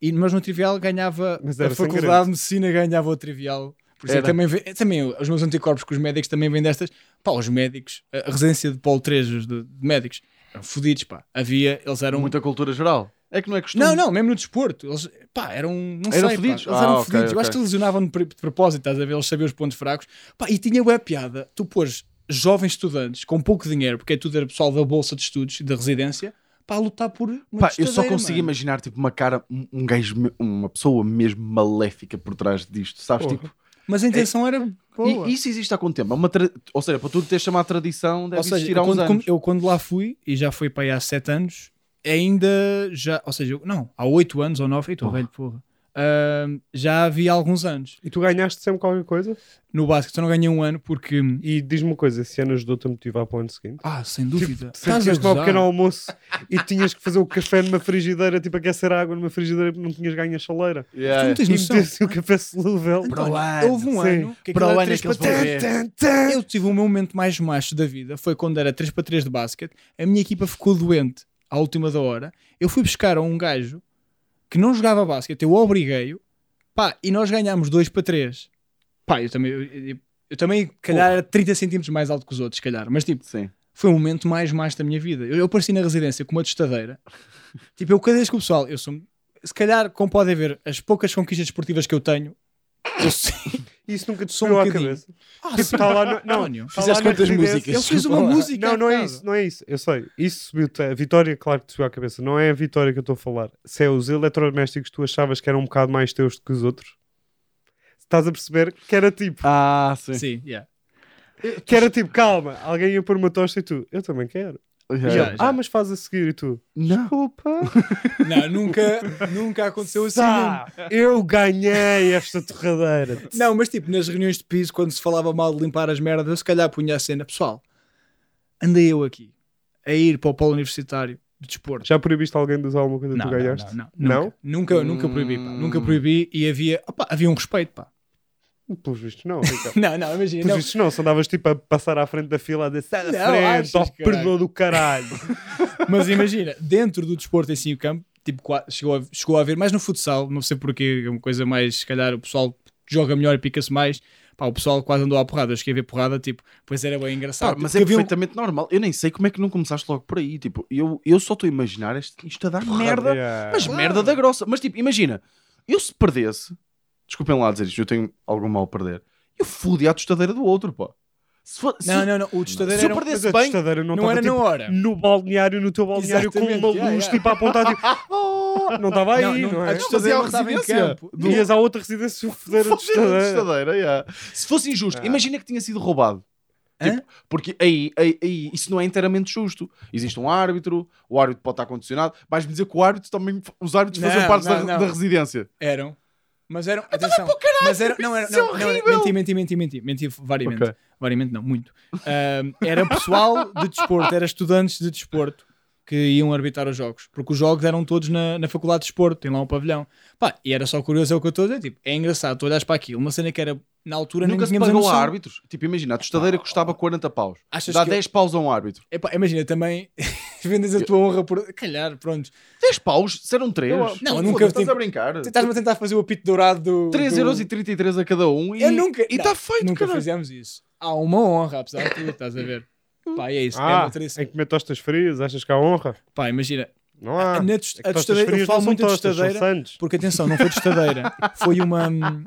[SPEAKER 1] E, mas no trivial ganhava.
[SPEAKER 2] Mas
[SPEAKER 1] a
[SPEAKER 2] era sem
[SPEAKER 1] faculdade
[SPEAKER 2] grande.
[SPEAKER 1] de medicina ganhava o trivial. Por isso
[SPEAKER 3] Era.
[SPEAKER 1] eu também, ve- também os meus anticorpos com os médicos também vêm destas. Pá, os médicos, a residência de Paulo 3 de, de médicos, eram fodidos, pá. Havia, eles eram.
[SPEAKER 3] Muita cultura geral. É que não é costume.
[SPEAKER 1] Não, não, mesmo no desporto. Eles, pá, eram. Não
[SPEAKER 3] Eram
[SPEAKER 1] sei, pá,
[SPEAKER 3] fodidos?
[SPEAKER 1] eles
[SPEAKER 3] Ah,
[SPEAKER 1] eram
[SPEAKER 3] ok,
[SPEAKER 1] fodidos. Eu
[SPEAKER 3] ok.
[SPEAKER 1] acho que eles lesionavam de pr- de propósito, estás a ver? Eles sabiam os pontos fracos. Pá, e tinha bué piada. Tu pôs jovens estudantes com pouco dinheiro, porque é tudo era pessoal da bolsa de estudos e da residência, pá, a lutar por. Uma
[SPEAKER 3] Pá, eu só
[SPEAKER 1] tostadeira,
[SPEAKER 3] consigo
[SPEAKER 1] mano.
[SPEAKER 3] imaginar tipo uma cara, um, um gajo, me- uma pessoa mesmo maléfica por trás disto, sabes?
[SPEAKER 2] Porra.
[SPEAKER 3] Tipo,
[SPEAKER 1] Mas a intenção era boa.
[SPEAKER 3] e isso existe há quanto tempo? É uma tra- Ou seja, para tudo ter chamado tradição, deve
[SPEAKER 1] Ou seja,
[SPEAKER 3] existir
[SPEAKER 1] eu
[SPEAKER 3] há uns
[SPEAKER 1] quando, como-
[SPEAKER 3] anos.
[SPEAKER 1] eu quando lá fui, e já fui para aí há 7 anos, ainda já. Ou seja, eu- não, há 8 anos ou 9, estou
[SPEAKER 3] Porra.
[SPEAKER 1] velho, porra. Ahm, já havia alguns anos.
[SPEAKER 2] E tu ganhaste sempre qualquer coisa?
[SPEAKER 1] No básico, só não ganhei um ano porque.
[SPEAKER 2] E diz-me uma coisa: esse ano ajudou-te a motivar para o ano seguinte?
[SPEAKER 1] Ah, sem
[SPEAKER 3] Tipo,
[SPEAKER 1] dúvida. Estás a
[SPEAKER 2] Sentias-te ao
[SPEAKER 1] gozar.
[SPEAKER 2] pequeno almoço e tinhas que fazer o café numa frigideira, tipo aquecer água numa frigideira porque não tinhas ganho a chaleira.
[SPEAKER 1] Tu não
[SPEAKER 3] Yeah.
[SPEAKER 1] tens
[SPEAKER 2] E
[SPEAKER 1] noção.
[SPEAKER 2] metesse o café solúvel.
[SPEAKER 1] Então,
[SPEAKER 3] Para o
[SPEAKER 1] olha,
[SPEAKER 3] ano,
[SPEAKER 1] houve um
[SPEAKER 2] sim.
[SPEAKER 1] ano que
[SPEAKER 3] Para
[SPEAKER 1] aquilo era
[SPEAKER 3] o ano é
[SPEAKER 1] três
[SPEAKER 3] que eles
[SPEAKER 1] para
[SPEAKER 3] vão
[SPEAKER 1] três.
[SPEAKER 3] ver.
[SPEAKER 1] Eu tive o meu momento mais macho da vida, foi quando era 3 para 3 de basquete, a minha equipa ficou doente à última da hora, eu fui buscar a um gajo que não jogava basquete, eu obriguei-o, pá, e nós ganhámos 2 para 3. Pá, eu também, eu, eu- eu também, calhar, era 30 centímetros mais alto que os outros, se calhar, mas tipo,
[SPEAKER 3] Sim.
[SPEAKER 1] foi o momento mais macho da minha vida. Eu, eu apareci na residência com uma tostadeira. tipo, eu cada vez que o pessoal, eu sou, se calhar, como podem ver, as poucas conquistas esportivas que eu tenho, eu sei.
[SPEAKER 2] E isso nunca te
[SPEAKER 1] Só um
[SPEAKER 2] subiu à
[SPEAKER 1] bocadinho.
[SPEAKER 2] cabeça.
[SPEAKER 1] Ah,
[SPEAKER 2] Tipo, tá lá no- não,
[SPEAKER 1] António,
[SPEAKER 2] tá lá
[SPEAKER 4] Fizeste
[SPEAKER 2] na
[SPEAKER 4] quantas
[SPEAKER 2] residência-
[SPEAKER 4] músicas?
[SPEAKER 1] Ele fez uma
[SPEAKER 4] Desculpa lá.
[SPEAKER 1] música.
[SPEAKER 2] Não, não é
[SPEAKER 1] cara.
[SPEAKER 2] isso, não é isso. Eu sei. Isso subiu-te. A vitória, claro que te subiu à cabeça. Não é a vitória que eu estou a falar. Se é os eletrodomésticos que tu achavas que eram um bocado mais teus do que os outros. Estás a perceber que era tipo,
[SPEAKER 3] Ah, sim.
[SPEAKER 1] Sim, yeah.
[SPEAKER 2] que era tipo, calma, alguém ia pôr uma tocha e tu, eu também quero. E
[SPEAKER 3] Yeah.
[SPEAKER 1] Já,
[SPEAKER 2] ele,
[SPEAKER 1] já.
[SPEAKER 2] Ah, mas faz a seguir e tu,
[SPEAKER 3] Não.
[SPEAKER 2] opa,
[SPEAKER 1] Não, nunca, nunca aconteceu assim.
[SPEAKER 2] tá, eu ganhei esta torradeira.
[SPEAKER 1] Não, mas tipo, nas reuniões de piso, quando se falava mal de limpar as merdas, eu se calhar punha a cena, pessoal, andei eu aqui a ir para o polo universitário de desporto.
[SPEAKER 2] Já proibiste alguém de usar alguma coisa que
[SPEAKER 1] não,
[SPEAKER 2] tu
[SPEAKER 1] não,
[SPEAKER 2] ganhaste?
[SPEAKER 1] não, não,
[SPEAKER 2] Não? Hum.
[SPEAKER 1] Nunca, nunca, nunca proibi, pá. Nunca proibi e havia, opá, havia um respeito, pá.
[SPEAKER 2] Pelos vistos, não, Ricardo.
[SPEAKER 1] Não, não, imagina.
[SPEAKER 2] Pelos
[SPEAKER 1] não.
[SPEAKER 2] vistos, não. Se andavas tipo a passar à frente da fila a dizer sai da
[SPEAKER 1] Não,
[SPEAKER 2] frente,
[SPEAKER 1] achas,
[SPEAKER 2] ó
[SPEAKER 1] caralho."
[SPEAKER 2] perdoa do caralho.
[SPEAKER 1] Mas imagina, dentro do desporto assim o campo, tipo, qua- chegou a, chegou a haver mais no futsal, não sei porquê, é uma coisa mais, se calhar o pessoal joga melhor e pica-se mais. Pá, o pessoal quase andou à porrada, eu cheguei a ver porrada, tipo, pois era bem engraçado.
[SPEAKER 3] Pá, mas
[SPEAKER 1] Porque
[SPEAKER 3] é
[SPEAKER 1] havia um-
[SPEAKER 3] perfeitamente normal. Eu nem sei como é que não começaste logo por aí. Tipo, eu, eu só estou a imaginar isto, isto a dar merda,
[SPEAKER 2] Yeah.
[SPEAKER 3] mas merda da grossa. Mas tipo, imagina, eu se perdesse, desculpem lá dizer isto, eu tenho algum mal a perder, eu fodia a tostadeira do outro, pá. Se for, se-
[SPEAKER 1] Não, não, não, o testador
[SPEAKER 3] se eu
[SPEAKER 1] era, um-
[SPEAKER 2] Mas
[SPEAKER 3] perdesse
[SPEAKER 2] a
[SPEAKER 3] bem,
[SPEAKER 2] testadeira não
[SPEAKER 1] não
[SPEAKER 2] estava
[SPEAKER 1] era
[SPEAKER 2] tipo,
[SPEAKER 1] na hora.
[SPEAKER 2] no balneário, no teu balneário, com uma
[SPEAKER 1] Exatamente,
[SPEAKER 2] luz
[SPEAKER 1] yeah, yeah.
[SPEAKER 2] tipo a apontar, tipo, "Oh", não estava aí, não, é?
[SPEAKER 1] a testadeira não estava em
[SPEAKER 3] residência.
[SPEAKER 1] campo.
[SPEAKER 3] do-
[SPEAKER 2] Ias à outra residência e foder a
[SPEAKER 3] Foder a
[SPEAKER 2] testadeira.
[SPEAKER 3] tostadeira, yeah. Se fosse injusto, imagina que tinha sido roubado.
[SPEAKER 1] Ah. Hã?
[SPEAKER 3] Tipo, porque aí, aí, aí isso não é inteiramente justo. Existe um árbitro, o árbitro pode estar condicionado. Vais-me dizer que o árbitro também, os árbitros
[SPEAKER 1] Não,
[SPEAKER 3] faziam parte
[SPEAKER 1] não,
[SPEAKER 3] da,
[SPEAKER 1] não.
[SPEAKER 3] da residência.
[SPEAKER 1] Eram. Mas eram. Atenção. mas eram. Não, era,
[SPEAKER 3] isso é
[SPEAKER 1] não, não, era-
[SPEAKER 3] horrível.
[SPEAKER 1] menti, menti, menti, menti. Menti variamente.
[SPEAKER 3] Ok.
[SPEAKER 1] Variamente não, muito. Ahm, era pessoal de desporto, era estudantes de desporto que iam arbitrar os jogos. Porque os jogos eram todos na, na faculdade de desporto, tem lá um pavilhão. Pá, e era só curioso é o que eu estou a dizer. Tipo, é engraçado, tu olhas para aquilo, uma cena que era. Na altura
[SPEAKER 3] Nunca
[SPEAKER 1] nem
[SPEAKER 3] se
[SPEAKER 1] tínhamos a
[SPEAKER 3] pagou a
[SPEAKER 1] noção.
[SPEAKER 3] árbitros. Tipo, imagina, a tostadeira custava 40 paus.
[SPEAKER 1] Achas
[SPEAKER 3] Dá
[SPEAKER 1] que eu-
[SPEAKER 3] 10 paus a um árbitro.
[SPEAKER 1] Epá, imagina também, vendes a tua honra por. Calhar, pronto.
[SPEAKER 3] 10 paus? Serão 3?
[SPEAKER 1] Não, nunca
[SPEAKER 3] Estás
[SPEAKER 1] tive- Tá,
[SPEAKER 3] a brincar?
[SPEAKER 1] Tu Estás-me a tentar fazer o apito dourado do. do-
[SPEAKER 3] 3,33€ a cada um. E
[SPEAKER 1] tá. Eu nunca.
[SPEAKER 3] E
[SPEAKER 1] não,
[SPEAKER 3] está feito,
[SPEAKER 1] Nunca
[SPEAKER 3] caralho.
[SPEAKER 1] fizemos isso. Há uma honra, apesar de tudo, estás a ver? Pá, e é isso. é
[SPEAKER 2] Ah,
[SPEAKER 1] uma tradição.
[SPEAKER 2] em comer tostas frias, achas que há honra?
[SPEAKER 1] Pá, imagina.
[SPEAKER 2] Não há.
[SPEAKER 1] na tost-
[SPEAKER 2] É que
[SPEAKER 1] a
[SPEAKER 2] tostas
[SPEAKER 1] tostadeira-
[SPEAKER 2] frias
[SPEAKER 1] eu falo
[SPEAKER 2] não são
[SPEAKER 1] muito da
[SPEAKER 2] tostas, são
[SPEAKER 1] tostadeira.
[SPEAKER 2] sandes.
[SPEAKER 1] Porque atenção, não foi tostadeira. foi uma. hum,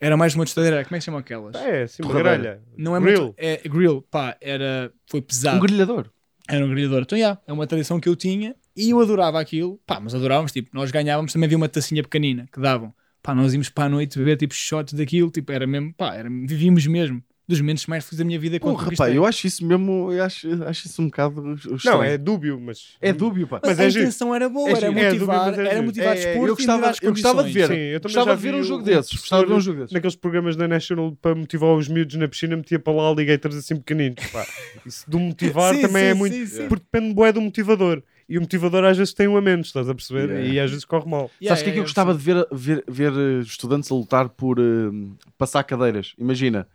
[SPEAKER 1] Era mais uma tostadeira. Como é que se chamam aquelas?
[SPEAKER 2] É, assim, uma
[SPEAKER 3] Torradeira.
[SPEAKER 2] grelha.
[SPEAKER 1] Não é
[SPEAKER 2] grill.
[SPEAKER 1] muito. É grill. Pá, era. Foi
[SPEAKER 3] Um
[SPEAKER 1] pesado.
[SPEAKER 3] grelhador.
[SPEAKER 1] Era um grelhador. Então, yeah, é uma tradição que eu tinha e eu adorava aquilo. Pá, mas adorávamos. Tipo, nós ganhávamos. Também havia uma tacinha pequenina que davam. Pá, nós íamos para a noite beber tipo shots daquilo. Tipo, era mesmo. Pá, era, vivíamos mesmo. Dos momentos mais felizes da minha vida. quando
[SPEAKER 3] Porra, pá,
[SPEAKER 1] conquistei.
[SPEAKER 3] eu acho isso mesmo, eu acho, acho isso um bocado
[SPEAKER 2] Não,
[SPEAKER 3] estranho.
[SPEAKER 2] é dúbio, mas.
[SPEAKER 3] é dúbio, pá.
[SPEAKER 1] Mas,
[SPEAKER 2] Mas é
[SPEAKER 1] a
[SPEAKER 2] giro.
[SPEAKER 1] intenção era boa,
[SPEAKER 3] É
[SPEAKER 1] era
[SPEAKER 3] giro.
[SPEAKER 2] É,
[SPEAKER 1] motivar,
[SPEAKER 2] dúvida, mas é
[SPEAKER 1] era
[SPEAKER 2] giro.
[SPEAKER 1] motivar
[SPEAKER 3] É, é,
[SPEAKER 1] desporto
[SPEAKER 3] eu
[SPEAKER 1] e melhorar
[SPEAKER 3] gostava-
[SPEAKER 1] as
[SPEAKER 3] eu gostava de
[SPEAKER 1] condições.
[SPEAKER 3] ver.
[SPEAKER 2] Sim, eu também
[SPEAKER 3] Gostava
[SPEAKER 2] já
[SPEAKER 3] de ver
[SPEAKER 2] vi
[SPEAKER 3] um
[SPEAKER 2] o-
[SPEAKER 3] jogo
[SPEAKER 2] o
[SPEAKER 3] desses. Gostava de ver um
[SPEAKER 2] professor
[SPEAKER 3] jogo desses.
[SPEAKER 2] Naqueles programas da National para motivar os miúdos na piscina, metia para lá alligators assim pequeninos. Pá. Isso do motivar
[SPEAKER 1] Sim,
[SPEAKER 2] também
[SPEAKER 1] sim,
[SPEAKER 2] é
[SPEAKER 1] sim,
[SPEAKER 2] muito.
[SPEAKER 1] sim.
[SPEAKER 2] Porque depende bué do motivador. E o motivador às vezes tem um a menos, estás a perceber?
[SPEAKER 3] Yeah.
[SPEAKER 2] E às vezes corre mal.
[SPEAKER 1] Yeah,
[SPEAKER 3] Sabes o que é
[SPEAKER 1] yeah,
[SPEAKER 3] que eu gostava de ver, ver, ver eh, estudantes a lutar por eh, passar cadeiras? Imagina.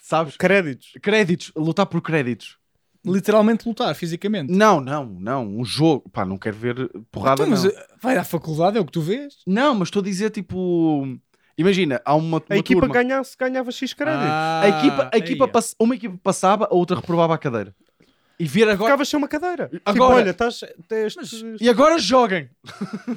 [SPEAKER 3] Sabes?
[SPEAKER 2] Créditos.
[SPEAKER 3] Créditos. Lutar por créditos.
[SPEAKER 1] Literalmente lutar, fisicamente.
[SPEAKER 3] Não, não, não. Um jogo. Pá, não quero ver porrada,
[SPEAKER 1] Então, mas
[SPEAKER 3] não.
[SPEAKER 1] eh, vai à faculdade, é o que tu vês.
[SPEAKER 3] Não, mas estou a dizer, tipo... Imagina, há uma,
[SPEAKER 2] A
[SPEAKER 3] uma
[SPEAKER 2] equipa
[SPEAKER 3] turma.
[SPEAKER 2] ganhasse, ganhava X créditos.
[SPEAKER 1] Ah,
[SPEAKER 3] A equipa, a
[SPEAKER 1] aí,
[SPEAKER 3] equipa
[SPEAKER 1] ó.
[SPEAKER 3] pass- Uma equipa passava, a outra reprovava a cadeira. E ver agora...
[SPEAKER 2] Ficavas sem uma cadeira. Tipo,
[SPEAKER 3] Agora-
[SPEAKER 2] olha, estás. tens-
[SPEAKER 3] E agora joguem!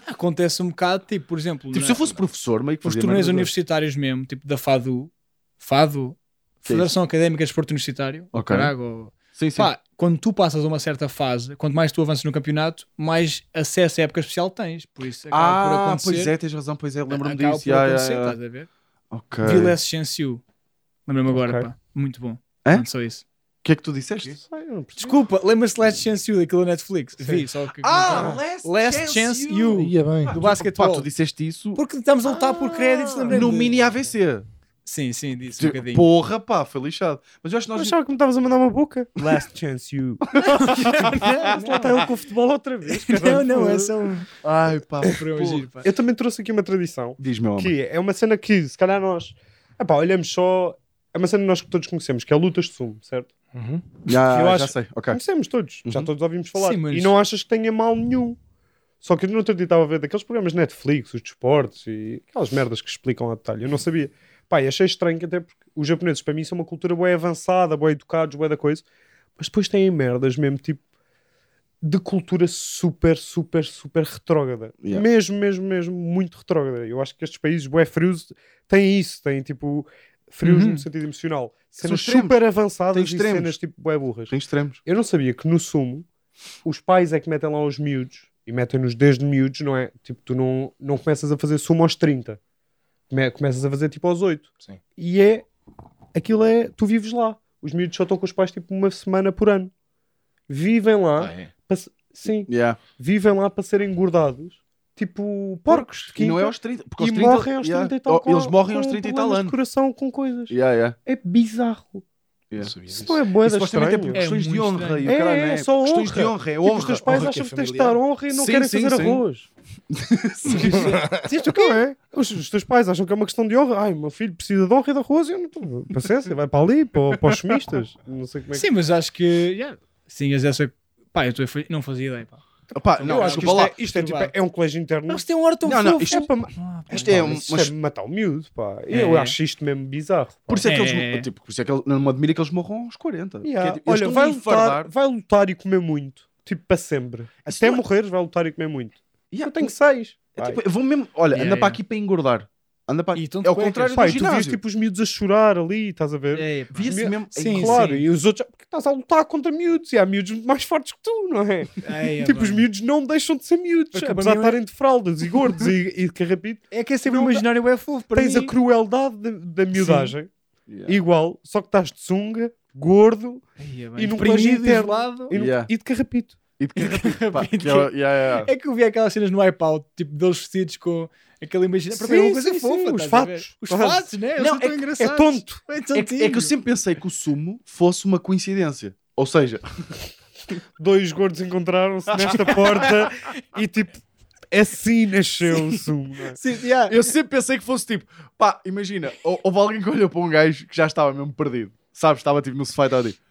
[SPEAKER 1] Acontece um bocado, tipo, por exemplo,
[SPEAKER 3] é. Tipo,
[SPEAKER 1] na-
[SPEAKER 3] se eu fosse professor, meio que
[SPEAKER 1] os
[SPEAKER 3] fazia
[SPEAKER 1] torneios
[SPEAKER 3] merda.
[SPEAKER 1] universitários mesmo, tipo da FADU, FADU,
[SPEAKER 3] Sim.
[SPEAKER 1] Federação Académica de Desporto Universitário, ou
[SPEAKER 3] Ok.
[SPEAKER 1] carago, ou-
[SPEAKER 3] Sim, sim.
[SPEAKER 1] Pá, quando tu passas a uma certa fase, quanto mais tu avanças no campeonato, mais acesso à época especial tens. Por isso acaba por
[SPEAKER 3] ah,
[SPEAKER 1] acontecer.
[SPEAKER 3] pois é, tens razão, pois é, lembro-me
[SPEAKER 1] acaba
[SPEAKER 3] disso.
[SPEAKER 1] por
[SPEAKER 3] ya, ya,
[SPEAKER 1] acontecer,
[SPEAKER 3] ya.
[SPEAKER 1] estás a ver?
[SPEAKER 3] Ok.
[SPEAKER 1] Vila Essencio. Lembra-me agora,
[SPEAKER 2] Ok.
[SPEAKER 1] pá. Muito bom.
[SPEAKER 3] É?
[SPEAKER 1] Pronto, Só isso.
[SPEAKER 3] O que é que tu disseste?
[SPEAKER 2] Sei, eu não percebo.
[SPEAKER 1] Desculpa, lembra-se de Last Chance You daquilo da Netflix? Vi, só que.
[SPEAKER 3] last,
[SPEAKER 1] Ah, Last Chance You.
[SPEAKER 4] Ia bem.
[SPEAKER 1] Do
[SPEAKER 3] Pá,
[SPEAKER 1] basquetebol.
[SPEAKER 3] tu disseste isso
[SPEAKER 1] Porque estamos a lutar por créditos, lembrei
[SPEAKER 3] no mini AVC.
[SPEAKER 1] Sim, sim, disse um bocadinho.
[SPEAKER 3] Tipo, Porra, pá, foi lixado. Mas eu acho que
[SPEAKER 2] Eu
[SPEAKER 3] nós.
[SPEAKER 2] achava que me estavas a mandar uma boca. Last chance you. Mas lá está ele com o futebol outra vez.
[SPEAKER 1] Não,
[SPEAKER 2] caralho.
[SPEAKER 1] não, é só um.
[SPEAKER 3] Ai, pá,
[SPEAKER 1] Para eu agir, um pá.
[SPEAKER 2] Eu também trouxe aqui uma tradição.
[SPEAKER 3] Diz, meu amor.
[SPEAKER 2] um que é uma cena que, se calhar, nós epá, olhamos só. É uma cena que nós todos conhecemos, que é lutas de sumo, certo?
[SPEAKER 4] Uhum.
[SPEAKER 3] Já,
[SPEAKER 2] eu
[SPEAKER 3] já
[SPEAKER 2] acho-
[SPEAKER 3] sei, ok. Uhum.
[SPEAKER 2] Conhecemos todos, já todos ouvimos falar.
[SPEAKER 1] Sim, mas-
[SPEAKER 2] E não achas que tenha mal nenhum. Só que eu no outro dia estava a ver daqueles programas Netflix, os desportos e aquelas merdas que explicam a detalhe. Eu não sabia. Pá, e achei estranho que até porque os japoneses, para mim, são uma cultura boa avançada, boa educados, boa da coisa. Mas depois têm merdas mesmo, tipo, de cultura super, super, super retrógrada.
[SPEAKER 3] Yeah.
[SPEAKER 2] Mesmo, mesmo, mesmo, muito retrógrada. Eu acho que estes países bué frios têm isso, têm tipo frios
[SPEAKER 1] Uhum.
[SPEAKER 2] no sentido emocional.
[SPEAKER 3] São
[SPEAKER 2] Cenas
[SPEAKER 3] extremos.
[SPEAKER 2] super avançadas
[SPEAKER 3] Tem
[SPEAKER 2] e
[SPEAKER 3] extremos.
[SPEAKER 2] cenas tipo bué burras.
[SPEAKER 3] Tem extremos.
[SPEAKER 2] Eu não sabia que no sumo os pais é que metem lá os miúdos e metem-nos desde miúdos, não é? Tipo, tu não, não começas a fazer sumo aos 30. Come- Começas a fazer tipo aos 8.
[SPEAKER 4] Sim.
[SPEAKER 2] E é aquilo é, tu vives lá. Os miúdos só estão com os pais tipo uma semana por ano. Vivem
[SPEAKER 4] Ah,
[SPEAKER 2] lá,
[SPEAKER 4] é.
[SPEAKER 2] para se- sim,
[SPEAKER 3] Yeah.
[SPEAKER 2] vivem lá para serem engordados, tipo porcos de
[SPEAKER 3] E não é
[SPEAKER 2] quinta,
[SPEAKER 3] aos 30. Porque
[SPEAKER 2] e
[SPEAKER 3] aos 30,
[SPEAKER 2] morrem aos
[SPEAKER 3] yeah.
[SPEAKER 2] 30 e tal.
[SPEAKER 3] Oh, Eles
[SPEAKER 2] com-
[SPEAKER 3] morrem aos
[SPEAKER 2] com
[SPEAKER 3] 30 e tal é
[SPEAKER 2] problemas de
[SPEAKER 3] anos.
[SPEAKER 2] coração com coisas.
[SPEAKER 3] Yeah, yeah.
[SPEAKER 2] É bizarro.
[SPEAKER 3] Yeah.
[SPEAKER 4] Sabia
[SPEAKER 2] Isso
[SPEAKER 4] disso.
[SPEAKER 2] não é boeda
[SPEAKER 3] Supostamente é por
[SPEAKER 2] estranho.
[SPEAKER 1] É
[SPEAKER 3] questões de
[SPEAKER 1] muito
[SPEAKER 3] honra e o
[SPEAKER 2] É,
[SPEAKER 3] caralho,
[SPEAKER 2] é,
[SPEAKER 3] não
[SPEAKER 2] só
[SPEAKER 3] Por questões
[SPEAKER 2] honra.
[SPEAKER 3] de honra, é
[SPEAKER 2] Tipo,
[SPEAKER 3] honra.
[SPEAKER 2] os teus pais
[SPEAKER 4] honra que é
[SPEAKER 2] acham que tens de
[SPEAKER 4] familiar.
[SPEAKER 2] dar honra e não
[SPEAKER 3] Sim,
[SPEAKER 2] querem
[SPEAKER 3] sim,
[SPEAKER 2] fazer
[SPEAKER 3] sim.
[SPEAKER 2] arroz. Dizes o quê? é? Os, os teus pais acham que é uma questão de honra. Ai, o meu filho precisa de honra e de arroz. E eu não- paciência, vai para ali, para, para os chemistas. Não sei como é que...
[SPEAKER 1] Sim, mas acho que. yeah, Sim, mas essa. Pá, eu estou a fa- não fazia ideia. Pá.
[SPEAKER 3] Opá, não,
[SPEAKER 2] eu acho que
[SPEAKER 3] desculpa
[SPEAKER 2] isto,
[SPEAKER 3] lá.
[SPEAKER 2] é, isto é, tipo, é um colégio interno.
[SPEAKER 1] Mas tem um hortão
[SPEAKER 3] Não, não,
[SPEAKER 1] fofo.
[SPEAKER 3] isto-
[SPEAKER 1] É pá, ma-
[SPEAKER 3] Isto é um-
[SPEAKER 2] Isto
[SPEAKER 3] mas-
[SPEAKER 2] é matar o miúdo, pá.
[SPEAKER 1] É.
[SPEAKER 2] Eu acho isto mesmo bizarro. pá.
[SPEAKER 3] Por isso é que
[SPEAKER 1] É.
[SPEAKER 3] eles. Tipo, por isso é que eu não me admira que eles morram aos 40. Que
[SPEAKER 2] Yeah.
[SPEAKER 3] é, tipo, eles
[SPEAKER 2] Olha,
[SPEAKER 3] estão
[SPEAKER 2] vai
[SPEAKER 3] a enfardar.
[SPEAKER 2] lutar, vai lutar e comer muito. Tipo, para sempre.
[SPEAKER 3] Isso
[SPEAKER 2] Até
[SPEAKER 3] não é-
[SPEAKER 2] morreres, vai lutar e comer muito.
[SPEAKER 3] Yeah,
[SPEAKER 2] Eu tenho seis.
[SPEAKER 3] é tipo, vão mesmo. Olha,
[SPEAKER 1] Yeah,
[SPEAKER 3] anda para
[SPEAKER 1] yeah.
[SPEAKER 3] aqui para engordar. Anda para
[SPEAKER 1] E então estão de
[SPEAKER 3] É o
[SPEAKER 1] cuecas.
[SPEAKER 3] contrário
[SPEAKER 2] Pá,
[SPEAKER 3] do
[SPEAKER 2] e tu vias
[SPEAKER 3] ginásio.
[SPEAKER 2] tipo os miúdos a chorar ali, estás a ver?
[SPEAKER 1] É, pá.
[SPEAKER 3] Via-se
[SPEAKER 2] Sim,
[SPEAKER 3] mesmo.
[SPEAKER 1] sim.
[SPEAKER 2] claro, e os outros, porque estás a lutar contra miúdos e há miúdos muito mais fortes que tu, não é?
[SPEAKER 1] É, é,
[SPEAKER 2] tipo, os
[SPEAKER 1] pá.
[SPEAKER 2] miúdos não deixam de ser miúdos,
[SPEAKER 1] Porque
[SPEAKER 2] apesar
[SPEAKER 1] para
[SPEAKER 2] de
[SPEAKER 1] mim
[SPEAKER 2] estarem de fraldas e gordos e, e de carrapito.
[SPEAKER 1] É que é sempre
[SPEAKER 2] Não dá-
[SPEAKER 1] imaginário é fofo. Para
[SPEAKER 2] Tens
[SPEAKER 1] mim.
[SPEAKER 2] a crueldade da, da miudagem,
[SPEAKER 3] Yeah.
[SPEAKER 2] igual, só que estás de sunga, gordo
[SPEAKER 1] Ai, é bem.
[SPEAKER 2] e
[SPEAKER 1] Deprimido,
[SPEAKER 2] num colégio interno.
[SPEAKER 1] isolado.
[SPEAKER 2] e, num-
[SPEAKER 3] Yeah.
[SPEAKER 2] e de carrapito.
[SPEAKER 3] E de carrapito. pá,
[SPEAKER 1] Carrapito.
[SPEAKER 3] que é- yeah, yeah.
[SPEAKER 1] É que eu vi aquelas cenas no iPod, tipo, deles vestidos com aquela imaginação. Para mim é uma
[SPEAKER 2] Sim,
[SPEAKER 1] coisa
[SPEAKER 2] sim,
[SPEAKER 1] fofa.
[SPEAKER 2] sim, os
[SPEAKER 1] estás a ver?
[SPEAKER 2] fatos.
[SPEAKER 1] Os fatos, né? Eles
[SPEAKER 3] Não,
[SPEAKER 1] são tão
[SPEAKER 3] é que- é
[SPEAKER 1] engraçados.
[SPEAKER 2] É tonto.
[SPEAKER 1] É,
[SPEAKER 3] É que- é que eu
[SPEAKER 1] tontinho.
[SPEAKER 3] sempre pensei que o sumo fosse uma coincidência. Ou seja,
[SPEAKER 2] Dois gordos encontraram-se nesta porta e tipo, assim nasceu o sumo. não é?
[SPEAKER 1] Sim, yeah.
[SPEAKER 3] eu sempre pensei que fosse tipo, pá, imagina, hou- houve alguém que olhou para um gajo que já estava mesmo perdido, sabes? Estava tipo no sofá e estava tipo,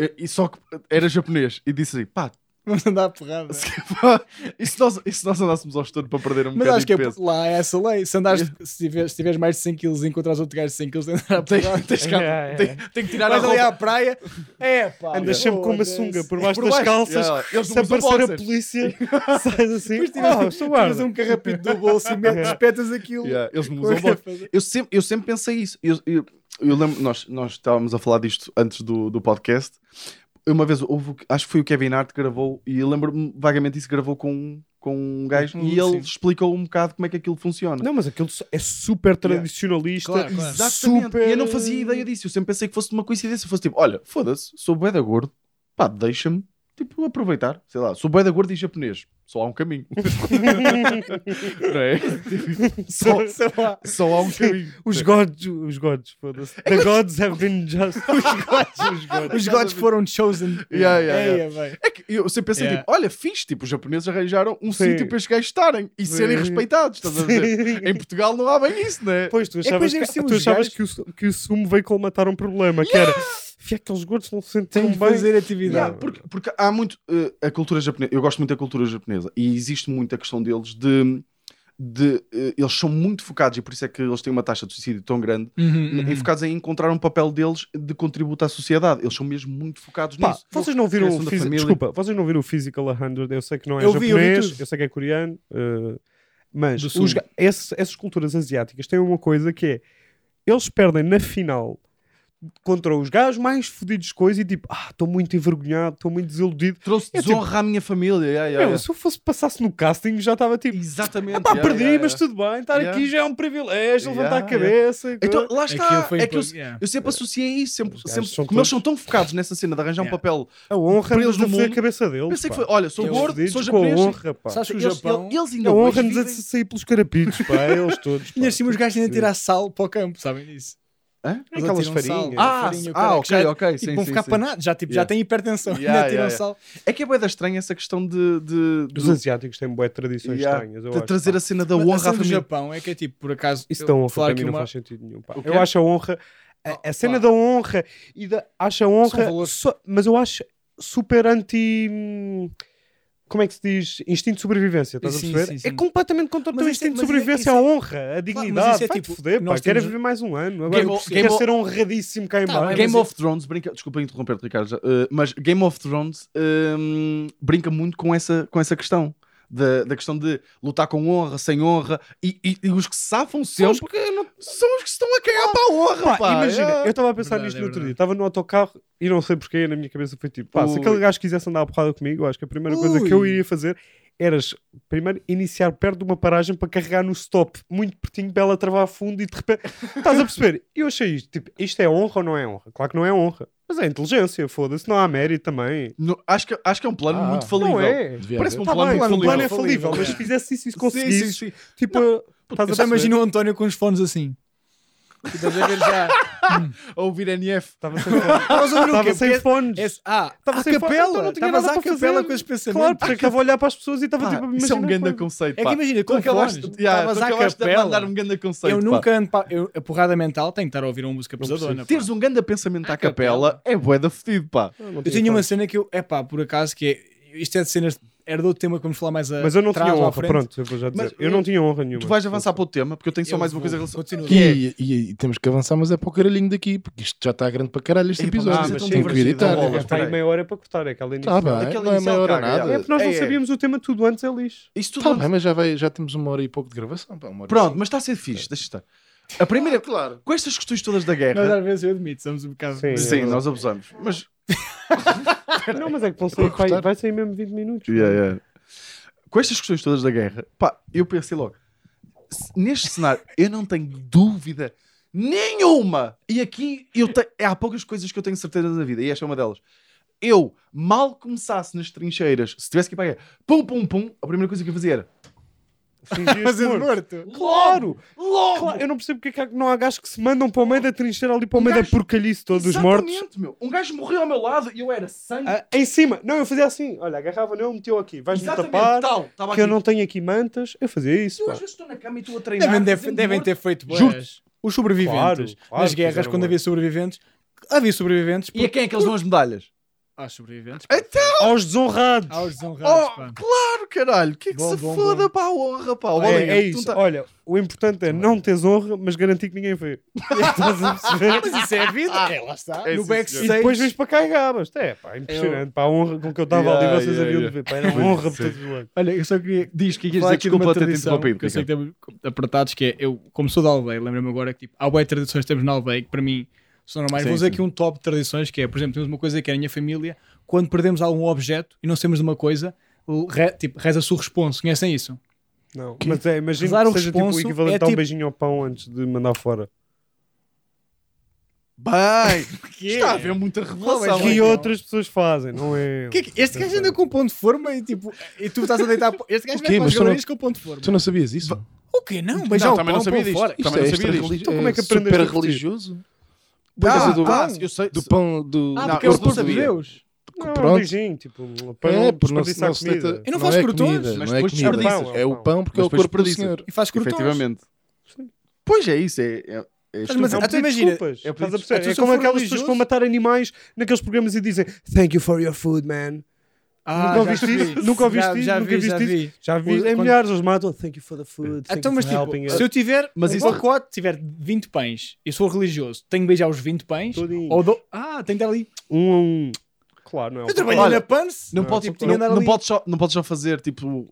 [SPEAKER 3] e- e só que era japonês e disse assim, pá,
[SPEAKER 1] Vamos andar a porrada.
[SPEAKER 3] se, pá, e, se nós, e se nós andássemos ao estouro para perder um
[SPEAKER 1] Mas
[SPEAKER 3] bocado
[SPEAKER 1] acho que é
[SPEAKER 3] de
[SPEAKER 1] por-
[SPEAKER 3] peso?
[SPEAKER 1] lá é essa lei. Se, andares, se, tiveres, se tiveres mais de 100 kg e encontrares outro gajo de 100 kg, tens de andar a porrada.
[SPEAKER 3] Tens, tens, cá-
[SPEAKER 2] É, é.
[SPEAKER 3] tem- tem que tirar a
[SPEAKER 1] Vais ali
[SPEAKER 3] roupa.
[SPEAKER 1] à praia. É pá.
[SPEAKER 2] Andas sempre com uma sunga
[SPEAKER 1] É
[SPEAKER 2] por baixo
[SPEAKER 3] Por
[SPEAKER 2] das
[SPEAKER 3] baixo.
[SPEAKER 2] calças.
[SPEAKER 3] Yeah, eles
[SPEAKER 2] Se
[SPEAKER 3] não usam
[SPEAKER 2] aparecer a
[SPEAKER 3] boxers.
[SPEAKER 2] polícia, sais assim.
[SPEAKER 1] Depois tiras,
[SPEAKER 2] "Oh, sou guarda."
[SPEAKER 1] tiras um carrapito do bolso e metes, espetas aquilo.
[SPEAKER 3] Yeah, eles não
[SPEAKER 1] Como é
[SPEAKER 3] usam
[SPEAKER 1] que é
[SPEAKER 3] boxers.
[SPEAKER 1] fazer?
[SPEAKER 3] Eu sempre, eu sempre pensei isso. Eu, eu, eu lembro, nós, nós estávamos a falar disto antes do, do podcast. Uma vez, houve, o- acho que foi o Kevin Hart que gravou, e eu lembro-me vagamente isso, gravou com, um- com um gajo,
[SPEAKER 1] Hum,
[SPEAKER 3] e ele
[SPEAKER 1] sim.
[SPEAKER 3] explicou um bocado como é que aquilo funciona.
[SPEAKER 2] Não, mas aquilo é super tradicionalista.
[SPEAKER 1] Claro, claro.
[SPEAKER 2] e
[SPEAKER 3] Exatamente.
[SPEAKER 2] Super...
[SPEAKER 3] E eu não fazia ideia disso. Eu sempre pensei que fosse uma coincidência. Fosse tipo, olha, foda-se, sou bué da gordo, pá, deixa-me, tipo, aproveitar. Sei lá, sou bué da gordo e japonês. Só há um caminho. não é? Tipo, só,
[SPEAKER 1] Sei lá. É
[SPEAKER 3] só há um caminho.
[SPEAKER 2] Os gods, os gods, foda-se. The gods have been just. os gods, os gods.
[SPEAKER 1] Os gods foram chosen.
[SPEAKER 3] Yeah, yeah, yeah.
[SPEAKER 1] Eia, bem.
[SPEAKER 3] É que eu sempre pensei,
[SPEAKER 1] Yeah.
[SPEAKER 3] tipo, olha, fixe, tipo, os japoneses arranjaram um
[SPEAKER 2] Sim.
[SPEAKER 3] sítio para os gajos estarem e serem
[SPEAKER 2] Sim.
[SPEAKER 3] respeitados, estás a ver?
[SPEAKER 2] Sim.
[SPEAKER 3] Em Portugal não há bem isso, né?
[SPEAKER 2] Pois, tu
[SPEAKER 1] que
[SPEAKER 2] achavas,
[SPEAKER 1] deve
[SPEAKER 2] que,
[SPEAKER 1] ser
[SPEAKER 2] tu
[SPEAKER 1] os
[SPEAKER 2] achavas que, o, su- que o sumo veio colmatar um problema, que era. "Fih, aqueles gordos não se sentem
[SPEAKER 1] Tem
[SPEAKER 2] tão
[SPEAKER 1] de
[SPEAKER 2] bem.
[SPEAKER 1] fazer atividade.
[SPEAKER 3] Yeah, porque, porque há muito. eh, a cultura japonesa. Eu gosto muito da cultura japonesa e existe muito a questão deles de. de eh, eles são muito focados e por isso é que eles têm uma taxa de suicídio tão grande.
[SPEAKER 1] Uhum,
[SPEAKER 3] em-
[SPEAKER 1] uhum.
[SPEAKER 3] Em focados em encontrar um papel deles de contributo à sociedade. Eles são mesmo muito focados
[SPEAKER 2] Pá,
[SPEAKER 3] nisso.
[SPEAKER 2] vocês não viram
[SPEAKER 3] Criação
[SPEAKER 2] o
[SPEAKER 3] da
[SPEAKER 2] Physi-
[SPEAKER 3] família.
[SPEAKER 2] Desculpa, vocês não viram o Physical 100? Eu sei que não é
[SPEAKER 1] Eu vi, eu vi
[SPEAKER 2] japonês, eu,
[SPEAKER 1] tudo.
[SPEAKER 2] sei que é coreano, eh, mas
[SPEAKER 1] Do sul.
[SPEAKER 2] os ga- esse- essas culturas asiáticas têm uma coisa que é: eles perdem na final contra os gajos mais fodidos de coisa e tipo, ah, estou muito envergonhado, estou muito desiludido.
[SPEAKER 3] Trouxe
[SPEAKER 2] é tipo-
[SPEAKER 3] desonra à minha família. yeah, yeah,
[SPEAKER 2] Meu,
[SPEAKER 3] yeah.
[SPEAKER 2] se eu fosse passasse no casting já estava tipo,
[SPEAKER 3] Exatamente.
[SPEAKER 2] ah, pá,
[SPEAKER 3] yeah,
[SPEAKER 2] perdi,
[SPEAKER 3] yeah,
[SPEAKER 2] mas
[SPEAKER 3] yeah.
[SPEAKER 2] tudo bem, estar
[SPEAKER 3] Yeah.
[SPEAKER 2] aqui já é um
[SPEAKER 3] Yeah,
[SPEAKER 2] privilégio, levantar
[SPEAKER 3] yeah.
[SPEAKER 2] a cabeça. e
[SPEAKER 3] Então,
[SPEAKER 2] coisa.
[SPEAKER 3] lá
[SPEAKER 1] Aquilo
[SPEAKER 3] está.
[SPEAKER 1] foi
[SPEAKER 3] É que eu,
[SPEAKER 1] impo- yeah.
[SPEAKER 3] eu sempre associei isso. Sempre,
[SPEAKER 2] Os gajos
[SPEAKER 3] sempre,
[SPEAKER 2] são
[SPEAKER 3] como eles
[SPEAKER 2] todos-
[SPEAKER 3] são tão focados nessa cena de arranjar um
[SPEAKER 1] Yeah.
[SPEAKER 3] papel.
[SPEAKER 2] a honra
[SPEAKER 3] por eles
[SPEAKER 2] nos a
[SPEAKER 3] no
[SPEAKER 2] fazer a
[SPEAKER 3] mundo,
[SPEAKER 2] cabeça deles.
[SPEAKER 3] Pensei que
[SPEAKER 2] pá.
[SPEAKER 3] foi, olha, sou
[SPEAKER 1] Que eles
[SPEAKER 3] gordo, sou
[SPEAKER 2] Fodidos com a
[SPEAKER 3] japonês.
[SPEAKER 2] honra, É pá.
[SPEAKER 1] Sabes que o
[SPEAKER 3] Eles,
[SPEAKER 1] Japão.
[SPEAKER 3] eles, eles ainda
[SPEAKER 2] A honra
[SPEAKER 3] hoje
[SPEAKER 2] nos a
[SPEAKER 3] vivem-
[SPEAKER 2] sair pelos carapitos, pá, é eles todos.
[SPEAKER 1] E assim os gajos ainda tirar sal para o campo, sabem disso?
[SPEAKER 3] Hã?
[SPEAKER 1] Eles
[SPEAKER 2] Aquelas
[SPEAKER 1] atiram sal,
[SPEAKER 2] farinhas.
[SPEAKER 3] Ah,
[SPEAKER 1] farinha, o
[SPEAKER 3] ah,
[SPEAKER 1] caralho, que
[SPEAKER 3] ok,
[SPEAKER 1] já-
[SPEAKER 3] ok.
[SPEAKER 1] tipo,
[SPEAKER 3] Sim,
[SPEAKER 1] vão
[SPEAKER 3] sim,
[SPEAKER 1] ficar
[SPEAKER 3] sim.
[SPEAKER 1] para nada, já, tipo, já
[SPEAKER 3] Yeah.
[SPEAKER 1] têm hipertensão,
[SPEAKER 3] Yeah,
[SPEAKER 1] ainda tiram
[SPEAKER 3] yeah,
[SPEAKER 1] sal.
[SPEAKER 3] É que é bué da estranha essa questão de, de,
[SPEAKER 2] Os
[SPEAKER 3] do-
[SPEAKER 2] asiáticos têm boé tradições
[SPEAKER 3] Yeah,
[SPEAKER 2] estranhas. Eu
[SPEAKER 3] de
[SPEAKER 2] acho,
[SPEAKER 3] trazer
[SPEAKER 2] pá.
[SPEAKER 3] a cena da
[SPEAKER 1] Mas a
[SPEAKER 3] honra à
[SPEAKER 1] cena do
[SPEAKER 3] família.
[SPEAKER 1] Japão é que é tipo, por acaso.
[SPEAKER 2] Isso
[SPEAKER 1] eu
[SPEAKER 2] da
[SPEAKER 1] vou
[SPEAKER 2] honra
[SPEAKER 1] falar
[SPEAKER 2] para
[SPEAKER 1] aqui
[SPEAKER 2] mim não
[SPEAKER 1] uma- é
[SPEAKER 2] faz sentido nenhum. pá.
[SPEAKER 3] O quê?
[SPEAKER 2] Eu acho a honra, a, a cena da honra e da. Acho a honra.
[SPEAKER 1] valores.
[SPEAKER 2] só- mas eu acho super anti. hum, Como é que se diz? Instinto de sobrevivência, estás
[SPEAKER 1] Sim,
[SPEAKER 2] a perceber?
[SPEAKER 1] sim, sim.
[SPEAKER 2] É completamente contra o
[SPEAKER 1] Mas
[SPEAKER 2] teu
[SPEAKER 1] isso é-
[SPEAKER 2] instinto de
[SPEAKER 1] mas isso é- isso
[SPEAKER 2] sobrevivência, a
[SPEAKER 1] é-
[SPEAKER 2] honra, a
[SPEAKER 1] mas isso
[SPEAKER 2] dignidade.
[SPEAKER 1] é
[SPEAKER 2] Vai-te
[SPEAKER 1] tipo,
[SPEAKER 2] foder, pá.
[SPEAKER 1] nós
[SPEAKER 2] Quero
[SPEAKER 1] temos-
[SPEAKER 2] viver mais um ano.
[SPEAKER 1] Game
[SPEAKER 2] Agora
[SPEAKER 1] of-
[SPEAKER 2] quero
[SPEAKER 1] Game
[SPEAKER 2] ser honradíssimo cá em
[SPEAKER 1] Tá
[SPEAKER 2] baixo.
[SPEAKER 1] bem,
[SPEAKER 3] Game
[SPEAKER 1] mas
[SPEAKER 3] of Thrones brinca. Desculpa interromper, Ricardo. já, eh, mas Game of Thrones hum, brinca muito com essa, com essa questão. Da, da questão de lutar com honra, sem honra. E, e- e os que safam
[SPEAKER 2] São os
[SPEAKER 3] sempre são os que estão a cagar para a honra.
[SPEAKER 2] Pá,
[SPEAKER 3] pá,
[SPEAKER 2] imagina,
[SPEAKER 3] é.
[SPEAKER 2] eu estava a pensar
[SPEAKER 1] Verdade,
[SPEAKER 2] nisto
[SPEAKER 1] é
[SPEAKER 2] no outro
[SPEAKER 1] verdade.
[SPEAKER 2] dia, estava no autocarro e não sei porquê, na minha cabeça foi tipo, pá, se
[SPEAKER 3] Ui.
[SPEAKER 2] aquele gajo quisesse andar a porrada comigo, eu acho que a primeira coisa que eu
[SPEAKER 1] Ui.
[SPEAKER 2] iria fazer eras primeiro iniciar perto de uma paragem para carregar no stop, muito pertinho para ela travar fundo e de repente estás a perceber? E eu achei isto, tipo, isto é honra ou não é honra? Claro que não é honra, mas é inteligência, foda-se, não há mérito também.
[SPEAKER 3] No- acho, que, acho que é um plano
[SPEAKER 4] Ah,
[SPEAKER 3] muito
[SPEAKER 2] Não
[SPEAKER 3] falível.
[SPEAKER 2] é?
[SPEAKER 4] Devia
[SPEAKER 3] Parece-me
[SPEAKER 4] haver.
[SPEAKER 3] um
[SPEAKER 2] Tá
[SPEAKER 3] plano
[SPEAKER 2] bem,
[SPEAKER 3] muito
[SPEAKER 2] o plano é
[SPEAKER 3] falível.
[SPEAKER 2] falível, mas
[SPEAKER 1] É.
[SPEAKER 2] se fizesse isso e se
[SPEAKER 3] Sim,
[SPEAKER 2] conseguisse,
[SPEAKER 3] sim, sim.
[SPEAKER 2] tipo, estás
[SPEAKER 1] Eu
[SPEAKER 2] a
[SPEAKER 1] já
[SPEAKER 2] perceber?
[SPEAKER 1] imagino o António com os fones assim. Tipo, Estás a ver já.
[SPEAKER 3] a ouvir NF.
[SPEAKER 2] Estava sem fones.
[SPEAKER 1] Estavas a ouvir o quê?
[SPEAKER 2] Estava sem
[SPEAKER 3] é
[SPEAKER 1] Porque-
[SPEAKER 2] fones.
[SPEAKER 3] assim,
[SPEAKER 1] Esse- Ah,
[SPEAKER 2] Estava
[SPEAKER 1] à
[SPEAKER 2] sem fones, então
[SPEAKER 1] capela.
[SPEAKER 2] não tinha
[SPEAKER 1] Estavas
[SPEAKER 2] nada
[SPEAKER 1] à
[SPEAKER 2] para
[SPEAKER 1] capela
[SPEAKER 2] fazer.
[SPEAKER 1] com esses pensamentos.
[SPEAKER 2] Claro, porque eu estava a olhar para as pessoas e estava
[SPEAKER 3] é Pá,
[SPEAKER 2] tipo
[SPEAKER 3] isso é
[SPEAKER 2] a
[SPEAKER 3] um
[SPEAKER 2] imaginar
[SPEAKER 3] grande
[SPEAKER 2] coisas.
[SPEAKER 3] conceito.
[SPEAKER 1] É que
[SPEAKER 3] pá.
[SPEAKER 1] imagina,
[SPEAKER 3] Tu
[SPEAKER 1] com
[SPEAKER 3] acabaste,
[SPEAKER 1] fones,
[SPEAKER 3] yeah, tu
[SPEAKER 1] estavas à
[SPEAKER 3] acabaste de
[SPEAKER 1] capela.
[SPEAKER 3] mandar um grande conceito.
[SPEAKER 1] Eu
[SPEAKER 3] pá.
[SPEAKER 1] nunca ando para. eu- A porrada mental tem que estar a ouvir uma música pesadona. é, pá.
[SPEAKER 3] Teres um grande pensamento à capela é bué da fedido, pá.
[SPEAKER 2] Ah, não
[SPEAKER 1] Eu tinha uma cena que eu. É pá, por acaso, que é. Isto é de cenas. Era do tema que vamos falar mais a.
[SPEAKER 2] Mas eu não tinha
[SPEAKER 1] atrás ou à
[SPEAKER 2] honra,
[SPEAKER 1] frente.
[SPEAKER 2] pronto, eu vou já dizer.
[SPEAKER 3] Mas,
[SPEAKER 2] eu não tinha honra nenhuma.
[SPEAKER 3] Tu vais avançar para o tema, porque eu tenho só
[SPEAKER 1] Eu
[SPEAKER 3] mais
[SPEAKER 1] vou-
[SPEAKER 3] uma coisa em relação.
[SPEAKER 1] continua.
[SPEAKER 3] Que é,
[SPEAKER 4] E, e- e temos que avançar, mas é para o caralhinho daqui, porque isto já está grande para caralho este
[SPEAKER 3] Epá,
[SPEAKER 4] episódio. Então
[SPEAKER 3] mas
[SPEAKER 2] é tão
[SPEAKER 4] Tenho que
[SPEAKER 3] divertido,
[SPEAKER 4] editar.
[SPEAKER 3] não rola.
[SPEAKER 2] Está aí
[SPEAKER 3] Peraí.
[SPEAKER 2] meia hora para cortar é aquela
[SPEAKER 4] Está
[SPEAKER 2] inicial.
[SPEAKER 4] bem,
[SPEAKER 3] Aquela
[SPEAKER 4] não é meia
[SPEAKER 3] inicial
[SPEAKER 4] hora
[SPEAKER 3] caga,
[SPEAKER 4] nada.
[SPEAKER 2] É porque nós não
[SPEAKER 3] É, é.
[SPEAKER 2] sabíamos o tema tudo antes, é lixo.
[SPEAKER 3] isto
[SPEAKER 4] Está
[SPEAKER 3] tudo
[SPEAKER 4] Tá bem, mas já, vai, já temos uma hora e pouco de gravação. Pá, uma hora e
[SPEAKER 3] Pronto, mas está a ser fixe, deixa estar. A primeira,
[SPEAKER 4] claro.
[SPEAKER 3] com estas questões todas da
[SPEAKER 1] Nós
[SPEAKER 3] guerra,
[SPEAKER 1] às vezes eu admito, somos um bocado.
[SPEAKER 2] Sim.
[SPEAKER 3] sim, nós abusamos. Mas,
[SPEAKER 2] Não, mas é que vão sair, vai,
[SPEAKER 4] cortar.
[SPEAKER 2] vai sair mesmo 20 minutos.
[SPEAKER 3] Yeah, yeah. com estas questões todas da guerra, pá, eu pensei logo, se- neste cenário, eu não tenho dúvida nenhuma. E aqui eu te, é, há poucas coisas que eu tenho certeza na vida, e esta é uma delas. Eu, mal começasse nas trincheiras, se tivesse que ir para a guerra, pum, pum, pum, a primeira coisa que eu fazia era
[SPEAKER 2] Fingias-te
[SPEAKER 1] Fazer
[SPEAKER 2] morto.
[SPEAKER 1] morto.
[SPEAKER 2] Claro!
[SPEAKER 3] logo!
[SPEAKER 2] Claro, eu não percebo porque é que há- não há gajos que se mandam para o meio da trincheira ali para o
[SPEAKER 3] Um
[SPEAKER 2] meio
[SPEAKER 3] gajo-
[SPEAKER 2] da porcalhice todos os
[SPEAKER 3] Exatamente,
[SPEAKER 2] mortos.
[SPEAKER 3] meu. Um gajo morreu ao meu lado e eu era sangue.
[SPEAKER 2] Ah, em cima! Não, eu fazia assim. Olha, agarrava-lhe, eu meteu aqui. Vais-me
[SPEAKER 3] Exatamente,
[SPEAKER 2] tapar,
[SPEAKER 3] tal. Estava
[SPEAKER 2] que eu
[SPEAKER 3] aqui.
[SPEAKER 2] não tenho aqui mantas. Eu fazia isso,
[SPEAKER 3] Eu
[SPEAKER 2] pá.
[SPEAKER 3] às vezes estou na cama e estou a treinar.
[SPEAKER 1] Devem, deve-
[SPEAKER 3] fazendo
[SPEAKER 1] devem
[SPEAKER 3] morto.
[SPEAKER 1] ter feito boas.
[SPEAKER 3] Juro-te.
[SPEAKER 1] Os sobreviventes.
[SPEAKER 2] Claro, claro
[SPEAKER 1] Nas
[SPEAKER 2] que
[SPEAKER 1] guerras,
[SPEAKER 2] fizeram
[SPEAKER 1] quando
[SPEAKER 2] boas.
[SPEAKER 1] havia sobreviventes, havia sobreviventes.
[SPEAKER 3] E a quem é que eles dão as medalhas?
[SPEAKER 1] Há sobreviventes.
[SPEAKER 2] Aos desonrados!
[SPEAKER 1] Há os desonrados,
[SPEAKER 3] Oh,
[SPEAKER 1] pá.
[SPEAKER 3] claro, caralho. Que é que
[SPEAKER 1] Bom,
[SPEAKER 3] se
[SPEAKER 1] bom,
[SPEAKER 3] foda
[SPEAKER 1] bom.
[SPEAKER 3] para a honra, pá. O
[SPEAKER 2] É,
[SPEAKER 3] Bellingham,
[SPEAKER 2] é
[SPEAKER 3] tu
[SPEAKER 2] isso.
[SPEAKER 3] não tá-
[SPEAKER 2] Olha, o importante é não teres honra, mas garantir que ninguém vê. Estás a perceber?
[SPEAKER 1] Mas isso é a vida. é, lá está.
[SPEAKER 3] É,
[SPEAKER 1] no
[SPEAKER 3] sim,
[SPEAKER 2] E
[SPEAKER 1] backstage.
[SPEAKER 2] depois vens para cá e gabas. É, pá, impressionante. Pá, a honra com que eu estava
[SPEAKER 3] Yeah,
[SPEAKER 2] ali, vocês
[SPEAKER 3] yeah,
[SPEAKER 2] haviam
[SPEAKER 3] yeah.
[SPEAKER 2] de ver. Pá, era uma honra para todos os lados.
[SPEAKER 1] Olha, eu só queria. Diz que
[SPEAKER 3] dizer
[SPEAKER 1] ias aqui de
[SPEAKER 3] desculpa
[SPEAKER 1] uma
[SPEAKER 3] ter te
[SPEAKER 1] tradição.
[SPEAKER 3] interrompido,
[SPEAKER 1] Que eu sei que estamos apertados, que é. Eu, como sou da aldeia, lembro-me agora que tipo, há boas tradições que temos na aldeia que para mim são normais.
[SPEAKER 3] Sim,
[SPEAKER 1] Vou dizer
[SPEAKER 3] sim.
[SPEAKER 1] aqui um top de tradições que é, por exemplo, temos uma coisa que é a minha família, quando perdemos algum objeto e não sabemos de uma coisa, re- tipo, reza-se o responso. Conhecem isso?
[SPEAKER 2] Não, mas é, imagino
[SPEAKER 1] Rezar o
[SPEAKER 2] que seja tipo o
[SPEAKER 1] responso
[SPEAKER 2] equivalente
[SPEAKER 1] é
[SPEAKER 2] a um
[SPEAKER 1] tipo-
[SPEAKER 2] beijinho ao pão antes de mandar fora.
[SPEAKER 3] Bem, está a
[SPEAKER 1] ver?
[SPEAKER 3] haver muita revelação.
[SPEAKER 2] que
[SPEAKER 1] bem,
[SPEAKER 3] hein?
[SPEAKER 1] não.
[SPEAKER 2] outras pessoas fazem, não é?
[SPEAKER 1] Que é que- este gajo anda com ponto de forma e tipo, e tu estás a deitar. Este gajo
[SPEAKER 4] O
[SPEAKER 1] vai
[SPEAKER 4] quê?
[SPEAKER 1] para
[SPEAKER 4] Mas
[SPEAKER 1] as
[SPEAKER 4] tu não-
[SPEAKER 1] galerias com ponto de forma.
[SPEAKER 4] Tu não sabias isso?
[SPEAKER 1] O quê? Não, beijão,
[SPEAKER 3] também não
[SPEAKER 1] pão,
[SPEAKER 3] sabia
[SPEAKER 1] pão
[SPEAKER 3] disto.
[SPEAKER 1] fora.
[SPEAKER 3] Também não sabia
[SPEAKER 4] é
[SPEAKER 3] disto.
[SPEAKER 4] extra-religi-
[SPEAKER 2] Então como é que aprendeste
[SPEAKER 4] super
[SPEAKER 2] a repetir?
[SPEAKER 4] religioso? Por
[SPEAKER 3] Ah,
[SPEAKER 4] causa do,
[SPEAKER 3] ah, eu sei.
[SPEAKER 4] do pão do.
[SPEAKER 1] Ah,
[SPEAKER 3] Não,
[SPEAKER 1] porque
[SPEAKER 3] eu
[SPEAKER 1] é o
[SPEAKER 3] não
[SPEAKER 1] povo de
[SPEAKER 3] sabia.
[SPEAKER 1] Deus.
[SPEAKER 2] Não,
[SPEAKER 4] Pronto.
[SPEAKER 2] um beijinho, tipo, para
[SPEAKER 4] É,
[SPEAKER 2] não
[SPEAKER 4] por não,
[SPEAKER 2] desperdiçar
[SPEAKER 4] não se
[SPEAKER 2] comida.
[SPEAKER 4] trata.
[SPEAKER 1] Eu não faço
[SPEAKER 4] é
[SPEAKER 1] crotões.
[SPEAKER 4] comida,
[SPEAKER 3] Mas
[SPEAKER 4] não é
[SPEAKER 3] depois
[SPEAKER 4] comida.
[SPEAKER 3] desperdiças.
[SPEAKER 4] É o pão porque
[SPEAKER 3] Mas
[SPEAKER 4] é o
[SPEAKER 3] depois
[SPEAKER 4] corpo do
[SPEAKER 3] desperdiças.
[SPEAKER 4] senhor.
[SPEAKER 1] E faz crotões.
[SPEAKER 3] Efetivamente.
[SPEAKER 2] Sim.
[SPEAKER 3] Pois é isso. É, é, é
[SPEAKER 1] Mas- mas-
[SPEAKER 3] estúpido.
[SPEAKER 2] É um
[SPEAKER 1] Ah, tu
[SPEAKER 2] pedido de
[SPEAKER 1] imagina,
[SPEAKER 2] desculpas.
[SPEAKER 3] é um
[SPEAKER 2] Estás
[SPEAKER 3] pedido
[SPEAKER 2] a
[SPEAKER 3] de
[SPEAKER 2] perceber?
[SPEAKER 1] desculpas.
[SPEAKER 2] É
[SPEAKER 1] Então, se
[SPEAKER 2] como
[SPEAKER 1] eu for
[SPEAKER 2] aquelas pessoas que vão matar animais naqueles programas e dizem Thank you for your food, man.
[SPEAKER 1] Ah,
[SPEAKER 2] nunca
[SPEAKER 1] já
[SPEAKER 2] ouviste
[SPEAKER 1] vi.
[SPEAKER 2] isso? Nunca ouviste
[SPEAKER 1] Já-
[SPEAKER 2] isso?
[SPEAKER 1] já
[SPEAKER 2] nunca
[SPEAKER 1] vi,
[SPEAKER 2] viste
[SPEAKER 1] já
[SPEAKER 2] isso?
[SPEAKER 1] vi.
[SPEAKER 2] Já vi.
[SPEAKER 1] Os-
[SPEAKER 2] É
[SPEAKER 1] quando-
[SPEAKER 2] milhares, eles matam Thank you for the food. thank
[SPEAKER 1] Então,
[SPEAKER 2] you
[SPEAKER 1] mas
[SPEAKER 2] for
[SPEAKER 1] tipo,
[SPEAKER 2] helping us."
[SPEAKER 1] se eu tiver
[SPEAKER 3] Mas
[SPEAKER 1] mas um
[SPEAKER 3] isso-
[SPEAKER 1] pacote, tiver 20 pães, eu sou religioso, tenho que beijar os 20 pães?
[SPEAKER 3] tipo,
[SPEAKER 2] Todinho.
[SPEAKER 1] Ou dou... Ah, tenho que dar ali.
[SPEAKER 2] Um a um. Claro, não é? um
[SPEAKER 1] Eu trabalhei
[SPEAKER 3] Olha,
[SPEAKER 1] na Pans.
[SPEAKER 3] Não,
[SPEAKER 2] Não,
[SPEAKER 3] podes,
[SPEAKER 2] tipo,
[SPEAKER 1] tinha
[SPEAKER 3] não,
[SPEAKER 1] andado
[SPEAKER 3] não
[SPEAKER 1] ali.
[SPEAKER 3] podes só, não podes só fazer tipo.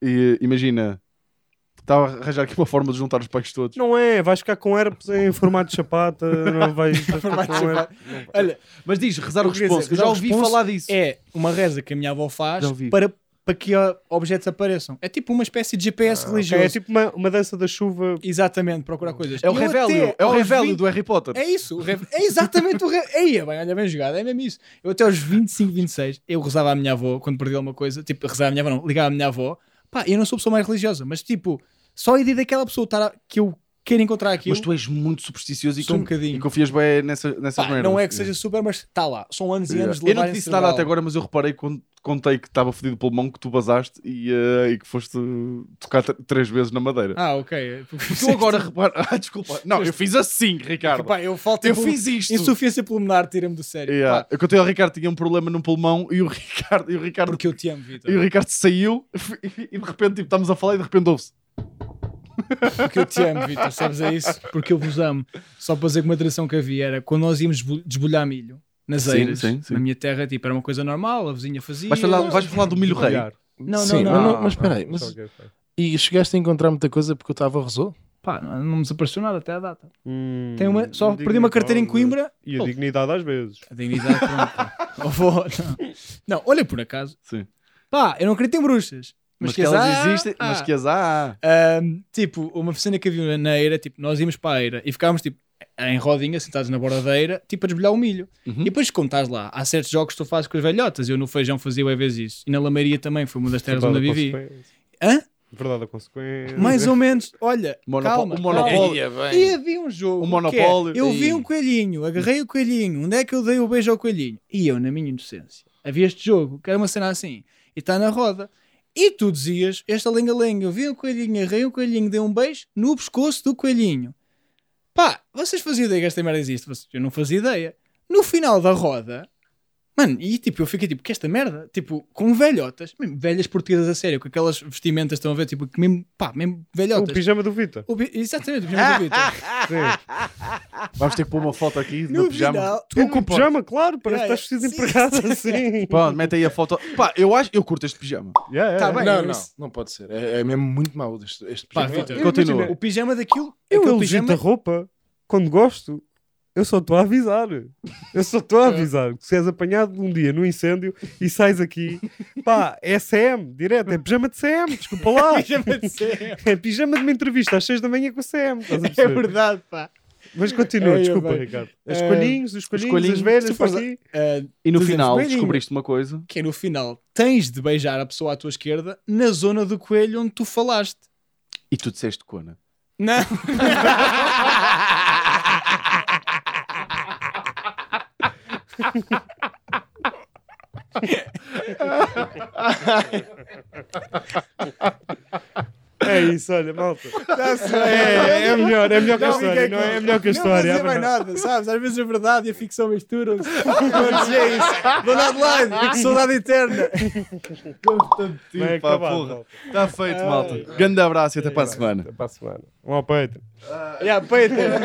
[SPEAKER 3] e- imagina. Estava a arranjar aqui uma forma de juntar os pais todos.
[SPEAKER 2] Não é, vais ficar com herpes em formato de chapata, não vais vais ficar
[SPEAKER 1] formato de
[SPEAKER 2] com
[SPEAKER 1] chapata.
[SPEAKER 2] herpes.
[SPEAKER 1] Olha,
[SPEAKER 3] é, Mas diz, rezar o
[SPEAKER 1] Eu queria dizer,
[SPEAKER 3] responso. Eu
[SPEAKER 1] rezar
[SPEAKER 3] já
[SPEAKER 1] o
[SPEAKER 3] ouvi
[SPEAKER 1] responso
[SPEAKER 3] falar disso.
[SPEAKER 1] é uma reza que a minha avó faz
[SPEAKER 3] Já ouvi.
[SPEAKER 1] para, para que ó, objetos apareçam. É tipo uma espécie de
[SPEAKER 3] Ah,
[SPEAKER 1] GPS
[SPEAKER 2] Ok,
[SPEAKER 1] religioso.
[SPEAKER 2] É tipo uma, uma dança da chuva.
[SPEAKER 1] Exatamente, procurar coisas.
[SPEAKER 3] É o
[SPEAKER 1] E eu
[SPEAKER 3] revelio.
[SPEAKER 1] até
[SPEAKER 3] É o
[SPEAKER 1] aos
[SPEAKER 3] revelio
[SPEAKER 1] 20
[SPEAKER 3] do Harry Potter.
[SPEAKER 1] É isso, o rev- é exatamente o rev- Ei, é bem, olha, bem jogado, é mesmo isso. Eu até aos 25, 26, eu rezava à minha avó quando perdi alguma coisa, tipo, rezava à minha avó, não, ligava à minha avó. Pá, eu não sou a pessoa mais religiosa, mas tipo, só a ideia daquela pessoa estar a- que eu quero encontrar aqui.
[SPEAKER 3] Mas tu és muito supersticioso e,
[SPEAKER 1] Sou um
[SPEAKER 3] com-
[SPEAKER 1] bocadinho.
[SPEAKER 3] e confias bem nessa, nessas
[SPEAKER 1] Pá,
[SPEAKER 3] merdas.
[SPEAKER 1] não é que seja super, mas está lá. São anos e
[SPEAKER 3] Yeah.
[SPEAKER 1] anos de
[SPEAKER 3] Eu não te
[SPEAKER 1] lavagem
[SPEAKER 3] disse
[SPEAKER 1] cerebral.
[SPEAKER 3] nada até agora, mas eu reparei quando contei que estava fodido pelo mão que tu basaste e, eh, e que foste tocar t- três vezes na madeira.
[SPEAKER 1] Ah, ok.
[SPEAKER 3] tu agora repara. Ah, desculpa. Não, eu fiz assim, Ricardo.
[SPEAKER 1] Pá, eu falto.
[SPEAKER 3] eu fiz isto.
[SPEAKER 1] Insuficiência pulmonar, tira-me do sério.
[SPEAKER 3] Yeah.
[SPEAKER 1] tipo, Pá,
[SPEAKER 3] Eu contei ao Ricardo que tinha um problema no pulmão e o Ricardo, e o Ricardo,
[SPEAKER 1] porque eu te amo,
[SPEAKER 3] e o
[SPEAKER 1] Vitor.
[SPEAKER 3] Ricardo saiu e de repente tipo, estamos a falar e de repente ouve-se.
[SPEAKER 1] Porque eu te amo, Vitor. Sabes é isso? Porque eu vos amo. Só para dizer que uma tradição que havia era quando nós íamos desbo- desbolhar milho nas
[SPEAKER 3] Sim,
[SPEAKER 1] eiras,
[SPEAKER 3] sim, sim.
[SPEAKER 1] na minha terra, tipo, era uma coisa normal, a vizinha fazia.
[SPEAKER 3] Vais falar, vais falar do milho rei.
[SPEAKER 2] Olhar.
[SPEAKER 1] Não,
[SPEAKER 4] Sim,
[SPEAKER 1] não,
[SPEAKER 4] mas,
[SPEAKER 1] não.
[SPEAKER 4] não- mas espera aí.
[SPEAKER 2] Só
[SPEAKER 4] Mas,
[SPEAKER 2] que-
[SPEAKER 4] e chegaste a encontrar muita coisa porque eu estava a rezou?
[SPEAKER 1] Pá, não, não me desapareceu nada até à data.
[SPEAKER 2] Hum, é.
[SPEAKER 1] Tem uma, só perdi uma carteira em
[SPEAKER 2] dignidade.
[SPEAKER 1] Coimbra.
[SPEAKER 2] E a
[SPEAKER 1] Oh.
[SPEAKER 2] dignidade às vezes.
[SPEAKER 1] A dignidade, pronto. pá. Oh, vó, não. não, olha por acaso.
[SPEAKER 3] Sim.
[SPEAKER 1] Pá, eu não acredito em bruxas.
[SPEAKER 3] Mas, que elas
[SPEAKER 1] as Ah, há,
[SPEAKER 3] existem, mas
[SPEAKER 1] há.
[SPEAKER 3] que as há.
[SPEAKER 1] Ahm, tipo, uma oficina que havia na eira, tipo, nós íamos para a eira e ficávamos tipo em rodinha, sentados na borda da eira, tipo a desbolhar o milho.
[SPEAKER 3] Uhum.
[SPEAKER 1] E depois, como estás lá, há certos jogos que tu
[SPEAKER 4] um
[SPEAKER 1] fazes com as velhotas. Eu no feijão fazia bem vezes isso. E na Lamaria também, foi uma das terras onde eu vivi. Hã?
[SPEAKER 2] Verdade a consequência.
[SPEAKER 1] Mais um. ou menos, olha,
[SPEAKER 3] Monopo-
[SPEAKER 1] calma.
[SPEAKER 3] o
[SPEAKER 1] calma.
[SPEAKER 3] Monopólio.
[SPEAKER 6] Ia bem.
[SPEAKER 1] E havia um jogo.
[SPEAKER 3] Um
[SPEAKER 1] que é,
[SPEAKER 3] monopólio.
[SPEAKER 1] eu vi
[SPEAKER 3] Ih.
[SPEAKER 1] um coelhinho, agarrei o coelhinho. Onde é que eu dei o beijo ao coelhinho? E eu, na minha inocência, havia este jogo, que era uma cena assim, e está na roda. E tu dizias, esta lenga-lenga, eu vi um coelhinho, agarrei um coelhinho, dei um beijo no pescoço do coelhinho. Pá, vocês faziam ideia que esta merda existe? Vocês- Eu não fazia ideia. No final da roda, mano, e tipo, eu fiquei tipo, que esta merda, tipo, com velhotas, mesmo velhas portuguesas a sério, com aquelas vestimentas estão a ver, tipo, que mesmo, pá, mesmo
[SPEAKER 2] O
[SPEAKER 1] velhotas.
[SPEAKER 2] pijama do Vitor.
[SPEAKER 1] O pi- Exatamente, o pijama do Vitor.
[SPEAKER 2] Sim.
[SPEAKER 3] Vamos ter que pôr uma foto aqui do
[SPEAKER 1] No
[SPEAKER 3] meu pijama.
[SPEAKER 1] final,
[SPEAKER 2] Tu com o pijama, claro, parece que
[SPEAKER 1] Yeah,
[SPEAKER 2] estás vestido de
[SPEAKER 1] yeah.
[SPEAKER 2] empregado assim.
[SPEAKER 3] Pronto, mete aí a foto. Pá, eu acho, eu curto este pijama.
[SPEAKER 2] Yeah, yeah.
[SPEAKER 1] Tá bem.
[SPEAKER 4] Não,
[SPEAKER 1] eu-
[SPEAKER 4] não, não pode ser. É, é mesmo muito mau este, este
[SPEAKER 1] Pá,
[SPEAKER 4] pijama.
[SPEAKER 1] Vitor,
[SPEAKER 3] Continua.
[SPEAKER 1] o pijama daquilo,
[SPEAKER 2] Eu
[SPEAKER 1] aquele
[SPEAKER 2] elogio
[SPEAKER 1] pijama,
[SPEAKER 2] a roupa quando gosto. Eu só estou a avisar. Eu só estou
[SPEAKER 1] É.
[SPEAKER 2] a avisar que se és apanhado um dia num incêndio e sais aqui, pá, é CM, direto, é pijama de CM, desculpa lá.
[SPEAKER 1] pijama de cena.
[SPEAKER 2] É pijama de uma entrevista às 6 da manhã com o CM, estás a
[SPEAKER 1] É
[SPEAKER 2] perceber?
[SPEAKER 1] verdade, É, pá.
[SPEAKER 2] Mas continua,
[SPEAKER 1] Ai,
[SPEAKER 2] desculpa,
[SPEAKER 1] bem.
[SPEAKER 2] Ricardo. Os
[SPEAKER 1] Eh,
[SPEAKER 2] coelhinhos, os coelhinhos, as
[SPEAKER 3] coelhinhos,
[SPEAKER 2] velhas,
[SPEAKER 3] se
[SPEAKER 2] por
[SPEAKER 3] fores a-
[SPEAKER 2] aqui.
[SPEAKER 1] Ah,
[SPEAKER 3] E no
[SPEAKER 1] Dizemos,
[SPEAKER 3] final
[SPEAKER 1] beijinho.
[SPEAKER 3] descobriste uma coisa.
[SPEAKER 1] que é no final tens de beijar a pessoa à tua esquerda na zona do coelho onde tu falaste.
[SPEAKER 3] E tu disseste cona.
[SPEAKER 1] Não.
[SPEAKER 2] É isso, olha, malta. É, é melhor, é melhor que a história, não é? É melhor que a história. é
[SPEAKER 1] Não mais
[SPEAKER 2] verdade.
[SPEAKER 1] nada, sabes? Às vezes a verdade e a ficção misturam-se. Quando é isso. Dona Adelaide, que saudade eterna.
[SPEAKER 2] Bem
[SPEAKER 3] Pá,
[SPEAKER 2] acabado,
[SPEAKER 3] porra.
[SPEAKER 2] malta. é
[SPEAKER 3] Está Tá feito, malta. Grande abraço e até para a semana.
[SPEAKER 2] Até para a semana. Um ao peito.
[SPEAKER 1] Yeah, Peter.